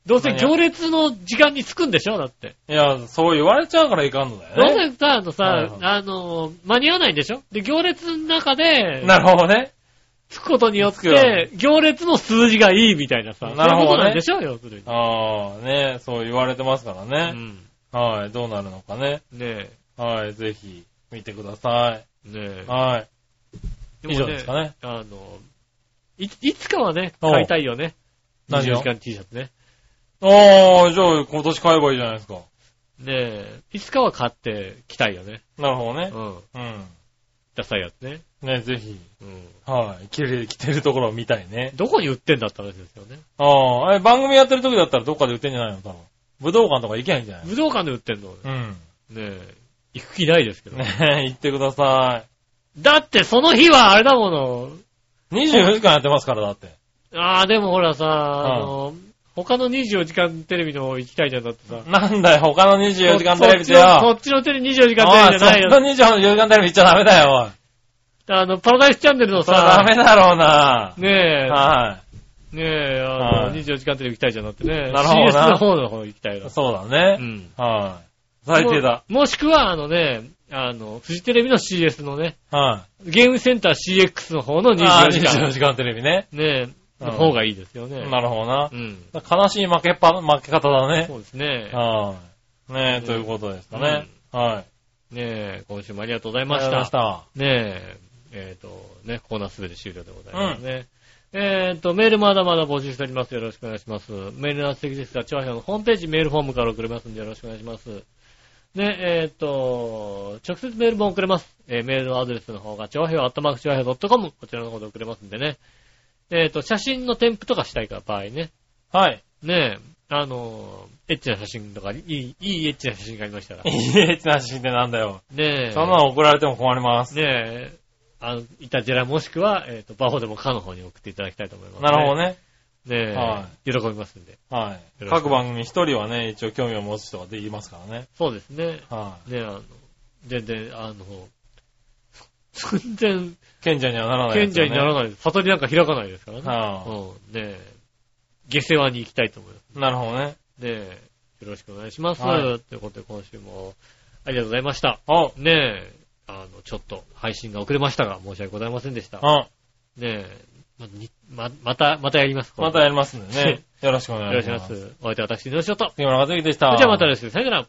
S2: どうせ行列の時間に着くんでしょだって。
S3: い。いや、そう言われちゃうからいかんのだ
S2: どう
S3: よね。
S2: せさ、あの
S3: は
S2: さ
S3: いは、い
S2: あの、間に合わないんでしょで、行列の中で、
S3: なるほどね。
S2: 着くことによっ
S3: 着くよ
S2: て、行列の数字がいいみたいなさ、
S3: なる
S2: そういうこ
S3: ほどね
S2: となんでしょ要するに。
S3: ああ、ねそう言われてますから
S2: う
S3: ね。
S2: ん。
S3: はい、どうなるのかね。
S2: ね
S3: はい、ぜひ見てくださ
S2: え。ね
S3: い。はい。
S2: え。
S3: 以上ですかね。
S2: あの、い、いつかはね、
S3: おう
S2: 買いたいよね。
S3: 何
S2: 24
S3: を
S2: 時間 T シャツね。
S3: ああ、じゃあ今年買えばいいじゃないですか。
S2: ねえ。いつかは買ってきたいよね。
S3: なるほど
S2: う
S3: ね。
S2: ん。
S3: うん。
S2: ダサいやつね。
S3: ね、ぜひ、
S2: うん。
S3: はい、着れ着てるところを見たいね。
S2: どこに売ってんだって話ですよね。
S3: ああ、え番組やってる時だったらどっかで売ってんじゃないの多分。武道館とか行けないんじゃない
S2: 武道館で売ってんのね
S3: うん。
S2: え。行く気ないですけど。
S3: ねえ、行ってくださ
S2: だってその日はあれだもの。
S3: い。24時間やってますから、だって。
S2: ああ、でもほらさ、あの、他の24時間テレビの方行きたいじゃんだってさ。
S3: なんだよ、他の24時間テレビで
S2: そ
S3: よ。
S2: っちのそっちのテレビ24時間
S3: お
S2: テレビ
S3: いそ
S2: じゃない
S3: ん
S2: よ
S3: な。24時間テレビ行っちゃダメだよ、
S2: あの、パラダイスチャンネル
S3: お
S2: の
S3: い。それダ
S2: さ、
S3: メだろうな。
S2: ねえ、
S3: は
S2: ねえ、あ
S3: は
S2: の、
S3: い
S2: 24時間テレビ行きたいじゃなくてね。
S3: なるほど
S2: CS
S3: な
S2: の方の方行きたい
S3: い。
S2: な。
S3: そうだね。
S2: うん。
S3: はい。最低だ。
S2: も。もしくは、あのね、あの、フジテレビの CS のね、
S3: は
S2: ゲームセンター CX の方の
S3: い。ああ
S2: 24時間
S3: 24。時間テレビね。
S2: ねえ、
S3: うん
S2: の方がいいですよね。
S3: なるほどな
S2: う。ん。
S3: 悲しい負けっぱ、負け方だね。
S2: そうですね。
S3: はい。ねえ、ということですかね。はい。
S2: ねえ、今週もありがとうござい
S3: あ
S2: ま
S3: り
S2: し。
S3: がとうございましたた。
S2: ねえ、えっ、と、ね、コーナーすべて終了でございますね。えっ、と、メールまだまだ募集しております。よろしくお願いします。メールの素敵ですが、調和表のホームページメールフォームから送れますんでよろしくお願いします。ね、えっ、と、直接メールも送れます。えーメールのアドレスの方が、調和表、アットマーク調和表 .com、こちらの方で送れますんでね。えっ、と、写真の添付とかしたいか場合ね。
S3: はい。
S2: ねえ、あの、エッチな写真とか、いい、いいエッチな写真がありま したら。ね
S3: いいエッチな写真ってなんだよ。
S2: え、
S3: そんなの送られても困ります。
S2: ねえ、あの、イタジェラもしくは、えっ、と、バホでもカの方に送っていただきたいと思います、
S3: なるほど
S2: ね。
S3: ね。
S2: ねえ、
S3: は
S2: 喜びますんで。
S3: はい。
S2: よろしく
S3: 各番組一人はね、一応興味を持つ人ができますからね。
S2: そうですね。
S3: は
S2: ねえ、あの、全然、あの、全然、
S3: い。賢者にはならない
S2: 賢者になら
S3: な
S2: な
S3: い。
S2: いです。悟りなんか開かないですからね。
S3: は
S2: うん。ねえ、下世話に行きたいと思います。
S3: い。なるほどね。
S2: ねえ、よろしくお願いします。
S3: はい
S2: ということで、今週も、ありがとうございました。
S3: お
S2: ねえ、あの、ちょっと配信が遅れましたが、申し訳ございませんでした。ね
S3: あ、
S2: え、まにままた、またやります。
S3: またやりますんでね。よろしくお
S2: こ
S3: 願
S2: れよろ
S3: い
S2: し
S3: し
S2: くお願
S3: ま
S2: いし
S3: す
S2: ま。す。お相手は私、井上翔と。
S3: 杉村和之でした。
S2: じゃあまたです。さよなら。